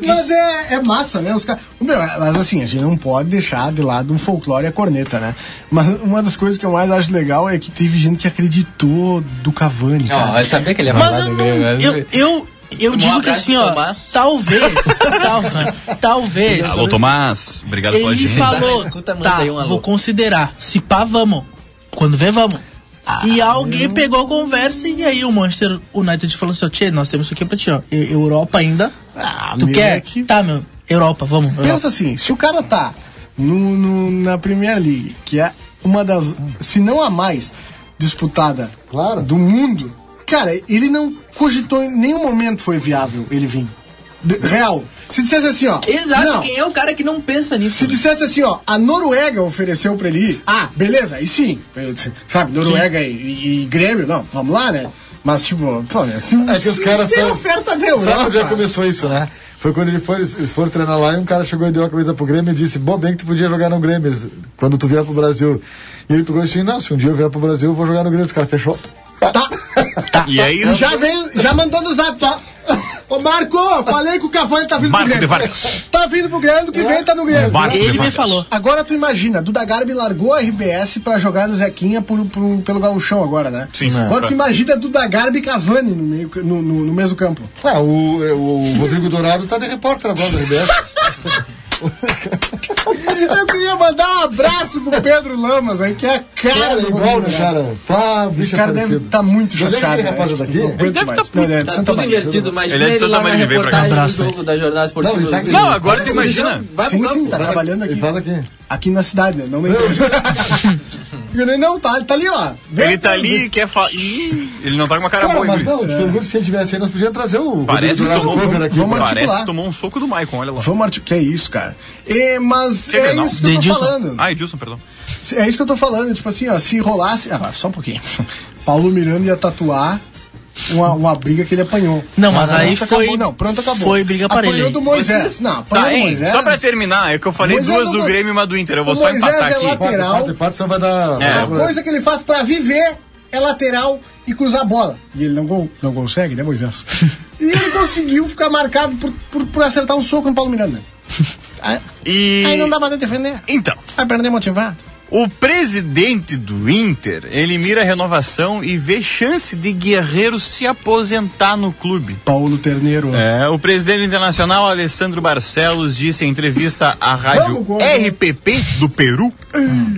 [SPEAKER 2] Mas é, é massa, né? Os ca... Meu, é- mas assim, a gente não pode deixar de lado o folclore e a corneta, né? Mas uma das coisas que eu mais acho legal é que teve gente que acreditou do Cavani,
[SPEAKER 5] Ó,
[SPEAKER 2] cara.
[SPEAKER 5] eu sabia
[SPEAKER 3] É
[SPEAKER 5] que ele ia falar
[SPEAKER 3] um
[SPEAKER 4] Mas eu
[SPEAKER 5] do
[SPEAKER 4] não.
[SPEAKER 5] Grêmio, mas-
[SPEAKER 4] Eu, eu, eu
[SPEAKER 5] Tomou um
[SPEAKER 4] digo que
[SPEAKER 5] abraço
[SPEAKER 4] assim,
[SPEAKER 5] do
[SPEAKER 4] ó.
[SPEAKER 5] Tomás.
[SPEAKER 4] Talvez. tal- talvez.
[SPEAKER 3] Alô, Tomás. Obrigado pela
[SPEAKER 4] Ele
[SPEAKER 3] gente.
[SPEAKER 4] falou.
[SPEAKER 5] Escuta, manda
[SPEAKER 4] Tá,
[SPEAKER 5] aí um alô."
[SPEAKER 4] vou considerar. Se pá, vamos. Quando vê, vamos.
[SPEAKER 5] Ah,
[SPEAKER 4] e alguém pegou a conversa e aí o Manchester United falou assim, ó, Tchê, nós temos isso aqui pra ti, ó. E- Europa ainda.
[SPEAKER 2] Ah,
[SPEAKER 4] tu
[SPEAKER 2] meu,
[SPEAKER 4] quer?
[SPEAKER 2] é que-
[SPEAKER 4] Tá, meu. Europa, vamos. Europa.
[SPEAKER 2] Pensa assim, se o cara tá no, no- na Premier League, que é uma das, se não a mais disputada
[SPEAKER 6] Claro.
[SPEAKER 2] do mundo, cara, ele não cogitou em nenhum momento foi viável ele vir. De- real. Se dissesse assim, ó.
[SPEAKER 5] Exato,
[SPEAKER 2] não,
[SPEAKER 5] quem é o cara que não pensa nisso?
[SPEAKER 2] Se dissesse assim, ó, a Noruega ofereceu pra ele ir, ah, beleza, aí sim, sabe, Noruega e, e- e Grêmio, não, vamos lá, né? Mas, tipo, pô, né, se,
[SPEAKER 6] É que os
[SPEAKER 2] se-
[SPEAKER 6] caras
[SPEAKER 2] se a
[SPEAKER 6] são.
[SPEAKER 2] oferta deu, né,
[SPEAKER 6] Sabe onde é que
[SPEAKER 2] cara?
[SPEAKER 6] começou isso, né? Foi quando ele foi, eles foram treinar lá e um cara chegou e deu a camisa pro Grêmio e disse: Bom, bem que tu podia jogar no Grêmio quando tu vier pro Brasil. E ele pegou e disse: Não, se um dia eu vier pro Brasil, eu vou jogar no Grêmio. Os caras fechou.
[SPEAKER 3] E é isso.
[SPEAKER 2] Tá. Já veio, já mandou no zap, tá? Ô Marco, falei que o Cavani tá vindo
[SPEAKER 3] Marco
[SPEAKER 2] pro
[SPEAKER 3] de
[SPEAKER 2] Grêmio.
[SPEAKER 3] Vargas.
[SPEAKER 2] Tá vindo pro Grêmio, que vem tá no Grêmio.
[SPEAKER 3] Marco de
[SPEAKER 4] Ele me
[SPEAKER 3] Vargas.
[SPEAKER 4] falou.
[SPEAKER 2] Agora tu imagina, Duda Garbi largou a RBS pra jogar no Zequinha por, por- pelo gauchão agora, né?
[SPEAKER 3] Sim. é.
[SPEAKER 2] Agora tu imagina Duda Garbi e Cavani no, meio, no, no- no mesmo campo.
[SPEAKER 6] Ah, o, é, o Rodrigo Dourado tá de repórter agora do RBS.
[SPEAKER 2] Então, Eu queria mandar um abraço pro Pedro Lamas aí, que é a cara
[SPEAKER 6] Cara,
[SPEAKER 2] do
[SPEAKER 6] igual,
[SPEAKER 2] Rodrigo, né?
[SPEAKER 6] né, cara? Tá, bicho
[SPEAKER 2] Esse cara deve
[SPEAKER 6] parecido.
[SPEAKER 2] estar muito
[SPEAKER 6] Já lembra
[SPEAKER 2] chateado.
[SPEAKER 6] aquele
[SPEAKER 2] né?
[SPEAKER 6] rapaz daqui?
[SPEAKER 2] Não aguento
[SPEAKER 6] Ele
[SPEAKER 3] deve tá
[SPEAKER 2] mais.
[SPEAKER 3] puto,
[SPEAKER 2] Não, ele é de
[SPEAKER 5] Tá
[SPEAKER 2] Santa
[SPEAKER 5] tudo
[SPEAKER 2] Maria.
[SPEAKER 5] invertido, mas
[SPEAKER 3] Ele é de
[SPEAKER 5] ele
[SPEAKER 3] Santa
[SPEAKER 5] lá na
[SPEAKER 3] Maria, vem pra cá.
[SPEAKER 5] reportagem
[SPEAKER 4] Abraço,
[SPEAKER 5] do jogo da jornada esportiva.
[SPEAKER 6] Não, ele tá-
[SPEAKER 5] do-
[SPEAKER 3] Não, agora tu imagina.
[SPEAKER 5] Vai pro
[SPEAKER 2] Sim, sim,
[SPEAKER 5] campo.
[SPEAKER 2] tá trabalhando
[SPEAKER 6] Ele
[SPEAKER 2] aqui.
[SPEAKER 6] fala aqui.
[SPEAKER 2] Aqui na cidade, né? Não na empresa. Eu nem- não, tá, tá ali, ó. Vem,
[SPEAKER 3] Ele tá
[SPEAKER 2] vem.
[SPEAKER 3] ali e quer falar. Ih, Ele não tá com uma cara
[SPEAKER 6] Cara,
[SPEAKER 3] boa, hein,
[SPEAKER 6] mas
[SPEAKER 3] Luiz?
[SPEAKER 6] não, te pergunto se ele tivesse aí, nós podíamos trazer o
[SPEAKER 3] Parece que
[SPEAKER 6] Rodrigo
[SPEAKER 3] tomou,
[SPEAKER 6] Dourado cover aqui.
[SPEAKER 2] vamos
[SPEAKER 3] parece
[SPEAKER 2] articular.
[SPEAKER 3] que tomou um soco do Maicon, olha lá.
[SPEAKER 2] Vamos articular. Que é isso, cara. É, mas
[SPEAKER 3] Que
[SPEAKER 2] é
[SPEAKER 3] Grenal?
[SPEAKER 2] isso que eu tô
[SPEAKER 4] Edilson.
[SPEAKER 2] falando.
[SPEAKER 3] Ah, Edilson, perdão.
[SPEAKER 2] Se- É isso que eu tô falando. Tipo assim, ó, se rolasse. Ah, só um pouquinho. Paulo Miranda ia tatuar. Uma, uma briga que ele apanhou.
[SPEAKER 4] Não, mas aí
[SPEAKER 2] pronto,
[SPEAKER 4] foi-
[SPEAKER 2] acabou. Não, pronto, acabou.
[SPEAKER 4] foi briga
[SPEAKER 2] apanhou
[SPEAKER 4] parelha, hein?
[SPEAKER 2] do Moisés.
[SPEAKER 3] Vocês-
[SPEAKER 2] Não, apanhou
[SPEAKER 3] Tá,
[SPEAKER 2] do
[SPEAKER 3] hein?
[SPEAKER 2] Moisés.
[SPEAKER 3] Só pra terminar, é que eu falei
[SPEAKER 2] Moisés
[SPEAKER 3] duas
[SPEAKER 2] não
[SPEAKER 3] do
[SPEAKER 2] vai-
[SPEAKER 3] Grêmio e uma do Inter. Eu vou
[SPEAKER 2] O
[SPEAKER 3] só
[SPEAKER 2] Moisés
[SPEAKER 3] empatar
[SPEAKER 2] é
[SPEAKER 3] aqui.
[SPEAKER 2] lá- lateral.
[SPEAKER 6] Parte, parte, só vai dar...
[SPEAKER 3] É.
[SPEAKER 2] A coisa que ele faz pra viver é lateral e cruzar a bola. E ele não, con- não consegue, né, Moisés? e ele conseguiu ficar marcado por, por, por acertar um soco no Paulo Miranda. Aí,
[SPEAKER 3] E.
[SPEAKER 2] aí não dá pra defender.
[SPEAKER 3] Então,
[SPEAKER 2] Vai perder motivado.
[SPEAKER 3] o presidente do Inter, ele mira a renovação e vê chance de Guerreiro se aposentar no clube.
[SPEAKER 2] Paulo Terneiro.
[SPEAKER 3] É, o presidente do internacional Alessandro Barcelos disse em entrevista à rádio
[SPEAKER 2] Vamos, Gordo.
[SPEAKER 3] RPP do Peru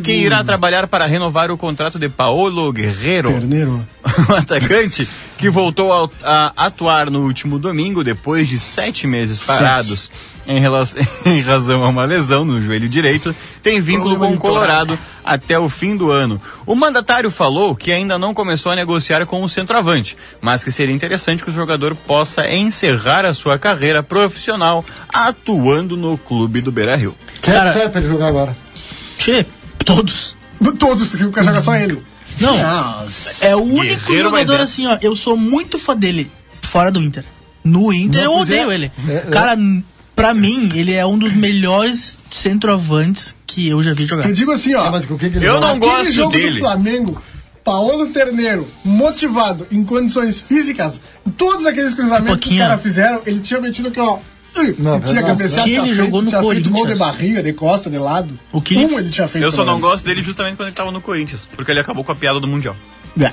[SPEAKER 3] que irá trabalhar para renovar o contrato de Paolo Guerreiro,
[SPEAKER 2] Terneiro.
[SPEAKER 3] o Um atacante que voltou ao- a, atuar no último domingo depois de sete meses parados em, relação- em razão a uma lesão no joelho direito, tem vínculo com o Colorado até o fim do ano. O mandatário falou que ainda não começou a negociar com o centroavante, mas que seria interessante que o jogador possa encerrar a sua carreira profissional atuando no clube do Beira-Rio.
[SPEAKER 6] Quem
[SPEAKER 4] Cara-
[SPEAKER 6] sabe pra ele jogar agora?
[SPEAKER 4] Tchê, todos.
[SPEAKER 2] Todos, que o cara joga só ele.
[SPEAKER 4] Não,
[SPEAKER 5] Ah,
[SPEAKER 2] Nossa.
[SPEAKER 4] é o único
[SPEAKER 3] Guerreiro mais
[SPEAKER 4] jogador
[SPEAKER 3] dessa.
[SPEAKER 4] assim, ó. Eu sou muito fã dele fora do Inter. No Inter eu
[SPEAKER 2] Não, pois
[SPEAKER 4] odeio
[SPEAKER 2] é.
[SPEAKER 4] ele.
[SPEAKER 6] É, é.
[SPEAKER 4] Cara, n- pra mim, ele é um dos melhores centroavantes que eu já vi jogar.
[SPEAKER 2] Eu digo assim, ó.
[SPEAKER 6] Ah, mas o que que ele
[SPEAKER 3] Eu não
[SPEAKER 2] Aquele
[SPEAKER 3] gosto
[SPEAKER 2] jogo do
[SPEAKER 3] dele.
[SPEAKER 2] Flamengo, Paolo Terneiro, motivado, em condições físicas, todos aqueles cruzamentos
[SPEAKER 4] Um
[SPEAKER 2] que os
[SPEAKER 4] pouquinho.
[SPEAKER 2] caras fizeram, ele tinha metido aqui, ó. Ele
[SPEAKER 6] Não,
[SPEAKER 2] tinha
[SPEAKER 6] não.
[SPEAKER 2] cabeceado,
[SPEAKER 4] Que
[SPEAKER 2] tinha
[SPEAKER 4] ele
[SPEAKER 2] feito,
[SPEAKER 4] jogou no
[SPEAKER 2] tinha feito gol de
[SPEAKER 4] Corinthians.
[SPEAKER 2] barriga, de costa, de lado.
[SPEAKER 4] O que ele-
[SPEAKER 2] um ele tinha feito.
[SPEAKER 3] Eu só
[SPEAKER 2] pelo
[SPEAKER 3] não
[SPEAKER 2] menos.
[SPEAKER 3] gosto dele justamente quando ele tava no Corinthians, porque ele acabou com a piada do Mundial.
[SPEAKER 2] É.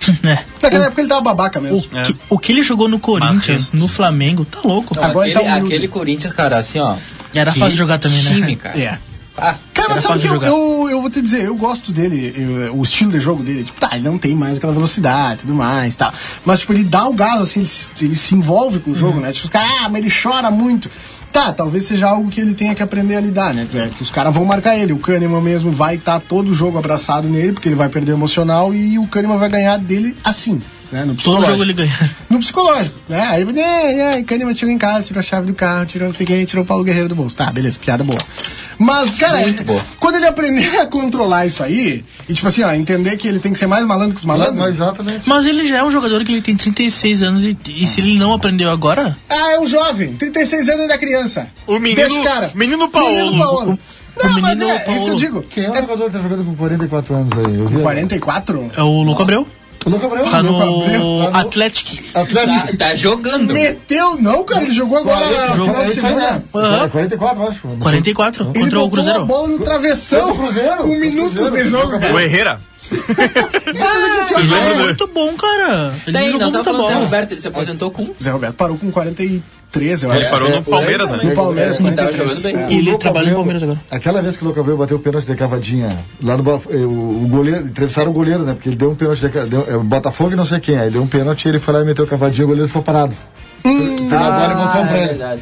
[SPEAKER 4] É.
[SPEAKER 2] Naquela época ele tava babaca
[SPEAKER 4] O,
[SPEAKER 2] mesmo.
[SPEAKER 4] que, o que ele jogou no Corinthians, no Flamengo, tá louco.
[SPEAKER 5] Não,
[SPEAKER 2] Agora
[SPEAKER 5] aquele,
[SPEAKER 2] tá humilde.
[SPEAKER 5] aquele Corinthians, cara, assim, ó.
[SPEAKER 4] Era
[SPEAKER 5] que
[SPEAKER 4] fácil jogar também, né?
[SPEAKER 5] time, Cara.
[SPEAKER 2] É.
[SPEAKER 5] Ah,
[SPEAKER 2] Cara,
[SPEAKER 4] Era
[SPEAKER 2] mas sabe que
[SPEAKER 4] fácil
[SPEAKER 2] eu,
[SPEAKER 4] jogar.
[SPEAKER 2] eu, eu vou te dizer, eu gosto dele, eu- o estilo de jogo dele. Tipo, tá, ele não tem mais aquela velocidade e tudo mais, tá. Mas, tipo, ele dá o gás, assim, ele, se- ele se envolve com o
[SPEAKER 4] Uhum.
[SPEAKER 2] jogo, né? Tipo, os caras, ah, mas ele chora muito. Tá, talvez seja algo que ele tenha que aprender a lidar, né? É, Que os caras vão marcar ele. O Kahneman mesmo vai estar todo jogo abraçado nele, porque ele vai perder o emocional e o Kahneman vai ganhar dele assim, né? No
[SPEAKER 4] Todo
[SPEAKER 2] psicológico.
[SPEAKER 4] jogo ele ganha.
[SPEAKER 2] No psicológico, né? Aí, é, é, e Kahneman chegou em casa, tirou a chave do carro, tirou o seguinte, tirou o Paulo Guerreiro do bolso. Tá, beleza, piada boa. Mas, cara,
[SPEAKER 5] Muito
[SPEAKER 2] é-
[SPEAKER 5] boa.
[SPEAKER 2] quando ele aprender a controlar isso aí, e tipo assim, ó, entender que ele tem que ser mais malandro que os
[SPEAKER 6] Mas,
[SPEAKER 2] malandros.
[SPEAKER 6] exatamente.
[SPEAKER 4] Mas ele já é um jogador que ele tem 36 anos e, e se ele não aprendeu agora,
[SPEAKER 2] Ah, é um jovem, 36 anos ainda é criança.
[SPEAKER 3] O menino-
[SPEAKER 2] Deixa o cara.
[SPEAKER 3] menino Paolo.
[SPEAKER 2] Menino Paolo.
[SPEAKER 4] O- o
[SPEAKER 2] Não, mas
[SPEAKER 4] menino
[SPEAKER 2] é, é isso que eu
[SPEAKER 4] Paolo.
[SPEAKER 2] digo.
[SPEAKER 6] Quem é o jogador que tá jogando com 44 anos aí? Eu vi.
[SPEAKER 2] 44?
[SPEAKER 4] é o Louco Abreu.
[SPEAKER 6] O Louco Abreu.
[SPEAKER 4] Tá
[SPEAKER 6] o Louco Abreu,
[SPEAKER 4] no
[SPEAKER 6] tá no
[SPEAKER 4] Atlético.
[SPEAKER 5] tá,
[SPEAKER 6] Atlético.
[SPEAKER 5] tá jogando.
[SPEAKER 2] Meteu, não, cara, ele jogou agora
[SPEAKER 6] Jogou
[SPEAKER 2] final de
[SPEAKER 6] isso aí,
[SPEAKER 2] semana.
[SPEAKER 6] né?
[SPEAKER 4] Aham.
[SPEAKER 6] 44, eu acho.
[SPEAKER 4] 44
[SPEAKER 2] Ele
[SPEAKER 4] contra o
[SPEAKER 2] botou a
[SPEAKER 4] Cruzeiro.
[SPEAKER 2] bola no travessão.
[SPEAKER 6] Contra o Cruzeiro?
[SPEAKER 2] Com minutos de
[SPEAKER 6] Cruzeiro,
[SPEAKER 2] jogo,
[SPEAKER 6] contra o
[SPEAKER 2] cara.
[SPEAKER 3] O Herrera?
[SPEAKER 4] Ah,
[SPEAKER 3] Vocês
[SPEAKER 2] né?
[SPEAKER 4] ele é
[SPEAKER 3] lembram do...
[SPEAKER 4] muito bom, cara. Ele
[SPEAKER 5] Tem, nós
[SPEAKER 4] jogou
[SPEAKER 5] estamos
[SPEAKER 4] muita
[SPEAKER 5] falando do Zé
[SPEAKER 4] bola.
[SPEAKER 5] Roberto, ele se aposentou com. um.
[SPEAKER 2] Zé Roberto parou com 43, eu acho.
[SPEAKER 3] Ele parou
[SPEAKER 6] é,
[SPEAKER 3] no Palmeiras, né?
[SPEAKER 2] No Palmeiras,
[SPEAKER 6] É, ele
[SPEAKER 5] tava
[SPEAKER 2] 43.
[SPEAKER 5] jogando bem.
[SPEAKER 6] O
[SPEAKER 4] E ele
[SPEAKER 6] Louco
[SPEAKER 4] trabalha no
[SPEAKER 6] Abreu,
[SPEAKER 4] Palmeiras agora.
[SPEAKER 6] Aquela vez que o Louco Abreu bateu o pênalti de cavadinha, lá no Bo- eh, o, o goleiro, entrevistaram o goleiro, né? Porque ele deu um pênalti de ca- deu, é, o Botafogo e não sei quem. Aí deu um pênalti, ele foi lá e meteu a cavadinha, o goleiro ficou parado. Pegou a bola e
[SPEAKER 5] Ah,
[SPEAKER 6] voltou um pra
[SPEAKER 5] é
[SPEAKER 6] ele.
[SPEAKER 5] verdade.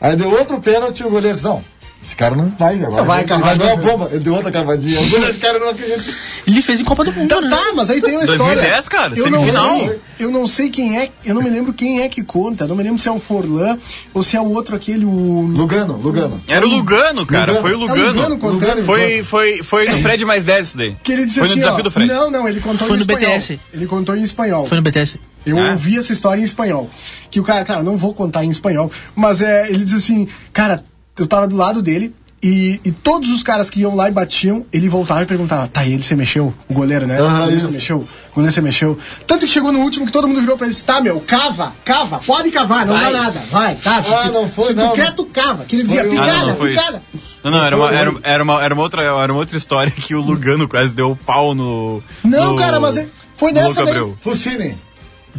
[SPEAKER 6] Aí deu outro pênalti e o goleiro disse, não, esse cara não vai agora.
[SPEAKER 2] Não vai
[SPEAKER 6] Ele
[SPEAKER 2] cavar
[SPEAKER 6] dar uma
[SPEAKER 2] duas
[SPEAKER 6] bomba. Ele deu outra cavadinha. O goleiro, esse cara não acredita.
[SPEAKER 4] Ele fez em Copa do Mundo,
[SPEAKER 2] Então
[SPEAKER 4] né?
[SPEAKER 2] tá, mas aí tem uma história.
[SPEAKER 3] 2010, cara,
[SPEAKER 2] eu não
[SPEAKER 3] semifinal.
[SPEAKER 2] sei, eu não sei quem é, eu não me lembro quem é que conta, não me lembro se é o Forlan ou se é o outro aquele o
[SPEAKER 6] Lugano, Lugano.
[SPEAKER 3] Era o Lugano, cara.
[SPEAKER 6] Lugano.
[SPEAKER 3] Foi o
[SPEAKER 2] É o Lugano
[SPEAKER 3] Lugano.
[SPEAKER 2] contando. então.
[SPEAKER 6] Lugano.
[SPEAKER 3] Foi, foi, foi no Fred mais 10 isso daí.
[SPEAKER 2] Que ele disse
[SPEAKER 3] Foi no
[SPEAKER 2] assim,
[SPEAKER 3] desafio
[SPEAKER 2] ó,
[SPEAKER 3] do Fred.
[SPEAKER 2] Não, não, ele contou
[SPEAKER 4] Foi
[SPEAKER 2] em
[SPEAKER 4] no
[SPEAKER 2] espanhol.
[SPEAKER 4] BTS.
[SPEAKER 2] Ele contou em espanhol.
[SPEAKER 4] Foi no BTS.
[SPEAKER 2] Eu
[SPEAKER 6] Né?
[SPEAKER 3] Ah.
[SPEAKER 2] ouvi essa história em espanhol. Que o cara, cara, não vou contar em espanhol, mas é, ele diz assim, cara, eu tava do lado dele e, e todos os caras que iam lá e batiam, ele voltava e perguntava, tá, e ele se mexeu? O goleiro, né?
[SPEAKER 6] Ah,
[SPEAKER 2] o goleiro
[SPEAKER 6] isso.
[SPEAKER 2] se mexeu, o goleiro se mexeu. Tanto que chegou no último que todo mundo virou pra ele e disse, tá, meu, cava, cava, pode cavar, não
[SPEAKER 5] Vai.
[SPEAKER 2] dá nada, vai, tá.
[SPEAKER 6] Ah,
[SPEAKER 2] se,
[SPEAKER 6] não foi,
[SPEAKER 2] se
[SPEAKER 6] não.
[SPEAKER 2] tu quer, tu cava. Que ele dizia,
[SPEAKER 6] Foi um- Ah,
[SPEAKER 2] picada,
[SPEAKER 3] não, não foi isso.
[SPEAKER 2] picada.
[SPEAKER 3] Não, não, era uma, era, era, uma, era, uma outra, era uma outra história que o Lugano quase deu pau no.
[SPEAKER 2] Não,
[SPEAKER 3] no-
[SPEAKER 2] cara, mas é- foi
[SPEAKER 3] no
[SPEAKER 2] nessa
[SPEAKER 3] Louco
[SPEAKER 2] daí.
[SPEAKER 3] Abreu.
[SPEAKER 6] Fucini.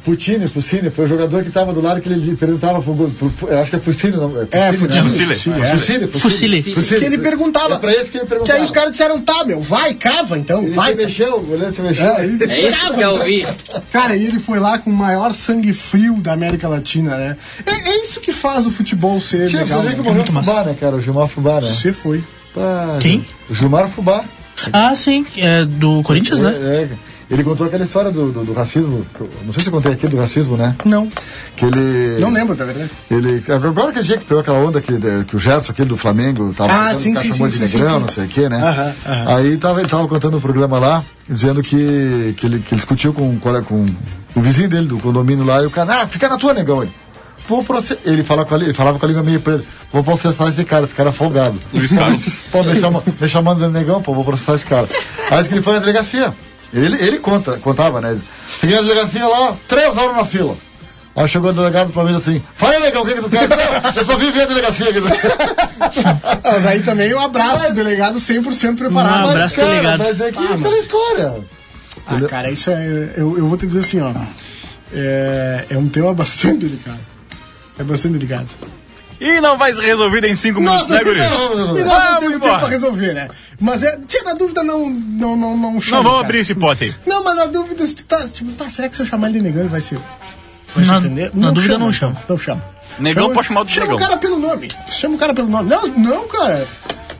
[SPEAKER 6] Puccini, Fucini, foi o jogador que tava do lado que ele perguntava pro, gol- pro, pro- eu acho que é Fucini, não,
[SPEAKER 2] É,
[SPEAKER 6] Fucini, né?
[SPEAKER 3] Fucile.
[SPEAKER 6] É,
[SPEAKER 2] é.
[SPEAKER 6] Fucile,
[SPEAKER 4] Fucile.
[SPEAKER 6] Fucile.
[SPEAKER 2] Que ele perguntava.
[SPEAKER 6] É pra esse que ele perguntava.
[SPEAKER 2] Que aí os caras disseram, tá, meu, vai, cava então,
[SPEAKER 6] Ele
[SPEAKER 2] vai.
[SPEAKER 6] se mexeu, o goleiro se mexeu.
[SPEAKER 2] É, ele
[SPEAKER 5] É isso que eu ouvi.
[SPEAKER 2] Cara, e ele foi lá com o maior sangue frio da América Latina, né? É, é isso que faz o futebol ser
[SPEAKER 6] Tinha
[SPEAKER 2] legal.
[SPEAKER 6] você
[SPEAKER 2] né?
[SPEAKER 6] que morreu
[SPEAKER 4] É muito
[SPEAKER 6] Fubá,
[SPEAKER 4] massa.
[SPEAKER 6] né, cara? O Gilmar Fubá, né?
[SPEAKER 2] Você foi.
[SPEAKER 6] Pá,
[SPEAKER 4] Quem?
[SPEAKER 6] O Gilmar Fubá.
[SPEAKER 4] Ah, sim. É do Corinthians, né?
[SPEAKER 6] É, é. ele contou aquela história do, do, do racismo. que eu- Não sei se eu contei aqui do racismo, né?
[SPEAKER 2] Não,
[SPEAKER 6] Que ele.
[SPEAKER 2] não lembro, na verdade.
[SPEAKER 6] Ele, agora que dia que pegou aquela onda que, que o Gerson aqui do Flamengo tava
[SPEAKER 2] Ah,
[SPEAKER 6] cantando,
[SPEAKER 2] sim,
[SPEAKER 6] o cara
[SPEAKER 2] sim,
[SPEAKER 6] chamou
[SPEAKER 2] sim,
[SPEAKER 6] de
[SPEAKER 2] sim,
[SPEAKER 6] negrão,
[SPEAKER 2] sim, sim.
[SPEAKER 6] não sei o quê, né?
[SPEAKER 2] Aham, aham.
[SPEAKER 6] Aí tava, ele tava contando um programa lá, dizendo que, que, ele, que ele discutiu com, um cole- com o vizinho dele do condomínio lá, e o cara, ah, fica na tua, negão, ele. Vou proce- ele, fala com a, li- ele falava com a língua meio preta, vou processar esse cara, esse cara é folgado.
[SPEAKER 3] Luiz Carlos.
[SPEAKER 6] Pô, me, chama, me chamando de negão, pô, vou processar esse cara. Aí disse que ele foi na delegacia. Ele, ele conta, contava, né? Ele disse, Cheguei na delegacia lá, três horas na fila. Aí chegou o delegado pra mim assim, fala aí, negão, o que, que tu quer? "Não, Eu só vim ver a delegacia
[SPEAKER 2] Um
[SPEAKER 6] aqui.
[SPEAKER 2] Mas aí também o abraço pro delegado 100%
[SPEAKER 4] Um
[SPEAKER 2] preparado.
[SPEAKER 4] abraço.
[SPEAKER 6] Mas, cara,
[SPEAKER 4] delegado.
[SPEAKER 6] mas é que
[SPEAKER 2] Ah,
[SPEAKER 6] aquela
[SPEAKER 2] mas-
[SPEAKER 6] história.
[SPEAKER 2] Ah, cara, isso é. Eu, eu vou te dizer assim, ó. É, é um tema bastante delicado. É bastante delicado.
[SPEAKER 3] E não vai ser resolvido em 5 minutos,
[SPEAKER 2] Nós não
[SPEAKER 3] né, Guri?
[SPEAKER 2] temos, e nós não
[SPEAKER 3] Vamos
[SPEAKER 2] temos tempo
[SPEAKER 3] embora.
[SPEAKER 2] pra resolver, né? Mas é, tira da dúvida, não, não, não, não chama.
[SPEAKER 3] Não vamos
[SPEAKER 2] cara.
[SPEAKER 3] abrir esse pote aí.
[SPEAKER 2] Não, mas na dúvida, se tu tá, tipo, tá, será que se eu chamar ele de negão ele vai ser. Vai
[SPEAKER 4] Na-
[SPEAKER 2] se ofender?
[SPEAKER 4] na dúvida, não chama.
[SPEAKER 2] Não chama.
[SPEAKER 3] Negão
[SPEAKER 2] chama,
[SPEAKER 3] pode chamar de
[SPEAKER 2] Chama
[SPEAKER 3] negão.
[SPEAKER 2] o cara pelo nome. Chama o cara pelo nome. Não, não, cara.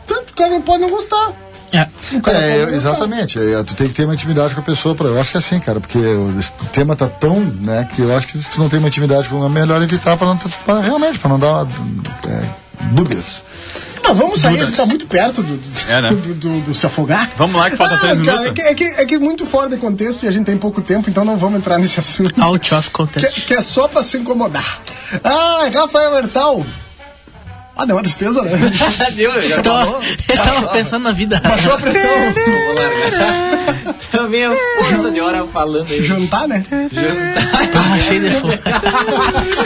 [SPEAKER 2] Tanto o cara não pode não gostar.
[SPEAKER 4] É.
[SPEAKER 2] O cara né,
[SPEAKER 6] É,
[SPEAKER 2] pode não
[SPEAKER 6] exatamente. É, tu tem que ter uma intimidade com a pessoa. Pra, eu acho que é assim, cara, porque o- esse tema tá tão, né, que eu acho que se tu não tem uma intimidade com é melhor evitar pra não, pra, realmente, pra não dar é, dúvidas.
[SPEAKER 2] Não, vamos sair, a gente tá muito perto do, do-
[SPEAKER 3] É, né?
[SPEAKER 2] do- do- do se afogar.
[SPEAKER 3] Vamos lá, que falta três
[SPEAKER 2] cara,
[SPEAKER 3] minutos.
[SPEAKER 2] É que, é, que, é que é muito fora de contexto e a gente tem pouco tempo, então não vamos entrar nesse assunto.
[SPEAKER 4] Out of
[SPEAKER 2] Que,
[SPEAKER 4] contest.
[SPEAKER 2] que é só pra se incomodar. Ah, Rafael Hertal. Ah, deu uma tristeza, né?
[SPEAKER 5] Deu, eu já
[SPEAKER 4] Eu
[SPEAKER 3] Tá
[SPEAKER 4] tava, Então, eu tava pensando na vida.
[SPEAKER 2] Baixou a pressão.
[SPEAKER 5] vou largar. Também a força de hora falando aí.
[SPEAKER 2] Jantar, né?
[SPEAKER 4] Ah, cheio de fome.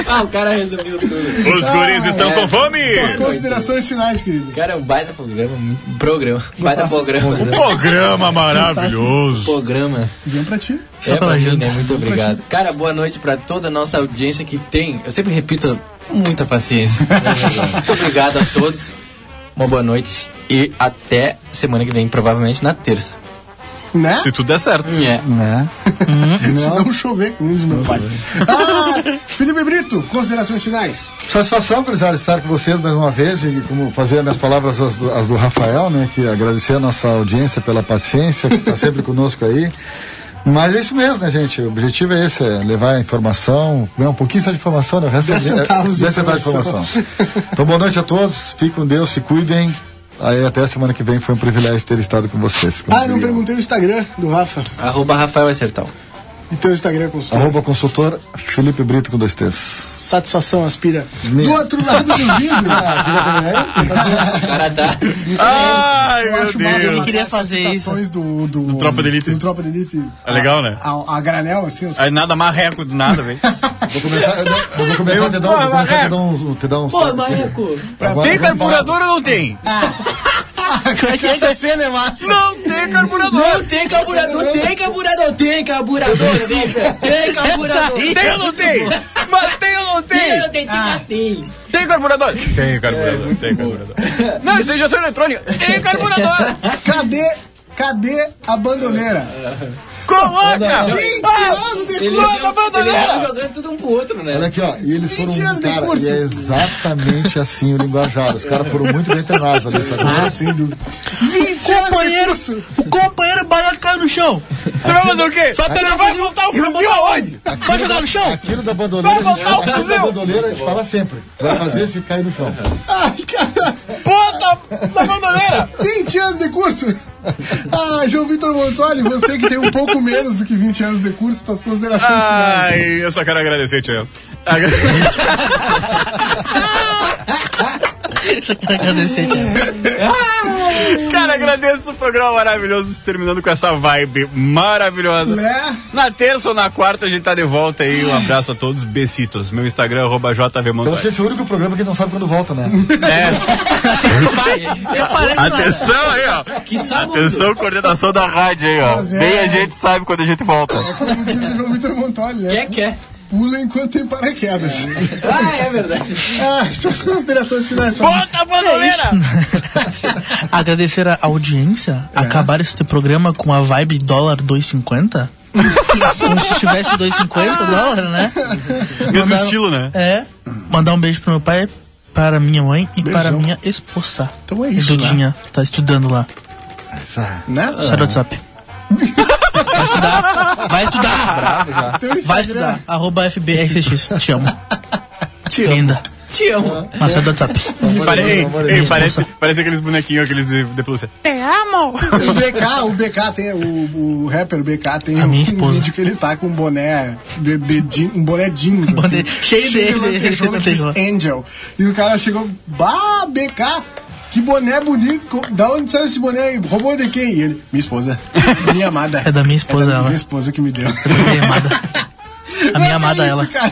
[SPEAKER 5] Ah, o cara resumiu tudo.
[SPEAKER 2] Então,
[SPEAKER 3] Os guris estão
[SPEAKER 5] é.
[SPEAKER 3] com fome!
[SPEAKER 2] As considerações finais, querido.
[SPEAKER 5] Cara, é um baita programa. Um programa. Baita
[SPEAKER 2] Gostasse?
[SPEAKER 5] programa. né?
[SPEAKER 3] Programa maravilhoso!
[SPEAKER 5] Programa.
[SPEAKER 2] Vem pra ti.
[SPEAKER 4] Só
[SPEAKER 5] é
[SPEAKER 4] pela
[SPEAKER 5] pra mim,
[SPEAKER 4] janta.
[SPEAKER 5] né? Muito obrigado. Cara, boa noite pra toda a nossa audiência que tem. Eu sempre repito, muita paciência. muito obrigado a todos. Uma boa noite e até semana que vem, provavelmente na terça.
[SPEAKER 2] Né?
[SPEAKER 3] Se tudo der certo.
[SPEAKER 5] É.
[SPEAKER 6] Né?
[SPEAKER 2] Se não chover, que nem diz meu pai. Ah, Felipe Brito, considerações finais.
[SPEAKER 6] Satisfação, Crisar, estar com vocês mais uma vez e como fazer minhas palavras as do, as do Rafael, né? Que agradecer a nossa audiência pela paciência, que está sempre conosco aí. Mas é isso mesmo, né, gente? O objetivo é esse, é levar a informação, não, um pouquinho só de informação, né? O resto
[SPEAKER 2] Dez
[SPEAKER 6] é- é-
[SPEAKER 2] centavos de
[SPEAKER 6] dez centavos de
[SPEAKER 2] informação.
[SPEAKER 6] informação. Então, boa noite a todos, fiquem com Deus, se cuidem. Aí até a semana que vem foi um privilégio ter estado com vocês.
[SPEAKER 2] Ah, eu não
[SPEAKER 6] Obrigado.
[SPEAKER 2] perguntei o Instagram do Rafa.
[SPEAKER 5] Arroba Rafael Acertal.
[SPEAKER 2] E teu Instagram, é consultor.
[SPEAKER 6] Arroba consultor Felipe Brito com dois T's.
[SPEAKER 2] Satisfação aspira.
[SPEAKER 6] Meu.
[SPEAKER 2] Do outro lado do vidro. Ah,
[SPEAKER 5] O cara tá.
[SPEAKER 3] Ai,
[SPEAKER 2] é. Eu
[SPEAKER 3] meu
[SPEAKER 2] acho massa
[SPEAKER 3] Deus!
[SPEAKER 2] umas
[SPEAKER 4] Queria fazer isso.
[SPEAKER 2] citações Do, do,
[SPEAKER 3] Tropa de Elite.
[SPEAKER 2] Do Tropa de Elite.
[SPEAKER 3] É legal, né? É
[SPEAKER 2] A, a granel, assim. os-
[SPEAKER 3] Aí nada marreco de nada, velho.
[SPEAKER 6] Vou começar, eu vou começar a te dar, um- vou começar a te dar uns. Te dar uns toques, assim. Agora
[SPEAKER 3] Tem
[SPEAKER 6] vamos
[SPEAKER 3] carburador ou não tem?
[SPEAKER 2] Essa cena é massa.
[SPEAKER 3] Não tem carburador!
[SPEAKER 5] Não tem carburador, tem carburador, tem carburador, sim. Tem carburador.
[SPEAKER 3] Tem ou não tem? Mas tem ou não tem?
[SPEAKER 5] Tem, tem, tem.
[SPEAKER 3] Tem carburador? É. Tem carburador, tem carburador. Não, isso é injeção eletrônica. Tem carburador!
[SPEAKER 2] Cadê, cadê a bandoleira?
[SPEAKER 4] é,
[SPEAKER 3] Coloca!
[SPEAKER 6] Não, não.
[SPEAKER 2] 20 anos
[SPEAKER 5] Ele
[SPEAKER 2] depois.
[SPEAKER 5] tá
[SPEAKER 3] Manda, manda, né?
[SPEAKER 5] jogando tudo um pro outro, né?
[SPEAKER 6] Olha aqui, ó. E eles foram.
[SPEAKER 2] 20 anos de
[SPEAKER 6] Cara,
[SPEAKER 2] curso.
[SPEAKER 6] e é exatamente assim o linguajar. Os caras foram muito bem treinados ali. sabe? Assim,
[SPEAKER 2] Ah, sem dúvida. 20
[SPEAKER 3] é
[SPEAKER 2] anos
[SPEAKER 4] Companheiro, o companheiro barato caiu no chão.
[SPEAKER 3] Você vai fazer o quê?
[SPEAKER 4] Vai pegar
[SPEAKER 3] Você
[SPEAKER 4] o
[SPEAKER 3] vai
[SPEAKER 4] fuzil.
[SPEAKER 3] botar o fuzil aonde?
[SPEAKER 4] Vai jogar no chão?
[SPEAKER 6] Aquilo da bandoleira, a
[SPEAKER 3] Vai
[SPEAKER 6] gente,
[SPEAKER 3] botar o
[SPEAKER 6] aquilo da
[SPEAKER 3] fuzil.
[SPEAKER 6] bandoleira a gente fala sempre. Vai fazer se cair no chão.
[SPEAKER 3] Bota na bandoleira!
[SPEAKER 2] 20 anos de curso! Ah, João Vitor Montoli, você que tem um pouco menos do que 20 anos de curso, suas considerações finais.
[SPEAKER 3] Ai, eu só quero agradecer, Tio.
[SPEAKER 4] Só quero é agradecer,
[SPEAKER 3] Então,
[SPEAKER 4] né? Thiago.
[SPEAKER 3] Cara, agradeço o programa maravilhoso, terminando com essa vibe maravilhosa.
[SPEAKER 2] Né?
[SPEAKER 3] Na terça ou na quarta a gente tá de volta aí. Um abraço a todos, besitos. Meu Instagram é arroba
[SPEAKER 6] Eu acho que
[SPEAKER 3] jvmontoya.
[SPEAKER 6] esse é o único programa que não sabe quando volta, né?
[SPEAKER 2] Então,
[SPEAKER 3] É,
[SPEAKER 4] Eu parei de falar.
[SPEAKER 3] atenção aí, ó.
[SPEAKER 5] Que só
[SPEAKER 3] Atenção, coordenação da rádio aí, ó.
[SPEAKER 2] Mas é.
[SPEAKER 3] Bem a gente sabe quando a gente volta.
[SPEAKER 2] Como diz o João Vitor Montoli, né?
[SPEAKER 5] Quer, quer.
[SPEAKER 2] Pula enquanto tem paraquedas.
[SPEAKER 5] Ah, é verdade.
[SPEAKER 2] Ah, suas considerações finais. Fabrício.
[SPEAKER 3] Bota a bandoleira!
[SPEAKER 4] Agradecer a audiência.
[SPEAKER 3] É.
[SPEAKER 4] Acabar este programa com a vibe dólar 2,50? Como se tivesse 2,50 dólar, né?
[SPEAKER 3] Mesmo estilo, né?
[SPEAKER 4] É. Mandar um beijo pro meu pai, para minha mãe e para minha esposa.
[SPEAKER 2] Então é isso,
[SPEAKER 4] Dudinha, tá estudando lá.
[SPEAKER 2] Né?
[SPEAKER 4] Sai do WhatsApp. Vai estudar!
[SPEAKER 2] Teu
[SPEAKER 4] Vai estudar! Vai
[SPEAKER 2] Instagram.
[SPEAKER 4] estudar! Arroba FBRCX. Te amo. Te amo. Linda.
[SPEAKER 5] Te amo.
[SPEAKER 4] Mas sai do WhatsApp.
[SPEAKER 3] Pare- ei, ei, parece, parece aqueles bonequinhos, aqueles de, de pelúcia.
[SPEAKER 2] O BK, o BK tem, o, o rapper BK tem
[SPEAKER 4] A minha
[SPEAKER 2] um
[SPEAKER 4] esposa.
[SPEAKER 2] vídeo que ele tá com um boné, de, de, je- um boné jeans,
[SPEAKER 4] Boné
[SPEAKER 2] assim,
[SPEAKER 4] cheio de- de-
[SPEAKER 2] lantejola que diz
[SPEAKER 4] lantejola.
[SPEAKER 2] Angel. E o cara chegou, bah, BK, que boné bonito, co- da onde saiu esse boné aí? Roubou de quem? E ele, minha esposa, minha amada.
[SPEAKER 4] É da minha esposa,
[SPEAKER 2] É da
[SPEAKER 4] ela.
[SPEAKER 2] minha esposa que me deu.
[SPEAKER 4] Minha amada. A
[SPEAKER 2] Mas é
[SPEAKER 4] minha amada,
[SPEAKER 2] isso,
[SPEAKER 4] ela.
[SPEAKER 2] cara.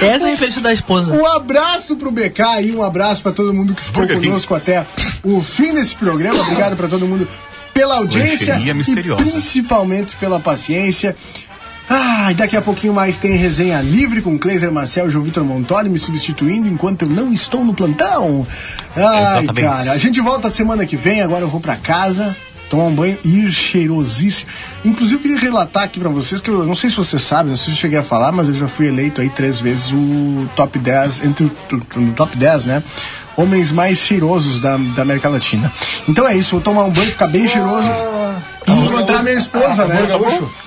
[SPEAKER 4] Essa é a referência da esposa.
[SPEAKER 2] Um abraço pro BK e um abraço pra todo mundo que ficou
[SPEAKER 3] Burger King.
[SPEAKER 2] conosco até o fim desse programa. Obrigado pra todo mundo pela audiência
[SPEAKER 3] Lancheria
[SPEAKER 2] e
[SPEAKER 3] misteriosa.
[SPEAKER 2] principalmente pela paciência. Ah, e daqui a pouquinho mais tem resenha livre com Cleiser Marcel e João Vitor Montoli me substituindo enquanto eu não estou no plantão. Ai,
[SPEAKER 3] Exatamente.
[SPEAKER 2] cara, a gente volta semana que vem, agora eu vou pra casa tomar um banho e ir cheirosíssimo. Inclusive, eu queria relatar aqui pra vocês que eu não sei se vocês sabem, não sei se eu cheguei a falar, mas eu já fui eleito aí três vezes o top 10, entre o t- t- no top 10, né? Homens mais cheirosos da, da América Latina. Então é isso, vou tomar um banho, ficar bem cheiroso e encontrar minha esposa, né?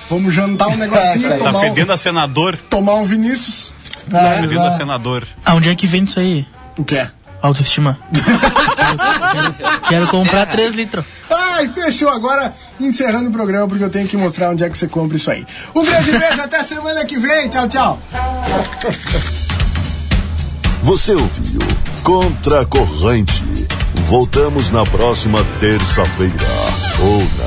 [SPEAKER 2] Vamos jantar um negocinho,
[SPEAKER 6] Tá
[SPEAKER 3] Tá
[SPEAKER 2] tomar, um,
[SPEAKER 3] fedendo a senador.
[SPEAKER 2] tomar um Vinícius.
[SPEAKER 3] Fedendo a senador.
[SPEAKER 4] Ah, Aonde é que um vem isso aí?
[SPEAKER 2] O quê?
[SPEAKER 4] Autoestima. Quero comprar 3 litros.
[SPEAKER 2] Ai, fechou agora, encerrando o programa, porque eu tenho que mostrar onde é que você compra isso aí. Um grande beijo, até semana que vem. Tchau, tchau.
[SPEAKER 1] Você ouviu Contra a Corrente. Voltamos na próxima terça-feira. Ou na